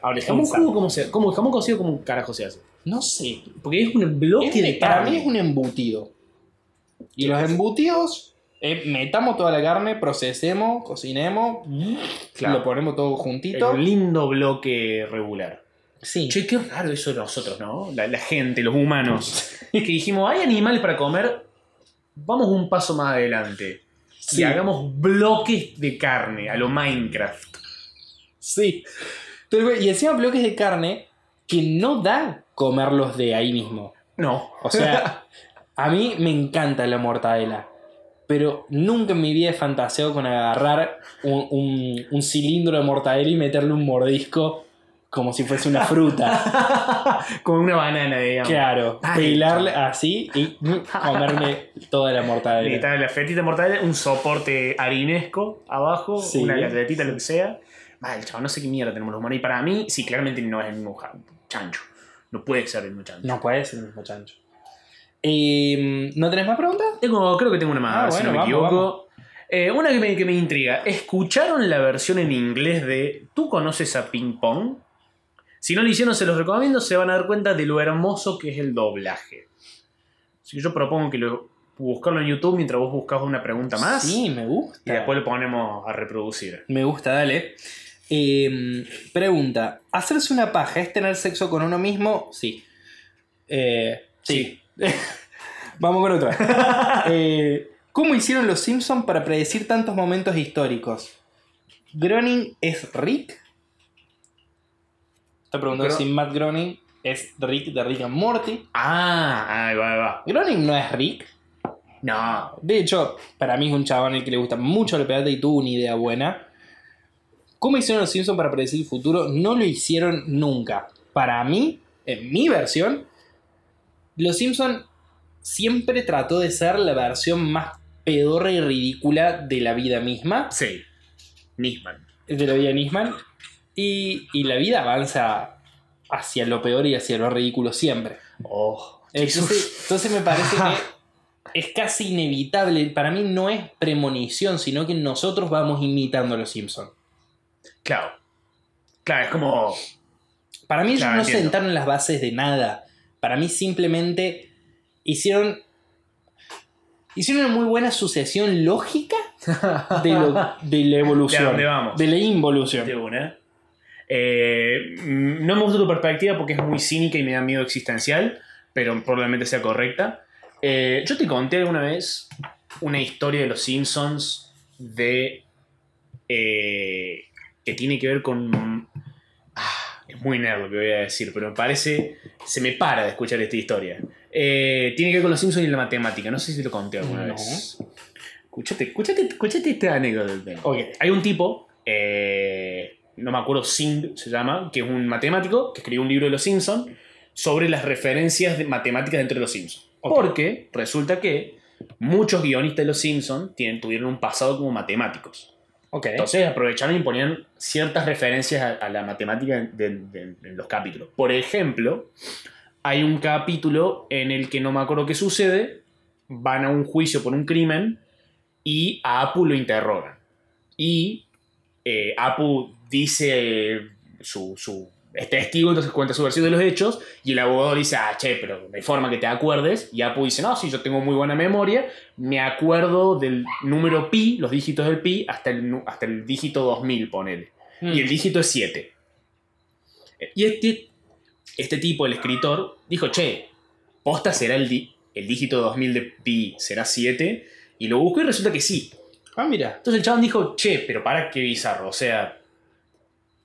[SPEAKER 2] Ahora, el jamón
[SPEAKER 1] Pensado.
[SPEAKER 2] crudo, ¿cómo se cómo, el jamón cocido, ¿cómo carajo se hace?
[SPEAKER 1] No sé,
[SPEAKER 2] Porque es un bloque
[SPEAKER 1] Es-
[SPEAKER 2] de
[SPEAKER 1] para
[SPEAKER 2] carne.
[SPEAKER 1] mí es un embutido. Y los embutidos, eh, metamos toda la carne, procesemos, cocinemos,
[SPEAKER 2] Claro.
[SPEAKER 1] lo ponemos todo
[SPEAKER 2] Es
[SPEAKER 1] juntito.
[SPEAKER 2] un lindo bloque regular.
[SPEAKER 1] Sí.
[SPEAKER 2] Che, qué raro eso de nosotros, ¿no? La, la gente, los humanos. que dijimos, hay animales para comer, vamos un paso más adelante.
[SPEAKER 1] Sí.
[SPEAKER 2] Y hagamos bloques de carne a lo Minecraft.
[SPEAKER 1] Sí. Tal cual. Y encima bloques de carne que no da comerlos de ahí mismo.
[SPEAKER 2] No.
[SPEAKER 1] O sea, a mí me encanta la mortadela. Pero nunca en mi vida he fantaseado con agarrar un, un- un cilindro de mortadela y meterle un mordisco como si fuese una fruta.
[SPEAKER 2] Como una banana, digamos.
[SPEAKER 1] Claro,
[SPEAKER 2] Ay,
[SPEAKER 1] pelarle así y comerme toda la mortadela.
[SPEAKER 2] Necesitaba la fetita mortadela, un soporte harinesco abajo,
[SPEAKER 1] Sí.
[SPEAKER 2] una galletita, lo que sea. Vale, chavo, no sé qué mierda tenemos los humanos. Y para mí, sí, claramente no es el mismo ja- chancho. No puede ser el mismo chancho.
[SPEAKER 1] No puede ser el mismo chancho. Eh, ¿No tenés más preguntas?
[SPEAKER 2] Tengo, creo que tengo una más,
[SPEAKER 1] Ah,
[SPEAKER 2] si
[SPEAKER 1] bueno,
[SPEAKER 2] no me
[SPEAKER 1] vamos,
[SPEAKER 2] equivoco. Eh, una que me, que me intriga. ¿Escucharon la versión en inglés de ¿Tú conoces a Ping Pong? Si no lo hicieron, se los recomiendo. Se van a dar cuenta de lo hermoso que es el doblaje. Así que yo propongo que lo, buscarlo en YouTube mientras vos buscas una pregunta más.
[SPEAKER 1] Sí, me
[SPEAKER 2] Y
[SPEAKER 1] gusta.
[SPEAKER 2] después lo ponemos a reproducir.
[SPEAKER 1] Me gusta, dale. Eh, pregunta: ¿Hacerse una paja es tener sexo con uno mismo? Sí. Eh, sí. Vamos con otra. Eh, ¿Cómo hicieron los Simpsons para predecir tantos momentos históricos? ¿Groening es Rick? Está preguntando
[SPEAKER 2] Pero-
[SPEAKER 1] si Matt Groening es Rick de Rick and Morty.
[SPEAKER 2] Ah, ahí va, ahí va.
[SPEAKER 1] Groening no es Rick.
[SPEAKER 2] No.
[SPEAKER 1] De hecho, para mí es un chabón el que le gusta mucho la pelota y tuvo una idea buena. ¿Cómo hicieron los Simpsons para predecir el futuro? No lo hicieron nunca. Para mí, en mi versión, los Simpsons siempre trató de ser la versión más pedorra y ridícula de la vida misma,
[SPEAKER 2] Sí. Nisman.
[SPEAKER 1] de la vida de Nisman, y, y la vida avanza hacia lo peor y hacia lo ridículo siempre.
[SPEAKER 2] Oh,
[SPEAKER 1] Entonces, entonces me parece que es casi inevitable. Para mí no es premonición, sino que nosotros vamos imitando a los Simpsons.
[SPEAKER 2] Claro. Claro, es como...
[SPEAKER 1] Para mí ellos
[SPEAKER 2] Claro,
[SPEAKER 1] no
[SPEAKER 2] entiendo.
[SPEAKER 1] sentaron las bases de nada. Para mí simplemente hicieron. Hicieron una muy buena sucesión lógica de, lo- de la evolución.
[SPEAKER 2] ¿De dónde vamos?
[SPEAKER 1] de la involución.
[SPEAKER 2] De una. Eh, mm, no me gusta tu perspectiva porque es muy cínica y me da miedo existencial, pero probablemente sea correcta. Eh, yo te conté alguna vez una historia de los Simpsons de. eh, que tiene que ver con. Ah, es muy nerd lo que voy a decir, pero me parece. Se me para de escuchar esta historia. Eh, tiene que ver con los Simpsons y la matemática. No sé si te lo conté alguna
[SPEAKER 1] No.
[SPEAKER 2] vez. Escuchate, escuchate, escuchate esta anécdota.
[SPEAKER 1] Ok.
[SPEAKER 2] Hay un tipo, eh, no me acuerdo, Singh se llama, que es un matemático que escribió un libro de los Simpsons sobre las referencias de matemáticas dentro de los Simpsons. Porque resulta que muchos guionistas de los Simpsons tienen, tuvieron un pasado como matemáticos.
[SPEAKER 1] Ok.
[SPEAKER 2] Entonces aprovecharon y ponían ciertas referencias a, a la matemática en, de- de- en los capítulos. Por ejemplo, hay un capítulo en el que no me acuerdo qué sucede, van a un juicio por un crimen y a Apu lo interrogan. Y eh, Apu dice eh, su, su es testigo, entonces cuenta su versión de los hechos y el abogado dice, ah, che, pero no hay forma que te acuerdes. Y Apu dice, no, sí, yo tengo muy buena memoria, me acuerdo del número pi, los dígitos del pi, hasta el, nu- hasta el dígito 2000, ponele.
[SPEAKER 1] Mm.
[SPEAKER 2] y el dígito es 7. Y este, este tipo, el escritor, dijo, che, posta será el, di- el dígito 2000 de pi, será 7, y lo busco y resulta que sí.
[SPEAKER 1] Ah, mira.
[SPEAKER 2] Entonces el chabón dijo, che, pero para qué bizarro, o sea,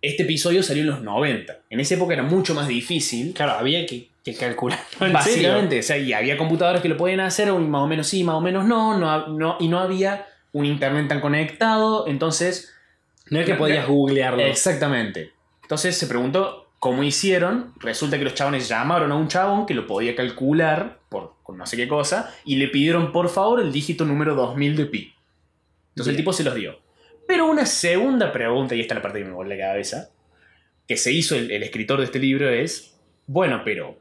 [SPEAKER 2] este episodio salió en los 90, en esa época era mucho más difícil.
[SPEAKER 1] Claro, había que, que calcular.
[SPEAKER 2] Básicamente, o sea, y había computadoras que lo podían hacer, o más o menos sí, más o menos no, no, ha- no- y no había un internet tan conectado, entonces...
[SPEAKER 1] No es que podías googlearlo.
[SPEAKER 2] Exactamente. Entonces se preguntó cómo hicieron, resulta que los chabones llamaron a un chabón que lo podía calcular por con no sé qué cosa, y le pidieron por favor el dígito número 2000 de pi. Entonces el
[SPEAKER 1] Bien.
[SPEAKER 2] tipo se los dio. Pero una segunda pregunta, y esta es la parte que me voló la cabeza, que se hizo el, el escritor de este libro es, bueno, pero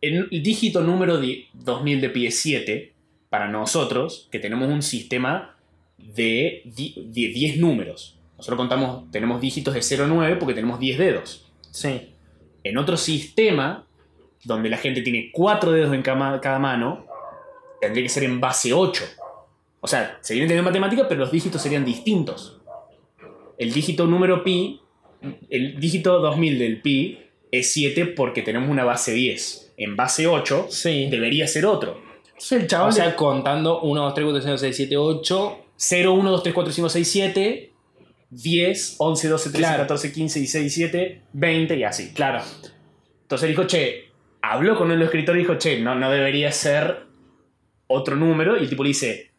[SPEAKER 2] el, el dígito número di- 2000 de pi es 7, para nosotros, que tenemos un sistema de di- de 10 números. Nosotros contamos, tenemos dígitos de 0 a 9 porque tenemos 10 dedos
[SPEAKER 1] Sí.
[SPEAKER 2] en otro sistema donde la gente tiene cuatro dedos en cama- cada mano, tendría que ser en base 8. O sea, seguirían teniendo matemática, pero los dígitos serían distintos. El dígito número pi, el dígito 2000 del pi es 7 porque tenemos una base 10. En base 8
[SPEAKER 1] Sí.
[SPEAKER 2] debería ser otro. Entonces el chaval
[SPEAKER 1] O
[SPEAKER 2] de
[SPEAKER 1] sea, contando 1, 2, 3, 4, 5, 6, 7, 8.
[SPEAKER 2] 0, 1, 2, 3, 4, 5, 6, 7, 10, 11, 12, 13,
[SPEAKER 1] Claro.
[SPEAKER 2] 14, 15, 16, 17, 20 y así. Claro. Entonces dijo, che, habló con el escritor y dijo, che, no, no debería ser otro número. Y el tipo le dice,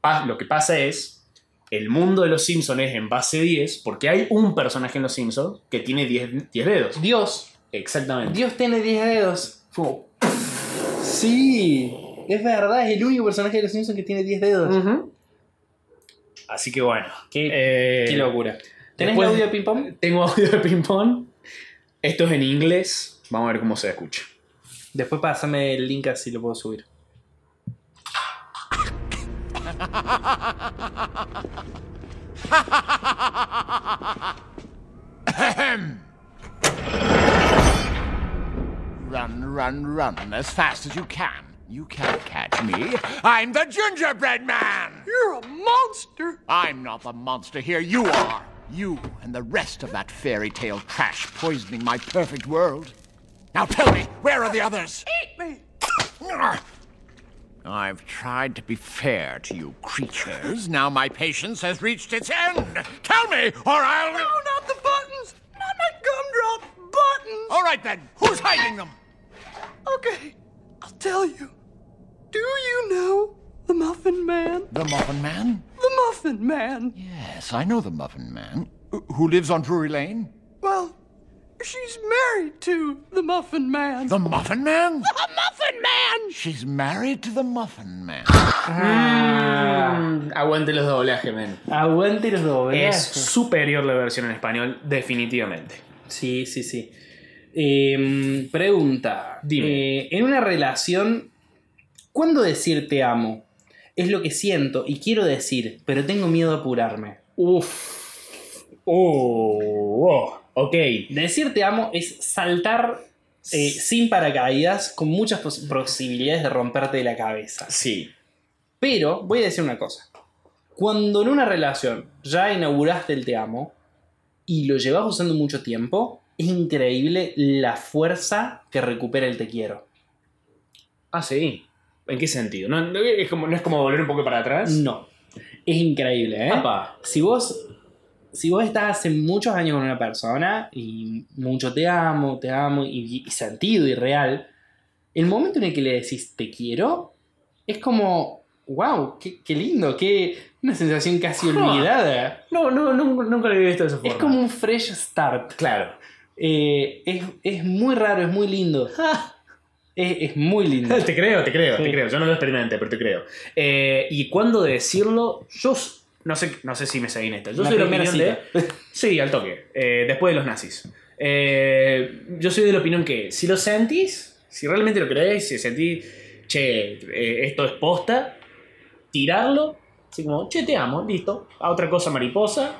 [SPEAKER 2] "Pa- lo que pasa es, el mundo de los Simpsons es en base 10, porque hay un personaje en los Simpsons que tiene 10, 10 dedos.
[SPEAKER 1] Dios.
[SPEAKER 2] Exactamente.
[SPEAKER 1] Dios tiene 10 dedos.
[SPEAKER 2] Fue como,
[SPEAKER 1] Sí. Es verdad, es el único personaje de los Simpsons que tiene 10 dedos.
[SPEAKER 2] "Ujú". Así que bueno.
[SPEAKER 1] Qué,
[SPEAKER 2] eh,
[SPEAKER 1] qué locura. ¿Tenés
[SPEAKER 2] después-
[SPEAKER 1] el audio de ping pong?
[SPEAKER 2] Tengo audio de ping-pong. Esto es en inglés. Vamos a ver cómo se escucha.
[SPEAKER 1] Después pásame el link así lo puedo subir.
[SPEAKER 6] Run, run, run as fast as you can. You can't catch me. I'm the gingerbread man. You're a monster. I'm not the monster here. You are. You and the rest of that fairy tale trash poisoning my perfect world. Now tell me, where are the others? Eat me. I've tried to be fair to you creatures. Now my patience has reached its end. Tell me, or I'll. No, not the buttons! Not my gumdrop buttons! All right then, who's hiding them?
[SPEAKER 7] Okay, I'll tell you. Do you know the Muffin Man?
[SPEAKER 6] The Muffin Man?
[SPEAKER 7] The Muffin Man.
[SPEAKER 6] Yes, I know the Muffin Man. Wh- Who lives on Drury Lane?
[SPEAKER 7] Well, she's married to the Muffin Man.
[SPEAKER 6] The Muffin Man? The Muffin Man! She's married to the Muffin Man.
[SPEAKER 2] Aguante los doblajes, men. Eh.
[SPEAKER 1] Aguante los
[SPEAKER 2] Es
[SPEAKER 1] doblajes.
[SPEAKER 2] superior la versión en español, definitivamente.
[SPEAKER 1] Sí, sí, sí. Em, pregunta.
[SPEAKER 2] Dime.
[SPEAKER 1] Eh, en una relación, ¿cuándo decir te amo? Es lo que siento y quiero decir, pero tengo miedo a apurarme.
[SPEAKER 2] Uf. Oh. Ok.
[SPEAKER 1] Decir te amo es saltar eh, sin paracaídas con muchas pos- posibilidades de romperte de la cabeza.
[SPEAKER 2] Sí.
[SPEAKER 1] Pero voy a decir una cosa. Cuando en una relación ya inauguraste el te amo y lo llevas usando mucho tiempo, es increíble la fuerza que recupera el te quiero.
[SPEAKER 2] Ah, sí. ¿En qué sentido? ¿No, no es, como, no es como volver un poco para atrás?
[SPEAKER 1] No. Es increíble, ¿eh?
[SPEAKER 2] Apa.
[SPEAKER 1] Si vos. Si vos estás hace muchos años con una persona y mucho te amo, te amo, y, y sentido y real, el momento en el que le decís te quiero, es como, wow, qué, qué lindo, qué, una sensación casi olvidada.
[SPEAKER 2] No, no, nunca, nunca lo había visto de esa forma.
[SPEAKER 1] Es como un fresh start.
[SPEAKER 2] Claro.
[SPEAKER 1] Eh, es, es muy raro, es muy lindo. Es, es muy lindo.
[SPEAKER 2] te creo, te creo,
[SPEAKER 1] Sí.
[SPEAKER 2] te creo. Yo no lo experimenté, pero te creo. Eh, ¿Y cuándo decirlo? Yo s- no sé, no sé si me seguí en esta. Yo
[SPEAKER 1] La
[SPEAKER 2] soy de la
[SPEAKER 1] primera
[SPEAKER 2] opinión de... Sí, al toque. Eh, después de los nazis. Eh, yo soy de la opinión que si lo sentís, si realmente lo crees, si sentís, che, eh, esto es posta, tirarlo, así como, che, te amo, listo. A otra cosa mariposa.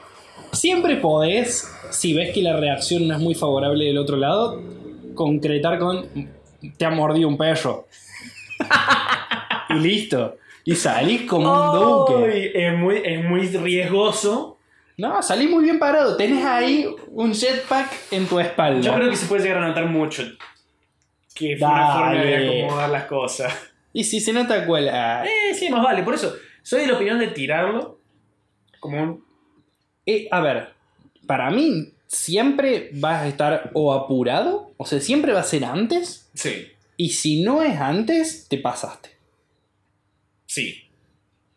[SPEAKER 1] Siempre podés, si ves que la reacción no es muy favorable del otro lado, concretar con te ha mordido un perro. y listo. Y salís como un duque.
[SPEAKER 2] Ay, Es muy, es muy riesgoso.
[SPEAKER 1] No, salí muy bien parado. Tenés ahí un jetpack en tu espalda.
[SPEAKER 8] Yo creo que se puede llegar a notar mucho. Que fue una forma
[SPEAKER 1] Dale.
[SPEAKER 8] de acomodar las cosas.
[SPEAKER 1] Y si se nota cuál. ah,
[SPEAKER 8] Eh, sí, más vale. Por eso, soy de la opinión de tirarlo como un.
[SPEAKER 1] eh, a ver, para mí siempre vas a estar o apurado, o sea, siempre va a ser antes.
[SPEAKER 8] Sí,
[SPEAKER 1] Y si no es antes, te pasaste.
[SPEAKER 8] sí.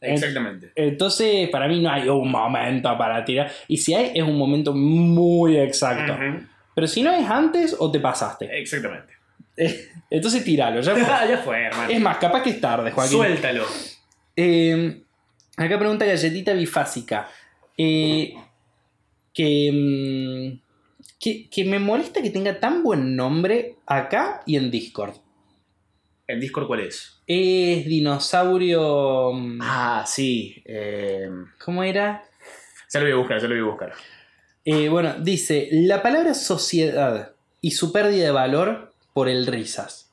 [SPEAKER 2] Eh.
[SPEAKER 8] Exactamente.
[SPEAKER 1] Entonces, para mí no hay un momento para tirar. Y si hay, es un momento muy exacto.
[SPEAKER 8] Ujú,
[SPEAKER 1] Pero si no es antes, o te pasaste.
[SPEAKER 8] Exactamente.
[SPEAKER 1] Entonces, tiralo. Ya fue.
[SPEAKER 8] Ah, ya fue, hermano.
[SPEAKER 1] es más, capaz que es tarde, Joaquín.
[SPEAKER 8] Suéltalo.
[SPEAKER 1] Eh, acá pregunta Galletita Bifásica. Eh, que, mm, que, que me molesta que tenga tan buen nombre acá y en Discord.
[SPEAKER 2] ¿En Discord cuál es?
[SPEAKER 1] Es dinosaurio. mm,
[SPEAKER 2] Ah, sí. eh,
[SPEAKER 1] ¿Cómo era?
[SPEAKER 2] ya lo voy a buscar, ya lo voy a buscar.
[SPEAKER 1] Eh, bueno, dice: La palabra sociedad y su pérdida de valor por el risas.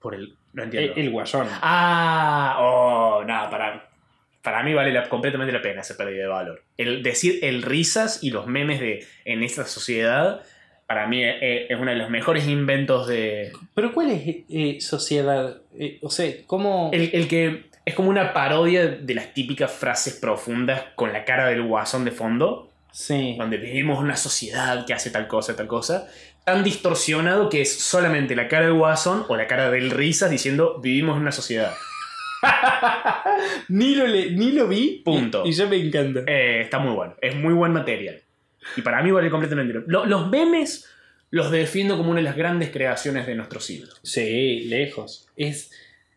[SPEAKER 2] Por el. No
[SPEAKER 1] El,
[SPEAKER 2] entiendo.
[SPEAKER 1] el guayón.
[SPEAKER 2] Ah, oh, nada, para, para mí vale la- completamente la pena esa pérdida de valor. El decir el risas y los memes de en esta sociedad, para mí eh, es uno de los mejores inventos de...
[SPEAKER 1] Pero ¿cuál es eh, sociedad? Eh, o sea, ¿cómo.
[SPEAKER 2] El, el que es como una parodia de las típicas frases profundas con la cara del guasón de fondo,
[SPEAKER 1] Sí.
[SPEAKER 2] donde vivimos una sociedad que hace tal cosa, tal cosa, tan distorsionado que es solamente la cara del guasón o la cara del risas diciendo vivimos en una sociedad.
[SPEAKER 1] Ni lo, le- ni lo vi.
[SPEAKER 2] Punto.
[SPEAKER 1] Y, y ya me encanta.
[SPEAKER 2] Eh, está muy bueno. Es muy buen material. Y para mí vale completamente. la- Lo- los memes los defiendo como una de las grandes creaciones de nuestro siglo.
[SPEAKER 1] Sí, lejos. Es,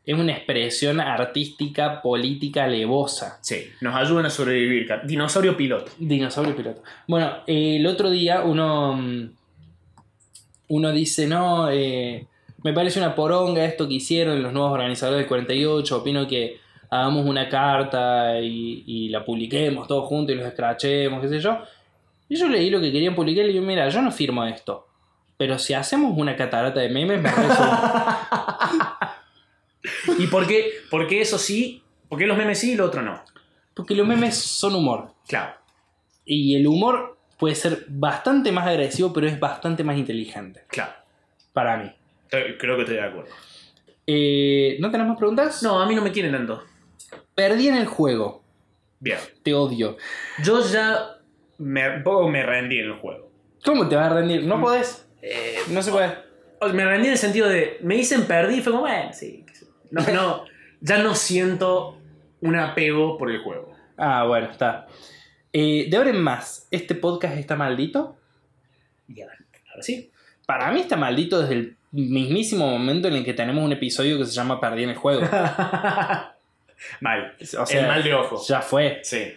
[SPEAKER 1] es una expresión artística, política, levosa.
[SPEAKER 2] Sí, nos ayudan a sobrevivir. ca- Dinosaurio piloto.
[SPEAKER 1] Dinosaurio piloto. Bueno, eh, el otro día uno, mm, uno dice, no, eh, me parece una poronga esto que hicieron los nuevos organizadores del 48, opino que hagamos una carta y, y la publiquemos todos juntos y los escrachemos, qué sé yo. Y yo leí lo que querían publicar y le digo, mira, yo no firmo esto. Pero si hacemos una catarata de memes, me parece...
[SPEAKER 2] ¿Y por qué, por qué eso sí? ¿Por qué los memes sí y lo otro no?
[SPEAKER 1] Porque los memes son humor.
[SPEAKER 2] Claro.
[SPEAKER 1] Y el humor puede ser bastante más agresivo, pero es bastante más inteligente
[SPEAKER 2] Claro.
[SPEAKER 1] para mí.
[SPEAKER 2] Estoy- Creo que estoy de acuerdo.
[SPEAKER 1] Eh, ¿No tenemos más preguntas?
[SPEAKER 2] No, a mí no me tiene tanto.
[SPEAKER 1] Perdí en el juego.
[SPEAKER 2] Bien.
[SPEAKER 1] Te odio.
[SPEAKER 2] Yo ya me, un poco me rendí en el juego.
[SPEAKER 1] ¿Cómo te vas a rendir?
[SPEAKER 2] Mm.
[SPEAKER 1] ¿No podés? Eh, no se puede.
[SPEAKER 2] O sea, me rendí en el sentido de, me dicen perdí, y fue como, bueno, sí. qué sé yo". No, no, ya no siento un apego por el juego.
[SPEAKER 1] Ah, bueno, está. Eh, de ahora en más, ¿este podcast está maldito?
[SPEAKER 2] Bien, ahora sí.
[SPEAKER 1] Para mí está maldito desde el mismísimo momento en el que tenemos un episodio que se llama Perdí en el juego.
[SPEAKER 2] Mal.
[SPEAKER 1] O sea,
[SPEAKER 2] el mal de ojo.
[SPEAKER 1] Ya fue.
[SPEAKER 2] Sí.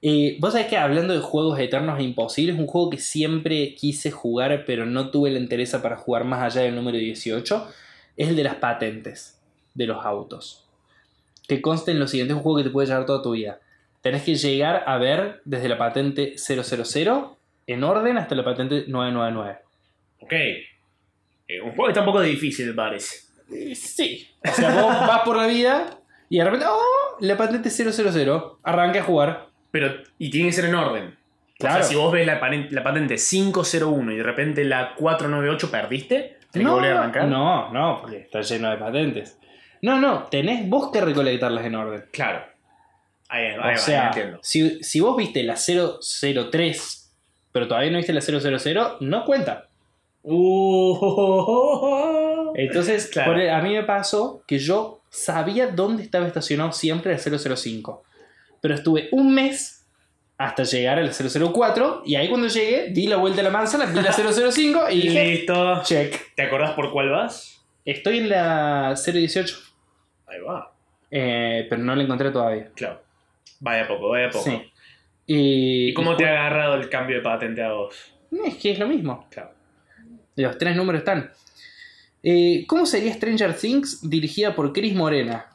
[SPEAKER 1] Eh, Vos sabés que hablando de juegos eternos e imposibles, un juego que siempre quise jugar, pero no tuve la interés para jugar más allá del número 18, es el de las patentes de los autos. Que conste en lo siguiente: es un juego que te puede llevar toda tu vida. Tenés que llegar a ver desde la patente 000 en orden hasta la patente 999.
[SPEAKER 2] Ok. Eh, un juego que está un poco difícil, me parece.
[SPEAKER 1] Eh, Sí. O sea, vos vas por la vida y de repente, ¡oh! La patente 000. Arranca a jugar.
[SPEAKER 2] Pero, y tiene que ser en orden. Claro. O
[SPEAKER 1] Claro.
[SPEAKER 2] sea, si vos ves la, paren- la patente 501 y de repente la 498 perdiste, tenés que
[SPEAKER 1] No,
[SPEAKER 2] volver a arrancar.
[SPEAKER 1] no, no, porque está lleno de patentes. No, no, tenés vos que recolectarlas en orden.
[SPEAKER 2] Claro. Ahí, ahí,
[SPEAKER 1] O
[SPEAKER 2] ahí
[SPEAKER 1] sea,
[SPEAKER 2] entiendo.
[SPEAKER 1] si, si vos viste la 003, pero todavía no viste la 000, no cuenta. Uh. Entonces,
[SPEAKER 2] Claro.
[SPEAKER 1] por el- a mí me pasó que yo sabía dónde estaba estacionado siempre el 005. Pero estuve un mes hasta llegar al 004 y ahí cuando llegué di la vuelta a la manzana, vi la 005 y dije,
[SPEAKER 2] Listo.
[SPEAKER 1] check,
[SPEAKER 2] ¿Te acordás por cuál vas?
[SPEAKER 1] estoy en la 018.
[SPEAKER 2] Ahí va.
[SPEAKER 1] Eh, pero no la encontré todavía.
[SPEAKER 2] Claro. Vaya poco, vaya poco.
[SPEAKER 1] Sí. Y,
[SPEAKER 2] ¿Y cómo te ha agarrado el cambio de patente a vos?
[SPEAKER 1] Es que es lo mismo.
[SPEAKER 2] Claro.
[SPEAKER 1] Los tres números están. Eh, ¿Cómo sería Stranger Things dirigida por Chris Morena?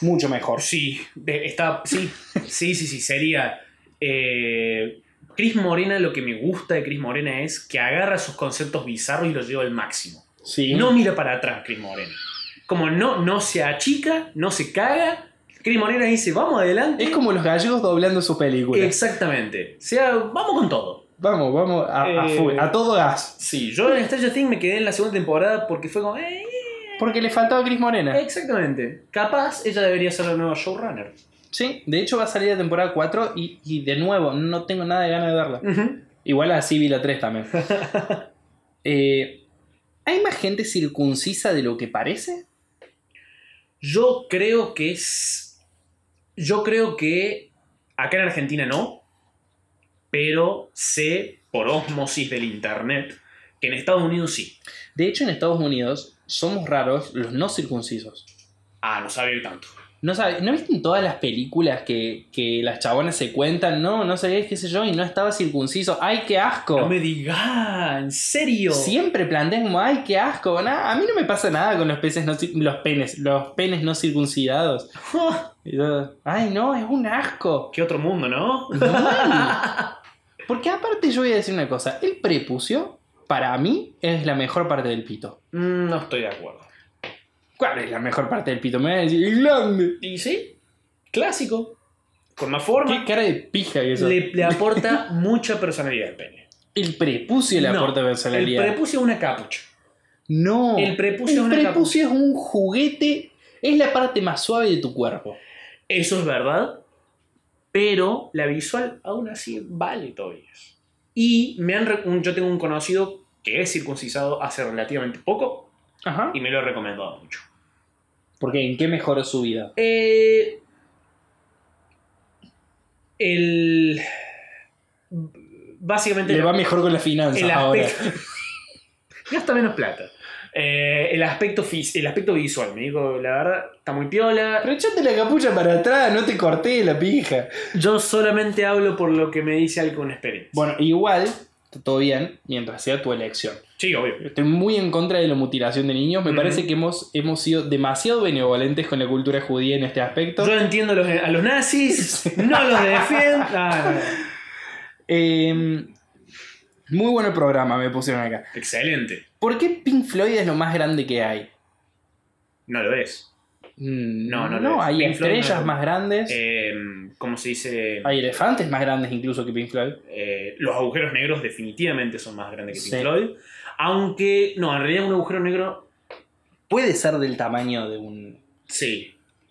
[SPEAKER 1] Mucho mejor.
[SPEAKER 2] Sí, de- está, sí, sí, sí, sí, sería. eh, Cris Morena, lo que me gusta de Cris Morena es que agarra sus conceptos bizarros y los lleva al máximo.
[SPEAKER 1] Sí.
[SPEAKER 2] No mira para atrás, Cris Morena. Como no, no se achica, no se caga, Cris Morena dice, vamos adelante.
[SPEAKER 1] Es como los gallegos doblando su película.
[SPEAKER 2] Exactamente. O sea, vamos con todo.
[SPEAKER 1] Vamos, vamos a, a
[SPEAKER 2] Eh.
[SPEAKER 1] full, a todo gas.
[SPEAKER 2] Sí, yo en Stranger Things me quedé en la segunda temporada porque fue como... eh,
[SPEAKER 1] Porque le faltaba Cris Morena.
[SPEAKER 2] Exactamente. Capaz ella debería ser la nueva showrunner.
[SPEAKER 1] Sí, de hecho va a salir la temporada 4 y, y de nuevo, no tengo nada de ganas de verla. Igual así vi la 3 también. Eh, ¿Hay más gente circuncisa de lo que parece?
[SPEAKER 2] Yo creo que es... Yo creo que acá en Argentina no, pero sé por osmosis del internet que en Estados Unidos sí.
[SPEAKER 1] De hecho, en Estados Unidos somos raros los no circuncisos.
[SPEAKER 2] Ah, no sabía tanto.
[SPEAKER 1] ¿No, sabes, ¿no viste en todas las películas que, que las chabonas se cuentan? No, no sabía qué sé yo y no estaba circunciso. ¡Ay, qué asco!
[SPEAKER 2] No me digas, en serio.
[SPEAKER 1] Siempre plantean como, ay, qué asco. na- a mí no me pasa nada con los peces no cir- los penes, los penes no circuncidados. Y yo, ay, no, es un asco.
[SPEAKER 2] Qué otro mundo, ¿no?
[SPEAKER 1] Porque aparte yo voy a decir una cosa, el prepucio, para mí, es la mejor parte del pito.
[SPEAKER 2] Mm, no estoy de acuerdo.
[SPEAKER 1] ¿Cuál es la mejor parte del pito? Me van a decir, "El glande".
[SPEAKER 2] Y sí, clásico. Con más forma.
[SPEAKER 1] Qué cara de pija que eso.
[SPEAKER 2] Le, le aporta mucha personalidad al pene.
[SPEAKER 1] El prepucio le
[SPEAKER 2] No,
[SPEAKER 1] aporta
[SPEAKER 2] El
[SPEAKER 1] personalidad.
[SPEAKER 2] prepucio es una capucha.
[SPEAKER 1] no.
[SPEAKER 2] el prepucio es
[SPEAKER 1] El
[SPEAKER 2] una
[SPEAKER 1] prepucio es un juguete, es la parte más suave de tu cuerpo.
[SPEAKER 2] Eso es verdad. Pero la visual aún así vale todavía. Y me han re- un- yo tengo un conocido que es circuncisado hace relativamente poco
[SPEAKER 1] Ajá.
[SPEAKER 2] y me lo ha recomendado mucho.
[SPEAKER 1] Porque ¿en qué mejoró su vida?
[SPEAKER 2] Eh, el. Básicamente.
[SPEAKER 1] Le va mejor con las finanzas
[SPEAKER 2] el
[SPEAKER 1] ahora.
[SPEAKER 2] aspecto. Gasta menos plata. Eh, el, aspecto fis- el aspecto visual, me dijo, la verdad, está muy piola.
[SPEAKER 1] Pero echate la capucha para atrás, no te corté la pija.
[SPEAKER 2] Yo solamente hablo por lo que me dice alguien con experiencia.
[SPEAKER 1] Bueno, igual, todo bien, mientras sea tu elección.
[SPEAKER 2] sí, obvio.
[SPEAKER 1] Estoy muy en contra de la mutilación de niños. Me
[SPEAKER 2] Ujú.
[SPEAKER 1] parece que hemos, hemos sido demasiado benevolentes con la cultura judía en este aspecto.
[SPEAKER 2] Yo entiendo a los, a los nazis, no los defiendo. Ah,
[SPEAKER 1] Eh, muy bueno el programa, me pusieron acá.
[SPEAKER 2] excelente.
[SPEAKER 1] ¿Por qué Pink Floyd es lo más grande que hay?
[SPEAKER 2] No lo es.
[SPEAKER 1] Mm,
[SPEAKER 2] No, no lo
[SPEAKER 1] No,
[SPEAKER 2] es.
[SPEAKER 1] hay
[SPEAKER 2] Pink Floyd no
[SPEAKER 1] estrellas
[SPEAKER 2] es.
[SPEAKER 1] más grandes.
[SPEAKER 2] Eh, ¿Cómo se dice?
[SPEAKER 1] Hay elefantes más grandes incluso que Pink Floyd.
[SPEAKER 2] Eh, los agujeros negros definitivamente son más grandes que Pink
[SPEAKER 1] Sí.
[SPEAKER 2] Floyd. Aunque, no, en realidad un agujero negro,
[SPEAKER 1] Puede ser del tamaño de un...
[SPEAKER 2] sí.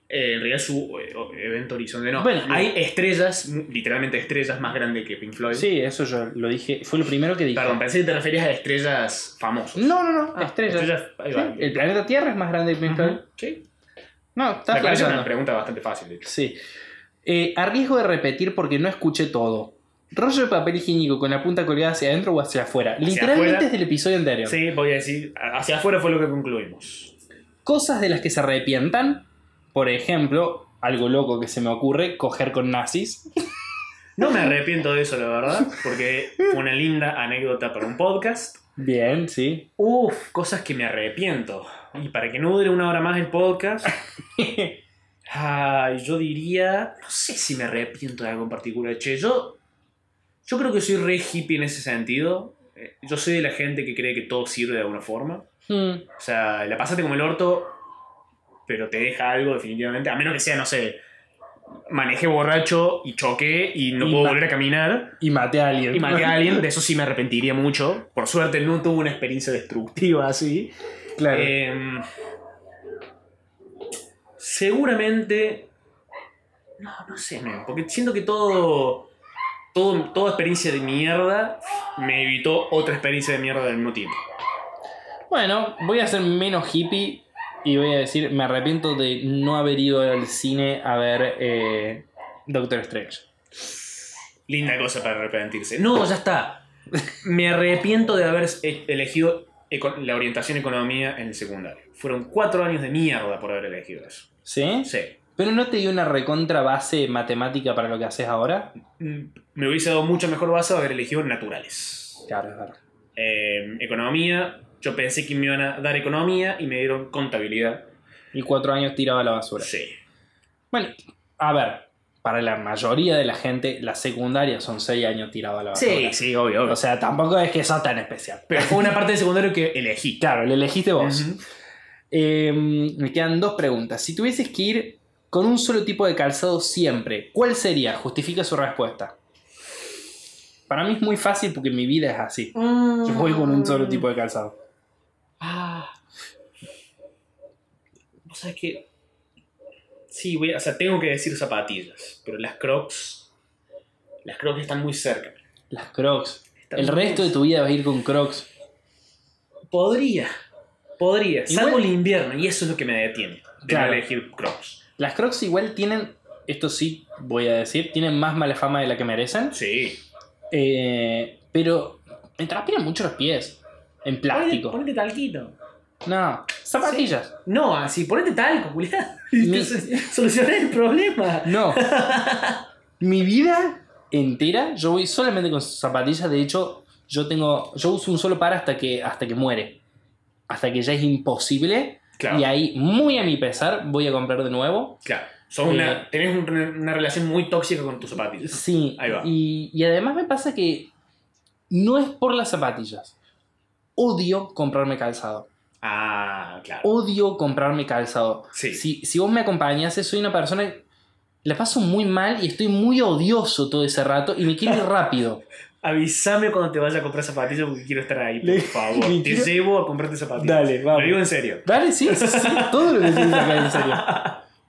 [SPEAKER 2] Eh, en realidad su eh, o- evento horizonte no.
[SPEAKER 1] Bueno, eh,
[SPEAKER 2] Hay estrellas, mu- literalmente estrellas más grandes que Pink Floyd.
[SPEAKER 1] Sí, eso yo lo dije. Fue lo primero que dije.
[SPEAKER 2] Perdón, pensé que te referías a estrellas famosas.
[SPEAKER 1] No, no, no.
[SPEAKER 2] Ah,
[SPEAKER 1] Mm, estrellas.
[SPEAKER 2] ahí
[SPEAKER 1] Sí,
[SPEAKER 2] va.
[SPEAKER 1] El planeta Tierra es más grande que Pink Floyd.
[SPEAKER 2] Ujú, Sí.
[SPEAKER 1] No, está
[SPEAKER 2] Me parece una
[SPEAKER 1] flasheando.
[SPEAKER 2] pregunta bastante fácil. de hecho.
[SPEAKER 1] Sí. Eh, a riesgo de repetir porque no escuché todo. Rollo de papel higiénico con la punta colgada hacia adentro o hacia afuera. Literalmente
[SPEAKER 2] afuera.
[SPEAKER 1] es del episodio anterior.
[SPEAKER 2] Sí, voy a decir, hacia afuera fue lo que concluimos.
[SPEAKER 1] Cosas de las que se arrepientan. Por ejemplo, algo loco que se me ocurre, coger con nazis.
[SPEAKER 2] No me arrepiento de eso, la verdad, porque fue una linda anécdota para un podcast.
[SPEAKER 1] Bien, sí.
[SPEAKER 2] Uf, cosas que me arrepiento. Y para que no dure una hora más el podcast, ay, yo diría. No sé si me arrepiento de algo en particular. Che, yo. Yo creo que soy re hippie en ese sentido. Eh, Yo soy de la gente que cree que todo sirve de alguna forma. O
[SPEAKER 1] Hmm.
[SPEAKER 2] sea, la pasaste como el orto, pero te deja algo definitivamente. A menos que sea, no sé, manejé borracho y choqué y no
[SPEAKER 1] Y
[SPEAKER 2] puedo
[SPEAKER 1] ma-
[SPEAKER 2] volver a caminar
[SPEAKER 1] Y maté a alguien.
[SPEAKER 2] y maté a alguien. De eso sí me arrepentiría mucho. Por suerte no tuve una experiencia destructiva así.
[SPEAKER 1] Claro.
[SPEAKER 2] Em, seguramente. No, no sé, men, porque siento que todo, todo. Toda experiencia de mierda me evitó otra experiencia de mierda del mismo tiempo.
[SPEAKER 1] Bueno, voy a ser menos hippie y voy a decir, me arrepiento de no haber ido al cine a ver eh, Doctor Strange.
[SPEAKER 2] Linda cosa para arrepentirse. No, ya está. Me arrepiento de haber e- elegido eco- la orientación economía en el secundario. Fueron cuatro años de mierda por haber elegido eso.
[SPEAKER 1] ¿Sí?
[SPEAKER 2] Sí.
[SPEAKER 1] ¿Pero no te dio una recontra base matemática para lo que haces ahora?
[SPEAKER 2] Mm, Me hubiese dado mucho mejor base haber elegido naturales.
[SPEAKER 1] Claro, es verdad.
[SPEAKER 2] eh, economía. Yo pensé que me iban a dar economía y me dieron contabilidad.
[SPEAKER 1] Y cuatro años tiraba a la basura.
[SPEAKER 2] Sí.
[SPEAKER 1] Bueno, a ver, para la mayoría de la gente, la secundaria son seis años tirado a la basura.
[SPEAKER 2] sí, obvio,
[SPEAKER 1] O sea, tampoco es que sos tan especial.
[SPEAKER 2] Pero fue una parte del secundario que elegí.
[SPEAKER 1] Claro, le elegiste vos. Em,
[SPEAKER 2] Ujú.
[SPEAKER 1] Eh, me quedan dos preguntas. Si tuvieses que ir con un solo tipo de calzado siempre. ¿Cuál sería? Justifica su respuesta. Para mí es muy fácil porque mi vida es así. Yo voy con un solo tipo de calzado.
[SPEAKER 2] Ah. O sea, es que. Sí, voy a- o sea, tengo que decir zapatillas, pero las crocs. Las crocs están muy cerca.
[SPEAKER 1] Las crocs.
[SPEAKER 2] Están
[SPEAKER 1] El
[SPEAKER 2] muy
[SPEAKER 1] resto de tu vida vas a ir con crocs.
[SPEAKER 2] Podría. Podría.
[SPEAKER 1] Igual-
[SPEAKER 2] Salvo el invierno, y eso es lo que me detiene. De
[SPEAKER 1] Claro.
[SPEAKER 2] no elegir crocs.
[SPEAKER 1] Las crocs igual tienen, esto sí voy a decir, tienen más mala fama de la que merecen.
[SPEAKER 2] Sí.
[SPEAKER 1] Eh, pero me transpiran mucho los pies. En
[SPEAKER 2] Ponete,
[SPEAKER 1] plástico.
[SPEAKER 2] ponete talquito.
[SPEAKER 1] No, zapatillas.
[SPEAKER 2] No, así, ponete talco, culiá.
[SPEAKER 1] Mi-
[SPEAKER 2] Solucionar el problema.
[SPEAKER 1] No. Mi vida entera, yo voy solamente con zapatillas. De hecho, yo tengo. Yo uso un solo par hasta que, hasta que muere. Hasta que ya es imposible.
[SPEAKER 2] Claro.
[SPEAKER 1] Y ahí, muy a mi pesar, voy a comprar de nuevo.
[SPEAKER 2] Claro. Son una, tenés un- una relación muy tóxica con tus zapatillas.
[SPEAKER 1] Sí.
[SPEAKER 2] Ahí va.
[SPEAKER 1] Y, y además me pasa que no es por las zapatillas. Odio comprarme calzado.
[SPEAKER 2] Ah, claro.
[SPEAKER 1] Odio comprarme calzado.
[SPEAKER 2] Sí.
[SPEAKER 1] Si, si vos me acompañases, soy una persona que la paso muy mal y estoy muy odioso todo ese rato y me quiero ir rápido.
[SPEAKER 2] Avísame cuando te vaya a comprar zapatillas porque quiero estar ahí, por
[SPEAKER 1] Le-
[SPEAKER 2] favor.
[SPEAKER 1] le
[SPEAKER 2] Te
[SPEAKER 1] quiero-
[SPEAKER 2] llevo a comprarte zapatillas.
[SPEAKER 1] Dale, vamos.
[SPEAKER 2] Lo digo en serio.
[SPEAKER 1] Dale, sí, sí, sí, todo lo que decís acá, en serio.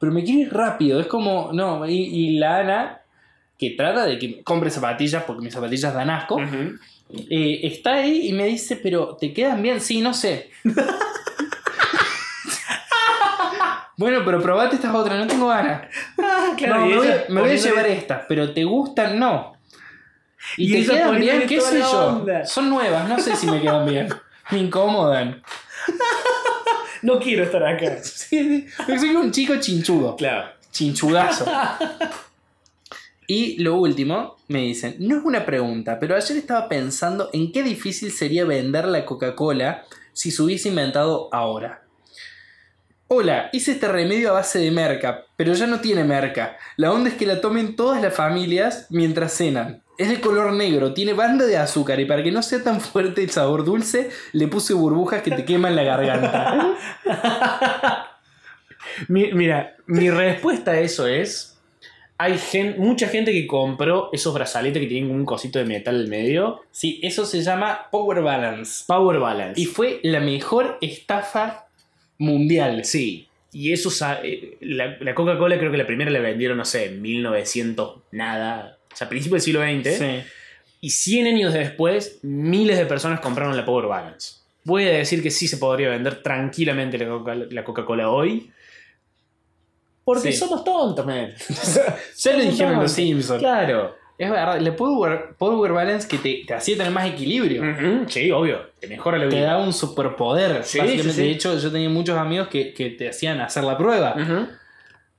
[SPEAKER 1] Pero me quiero ir rápido, es como, no, y, y la Ana, que trata de que me compre zapatillas porque mis zapatillas dan asco,
[SPEAKER 2] Ujú.
[SPEAKER 1] eh, está ahí y me dice, pero ¿te quedan bien? Sí, no sé. bueno, pero probate estas otras, no tengo ganas.
[SPEAKER 2] Ah, claro.
[SPEAKER 1] no,
[SPEAKER 2] y
[SPEAKER 1] me voy, me
[SPEAKER 2] ella
[SPEAKER 1] voy a
[SPEAKER 2] poniéndole-
[SPEAKER 1] llevar estas, pero ¿te gustan? No. Y,
[SPEAKER 2] Y
[SPEAKER 1] te
[SPEAKER 2] ella
[SPEAKER 1] quedan
[SPEAKER 2] poniéndole
[SPEAKER 1] bien, qué
[SPEAKER 2] toda
[SPEAKER 1] sé
[SPEAKER 2] la
[SPEAKER 1] yo.
[SPEAKER 2] onda.
[SPEAKER 1] Son nuevas, no sé si me quedan bien. Me incomodan.
[SPEAKER 2] No quiero estar acá.
[SPEAKER 1] Sí, sí. Soy un chico chinchudo.
[SPEAKER 2] Claro.
[SPEAKER 1] Chinchudazo. Y lo último, me dicen, no es una pregunta, pero ayer estaba pensando en qué difícil sería vender la Coca-Cola si se hubiese inventado ahora. Hola, hice este remedio a base de merca, pero ya no tiene merca. La onda es que la tomen todas las familias mientras cenan. Es de color negro, tiene banda de azúcar y para que no sea tan fuerte el sabor dulce, le puse burbujas que te queman la garganta.
[SPEAKER 2] Mi- mira, mi respuesta a eso es. Hay gen- mucha gente que compró esos brazaletes que tienen un cosito de metal en medio.
[SPEAKER 1] Sí, eso se llama Power Balance.
[SPEAKER 2] Power Balance.
[SPEAKER 1] Y fue la mejor estafa mundial.
[SPEAKER 2] Sí. Y eso, sa- eh, la, la Coca-Cola creo que la primera la vendieron, no sé, en 1900, nada. O sea, a principios del siglo XX. Y 100 años después, miles de personas compraron la Power Balance. Voy a decir que sí se podría vender tranquilamente la Coca- la Coca-Cola hoy. Porque
[SPEAKER 1] Sí.
[SPEAKER 2] somos tontos, man.
[SPEAKER 1] Ya lo dijeron los
[SPEAKER 2] Totalmente.
[SPEAKER 1] Simpsons.
[SPEAKER 2] claro.
[SPEAKER 1] Es verdad, la Power, power Balance que te, te hacía tener más equilibrio.
[SPEAKER 2] Ujú, Sí, obvio. Te mejora la
[SPEAKER 1] Te
[SPEAKER 2] vida.
[SPEAKER 1] da un superpoder.
[SPEAKER 2] Sí,
[SPEAKER 1] básicamente.
[SPEAKER 2] sí, sí.
[SPEAKER 1] De hecho, yo tenía muchos amigos que, que te hacían hacer la prueba.
[SPEAKER 2] Ujú.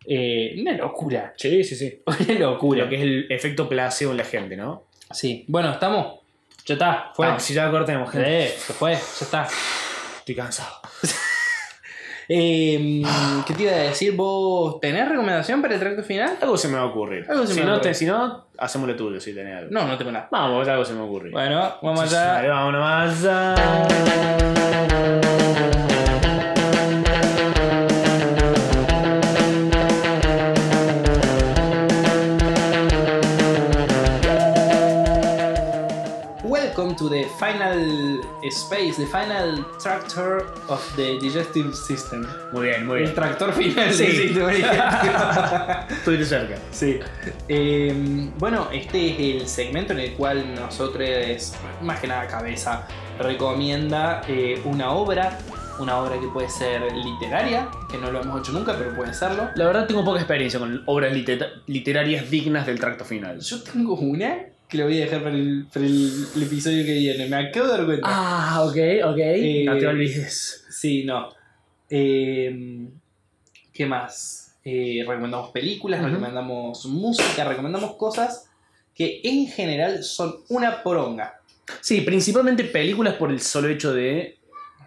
[SPEAKER 1] Eh, una locura.
[SPEAKER 2] Mm. Sí, sí, sí.
[SPEAKER 1] Una locura.
[SPEAKER 2] Lo que es el efecto placebo en la gente, ¿no?
[SPEAKER 1] Sí. Bueno, estamos. Ya está. Fue.
[SPEAKER 2] Ah, si ya cortemos, gente.
[SPEAKER 1] Eh, se fue. Ya está.
[SPEAKER 2] Estoy cansado.
[SPEAKER 1] Eh, ¿Qué te iba a decir? ¿Vos tenés recomendación para el tracto final?
[SPEAKER 2] Algo se me va a ocurrir.
[SPEAKER 1] Algo se
[SPEAKER 2] si,
[SPEAKER 1] me va a
[SPEAKER 2] no,
[SPEAKER 1] ocurrir.
[SPEAKER 2] te- si no, hacemos lo tuyo si tenés algo.
[SPEAKER 1] No, no tengo nada.
[SPEAKER 2] Vamos, algo se me ocurre.
[SPEAKER 1] Bueno, vamos
[SPEAKER 2] Dale,
[SPEAKER 1] allá.
[SPEAKER 2] vámonos más. ah.
[SPEAKER 1] Welcome to the final space, the final tractor of the digestive system.
[SPEAKER 2] Muy bien, muy
[SPEAKER 1] El
[SPEAKER 2] bien.
[SPEAKER 1] tractor final del
[SPEAKER 2] Sí.
[SPEAKER 1] sistema digestivo.
[SPEAKER 2] Estoy cerca.
[SPEAKER 1] Sí. Eh, bueno, este es el segmento en el cual nosotros, más que nada cabeza, recomienda eh, una obra, una obra que puede ser literaria, que no lo hemos hecho nunca, pero puede serlo.
[SPEAKER 2] La verdad tengo poca experiencia con obras litera- literarias dignas del tracto final.
[SPEAKER 1] Yo tengo una que la voy a dejar para el, para el- el episodio que viene, me acabo de dar cuenta.
[SPEAKER 2] Ah, ok, ok. no te
[SPEAKER 1] Eh,
[SPEAKER 2] olvides.
[SPEAKER 1] Sí, no. Eh, ¿Qué más? Eh, recomendamos películas,
[SPEAKER 2] Ujú.
[SPEAKER 1] recomendamos música, recomendamos cosas que en general son una poronga.
[SPEAKER 2] Sí, principalmente películas por el solo hecho de...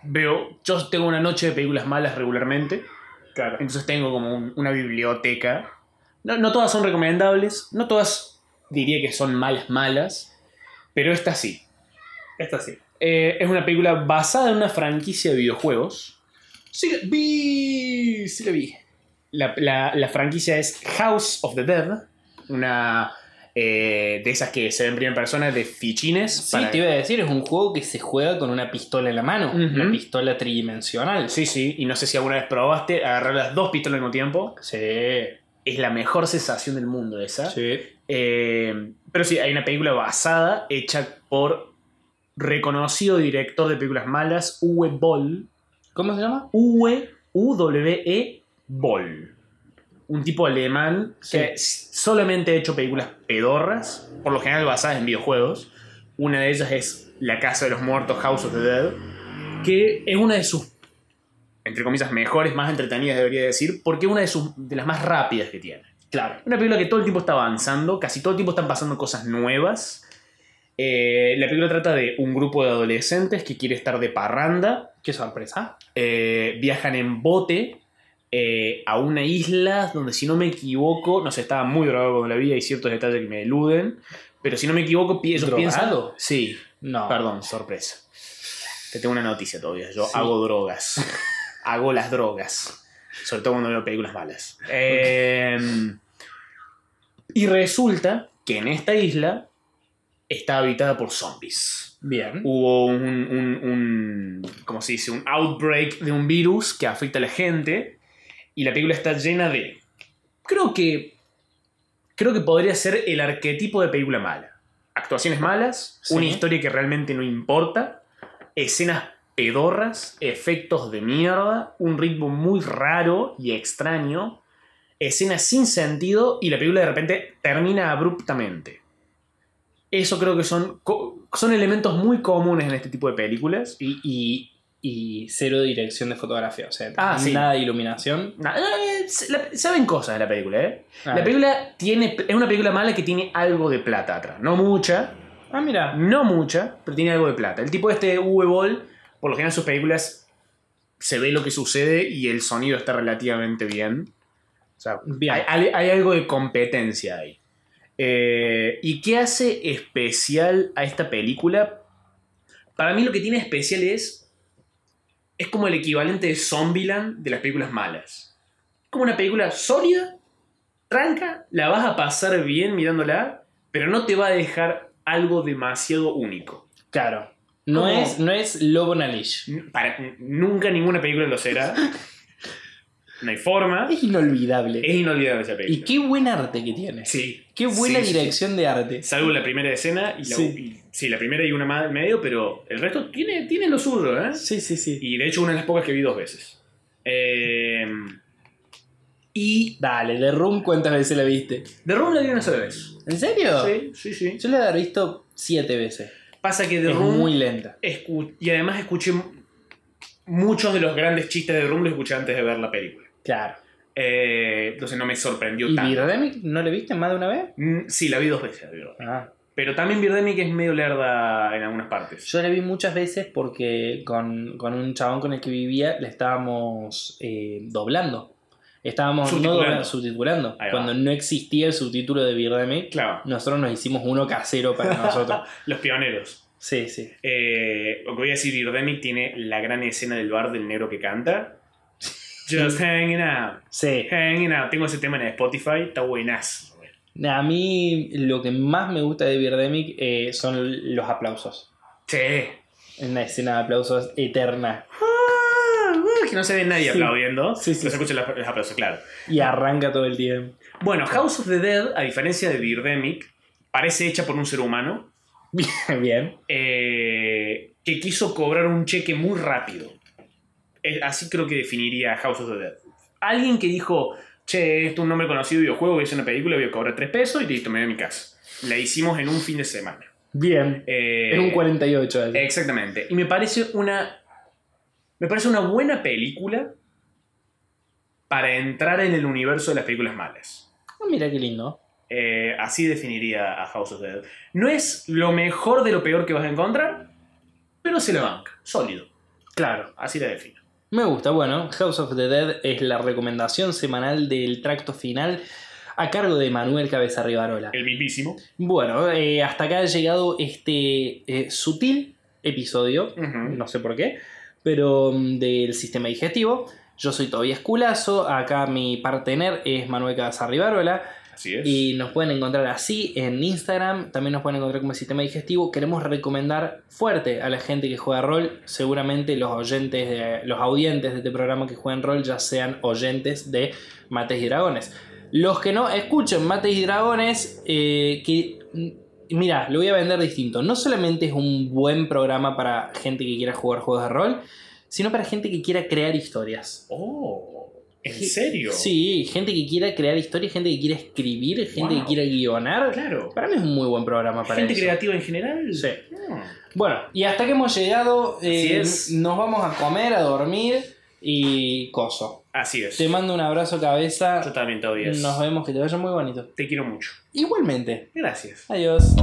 [SPEAKER 2] Veo, yo tengo una noche de películas malas regularmente,
[SPEAKER 1] Claro.
[SPEAKER 2] entonces tengo como un- una biblioteca. No, no todas son recomendables, no todas diría que son malas malas, pero esta sí.
[SPEAKER 1] Esta sí.
[SPEAKER 2] Eh, es una película basada en una franquicia de videojuegos.
[SPEAKER 1] Sí la vi, sí la vi.
[SPEAKER 2] la, la- la franquicia es House of the Dead, una eh, de esas que se ven en primera persona de fichines.
[SPEAKER 1] Sí,
[SPEAKER 2] para-
[SPEAKER 1] te iba a decir, es un juego que se juega con una pistola en la mano, una
[SPEAKER 2] Ujú.
[SPEAKER 1] pistola tridimensional.
[SPEAKER 2] sí, sí, y no sé si alguna vez probaste agarrar las dos pistolas al mismo tiempo.
[SPEAKER 1] Sí.
[SPEAKER 2] Es la mejor sensación del mundo esa.
[SPEAKER 1] Sí.
[SPEAKER 2] Eh, pero sí, hay una película basada, hecha por reconocido director de películas malas, Uwe Boll.
[SPEAKER 1] ¿Cómo se llama?
[SPEAKER 2] Uwe, U-W-E, Boll. Un tipo alemán
[SPEAKER 1] Sí.
[SPEAKER 2] que s- solamente ha hecho películas pedorras, por lo general basadas en videojuegos. Una de ellas es La Casa de los Muertos, House of the Dead, que es una de sus, entre comillas, mejores, más entretenidas, debería decir, porque es una de, sus, de las más rápidas que tiene.
[SPEAKER 1] Claro.
[SPEAKER 2] Una película que todo el tiempo está avanzando, casi todo el tiempo están pasando cosas nuevas. Eh, la película trata de un grupo de adolescentes que quiere estar de parranda,
[SPEAKER 1] Qué sorpresa.
[SPEAKER 2] eh, viajan en bote eh, a una isla donde, si no me equivoco, no sé, estaba muy drogado cuando la vi, hay ciertos detalles que me eluden, pero si no me equivoco, pi- ellos
[SPEAKER 1] ¿Drogado?
[SPEAKER 2] piensan... Sí,
[SPEAKER 1] No.
[SPEAKER 2] perdón, sorpresa. Te tengo una noticia todavía, yo
[SPEAKER 1] Sí.
[SPEAKER 2] hago drogas, hago las drogas, sobre todo cuando veo películas malas. Eh, y resulta que en esta isla está habitada por zombies
[SPEAKER 1] Bien.
[SPEAKER 2] hubo un, un, un- ¿cómo se dice? Un outbreak de un virus que afecta a la gente y la película está llena de... Creo que... Creo que podría ser el arquetipo de película mala. Actuaciones malas,
[SPEAKER 1] Sí.
[SPEAKER 2] una historia que realmente no importa, escenas pedorras, efectos de mierda, un ritmo muy raro y extraño, escenas sin sentido y la película de repente termina abruptamente. Eso creo que son, co- son elementos muy comunes en este tipo de películas.
[SPEAKER 1] Y, y, y cero dirección de fotografía. O sea,
[SPEAKER 2] Ah, sí.
[SPEAKER 1] nada de iluminación.
[SPEAKER 2] Na- eh, se- la- saben cosas de la película, ¿eh?
[SPEAKER 1] A
[SPEAKER 2] la
[SPEAKER 1] ver.
[SPEAKER 2] película tiene, es una película mala que tiene algo de plata atrás. No mucha,
[SPEAKER 1] Ah, mira.
[SPEAKER 2] no mucha, pero tiene algo de plata. El tipo este, Uwe Boll, por lo general en sus películas se ve lo que sucede y el sonido está relativamente bien. O sea,
[SPEAKER 1] Bien.
[SPEAKER 2] Hay, hay- hay algo de competencia ahí. Eh, ¿Y qué hace especial a esta película? Para mí lo que tiene especial es... Es como el equivalente de Zombieland de las películas malas. Como una película sólida, tranca, la vas a pasar bien mirándola, pero no te va a dejar algo demasiado único.
[SPEAKER 1] Claro. No
[SPEAKER 2] ¿Cómo?
[SPEAKER 1] es, no es Lobo Nalish.
[SPEAKER 2] N- Para, n- nunca ninguna película lo será. No hay forma.
[SPEAKER 1] Es inolvidable.
[SPEAKER 2] Es inolvidable esa película.
[SPEAKER 1] Y qué buen arte que tiene.
[SPEAKER 2] Sí.
[SPEAKER 1] Qué buena
[SPEAKER 2] Sí, sí, sí.
[SPEAKER 1] dirección de arte.
[SPEAKER 2] Salvo la primera escena y la,
[SPEAKER 1] Sí.
[SPEAKER 2] y- sí, la primera y una más en medio, pero el resto tiene, tiene lo suyo, ¿eh?
[SPEAKER 1] Sí, sí, sí.
[SPEAKER 2] Y de hecho una de las pocas que vi dos veces. Eh,
[SPEAKER 1] Y dale, The Room, ¿cuántas veces la viste?
[SPEAKER 2] The Room la vi una sola vez.
[SPEAKER 1] ¿En serio?
[SPEAKER 2] Sí, sí, sí.
[SPEAKER 1] Yo la he visto siete veces.
[SPEAKER 2] Pasa que The
[SPEAKER 1] Es
[SPEAKER 2] Room...
[SPEAKER 1] muy lenta.
[SPEAKER 2] escu- y además escuché m- muchos de los grandes chistes de The Room los escuché antes de ver la película.
[SPEAKER 1] Claro.
[SPEAKER 2] Eh, entonces no me sorprendió
[SPEAKER 1] ¿Y
[SPEAKER 2] tanto.
[SPEAKER 1] Birdemic no la viste más de una vez?
[SPEAKER 2] Mm, Sí, la vi dos veces. la vi dos veces.
[SPEAKER 1] Ah.
[SPEAKER 2] Pero también Birdemic es medio lerda en algunas partes.
[SPEAKER 1] Yo la vi muchas veces porque con, con un chabón con el que vivía la estábamos eh, doblando. Estábamos no
[SPEAKER 2] Subtitulando.
[SPEAKER 1] doblando, subtitulando.
[SPEAKER 2] Ahí va.
[SPEAKER 1] Cuando no existía el subtítulo de Birdemic,
[SPEAKER 2] Claro,
[SPEAKER 1] nosotros nos hicimos uno casero para nosotros.
[SPEAKER 2] los pioneros.
[SPEAKER 1] Sí, sí.
[SPEAKER 2] Eh, lo que voy a decir, Birdemic tiene la gran escena del bar del negro que canta. Just hanging out,
[SPEAKER 1] Sí.
[SPEAKER 2] hanging out. Tengo ese tema en Spotify, está buenazo.
[SPEAKER 1] A mí lo que más me gusta de Birdemic eh, son los aplausos.
[SPEAKER 2] Che,
[SPEAKER 1] Una escena de aplausos eterna.
[SPEAKER 2] Ah, uh, que no se ve nadie
[SPEAKER 1] Sí.
[SPEAKER 2] aplaudiendo.
[SPEAKER 1] Sí, sí, sí.
[SPEAKER 2] pero se escuchan los- los aplausos, claro.
[SPEAKER 1] Y arranca todo el tiempo.
[SPEAKER 2] Bueno, House of the Dead, a diferencia de Birdemic, parece hecha por un ser humano
[SPEAKER 1] Bien.
[SPEAKER 2] eh, que quiso cobrar un cheque muy rápido. Eh, así creo que definiría a House of the Dead. Alguien que dijo, che, esto es un nombre conocido de videojuego, voy a hacer una película, voy a cobrar 3 pesos y listo, me voy a mi casa. La hicimos en un fin de semana.
[SPEAKER 1] Bien.
[SPEAKER 2] Eh,
[SPEAKER 1] es un 48. así.
[SPEAKER 2] Exactamente. Y me parece una. Me parece una buena película para entrar en el universo de las películas malas.
[SPEAKER 1] Ah, mira qué lindo.
[SPEAKER 2] Eh, así definiría a House of the Dead. No es lo mejor de lo peor que vas a encontrar, pero se la banca. Sólido. Claro, así la defino.
[SPEAKER 1] Me gusta, bueno, House of the Dead es la recomendación semanal del tracto final a cargo de Manuel Cabeza Rivarola.
[SPEAKER 2] El mismísimo.
[SPEAKER 1] Bueno, eh, hasta acá ha llegado este eh, sutil episodio, no sé por qué, pero mm, del sistema digestivo. Yo soy Tobias Culazo, acá mi partener es Manuel Casarribarola.
[SPEAKER 8] Así es.
[SPEAKER 1] Y nos pueden encontrar así en Instagram, también nos pueden encontrar como sistema digestivo. Queremos recomendar fuerte a la gente que juega rol. Seguramente los oyentes, de, los audientes de este programa que juegan rol ya sean oyentes de Mates y Dragones. Los que no escuchen Mates y Dragones, eh, que mm, mira, lo voy a vender distinto. No solamente es un buen programa para gente que quiera jugar juegos de rol, sino para gente que quiera crear historias.
[SPEAKER 8] Oh, ¿en serio?
[SPEAKER 1] Sí, gente que quiera crear historias, gente que quiera escribir, gente
[SPEAKER 8] Wow.
[SPEAKER 1] que quiera
[SPEAKER 2] Ah,
[SPEAKER 1] guionar.
[SPEAKER 8] Claro.
[SPEAKER 1] Para mí es un muy buen programa para
[SPEAKER 8] Gente
[SPEAKER 1] eso.
[SPEAKER 8] creativa en general.
[SPEAKER 1] Sí.
[SPEAKER 2] Mm.
[SPEAKER 8] Ah.
[SPEAKER 1] Bueno, y hasta que hemos llegado, eh,
[SPEAKER 8] es.
[SPEAKER 1] nos vamos a comer, a dormir y coso.
[SPEAKER 8] Así es.
[SPEAKER 1] Te mando un abrazo
[SPEAKER 8] Yo
[SPEAKER 1] cabeza.
[SPEAKER 8] también, Tobias.
[SPEAKER 1] Nos vemos, que te vaya muy bonito.
[SPEAKER 8] Te quiero mucho.
[SPEAKER 1] Igualmente.
[SPEAKER 8] Gracias.
[SPEAKER 1] Adiós.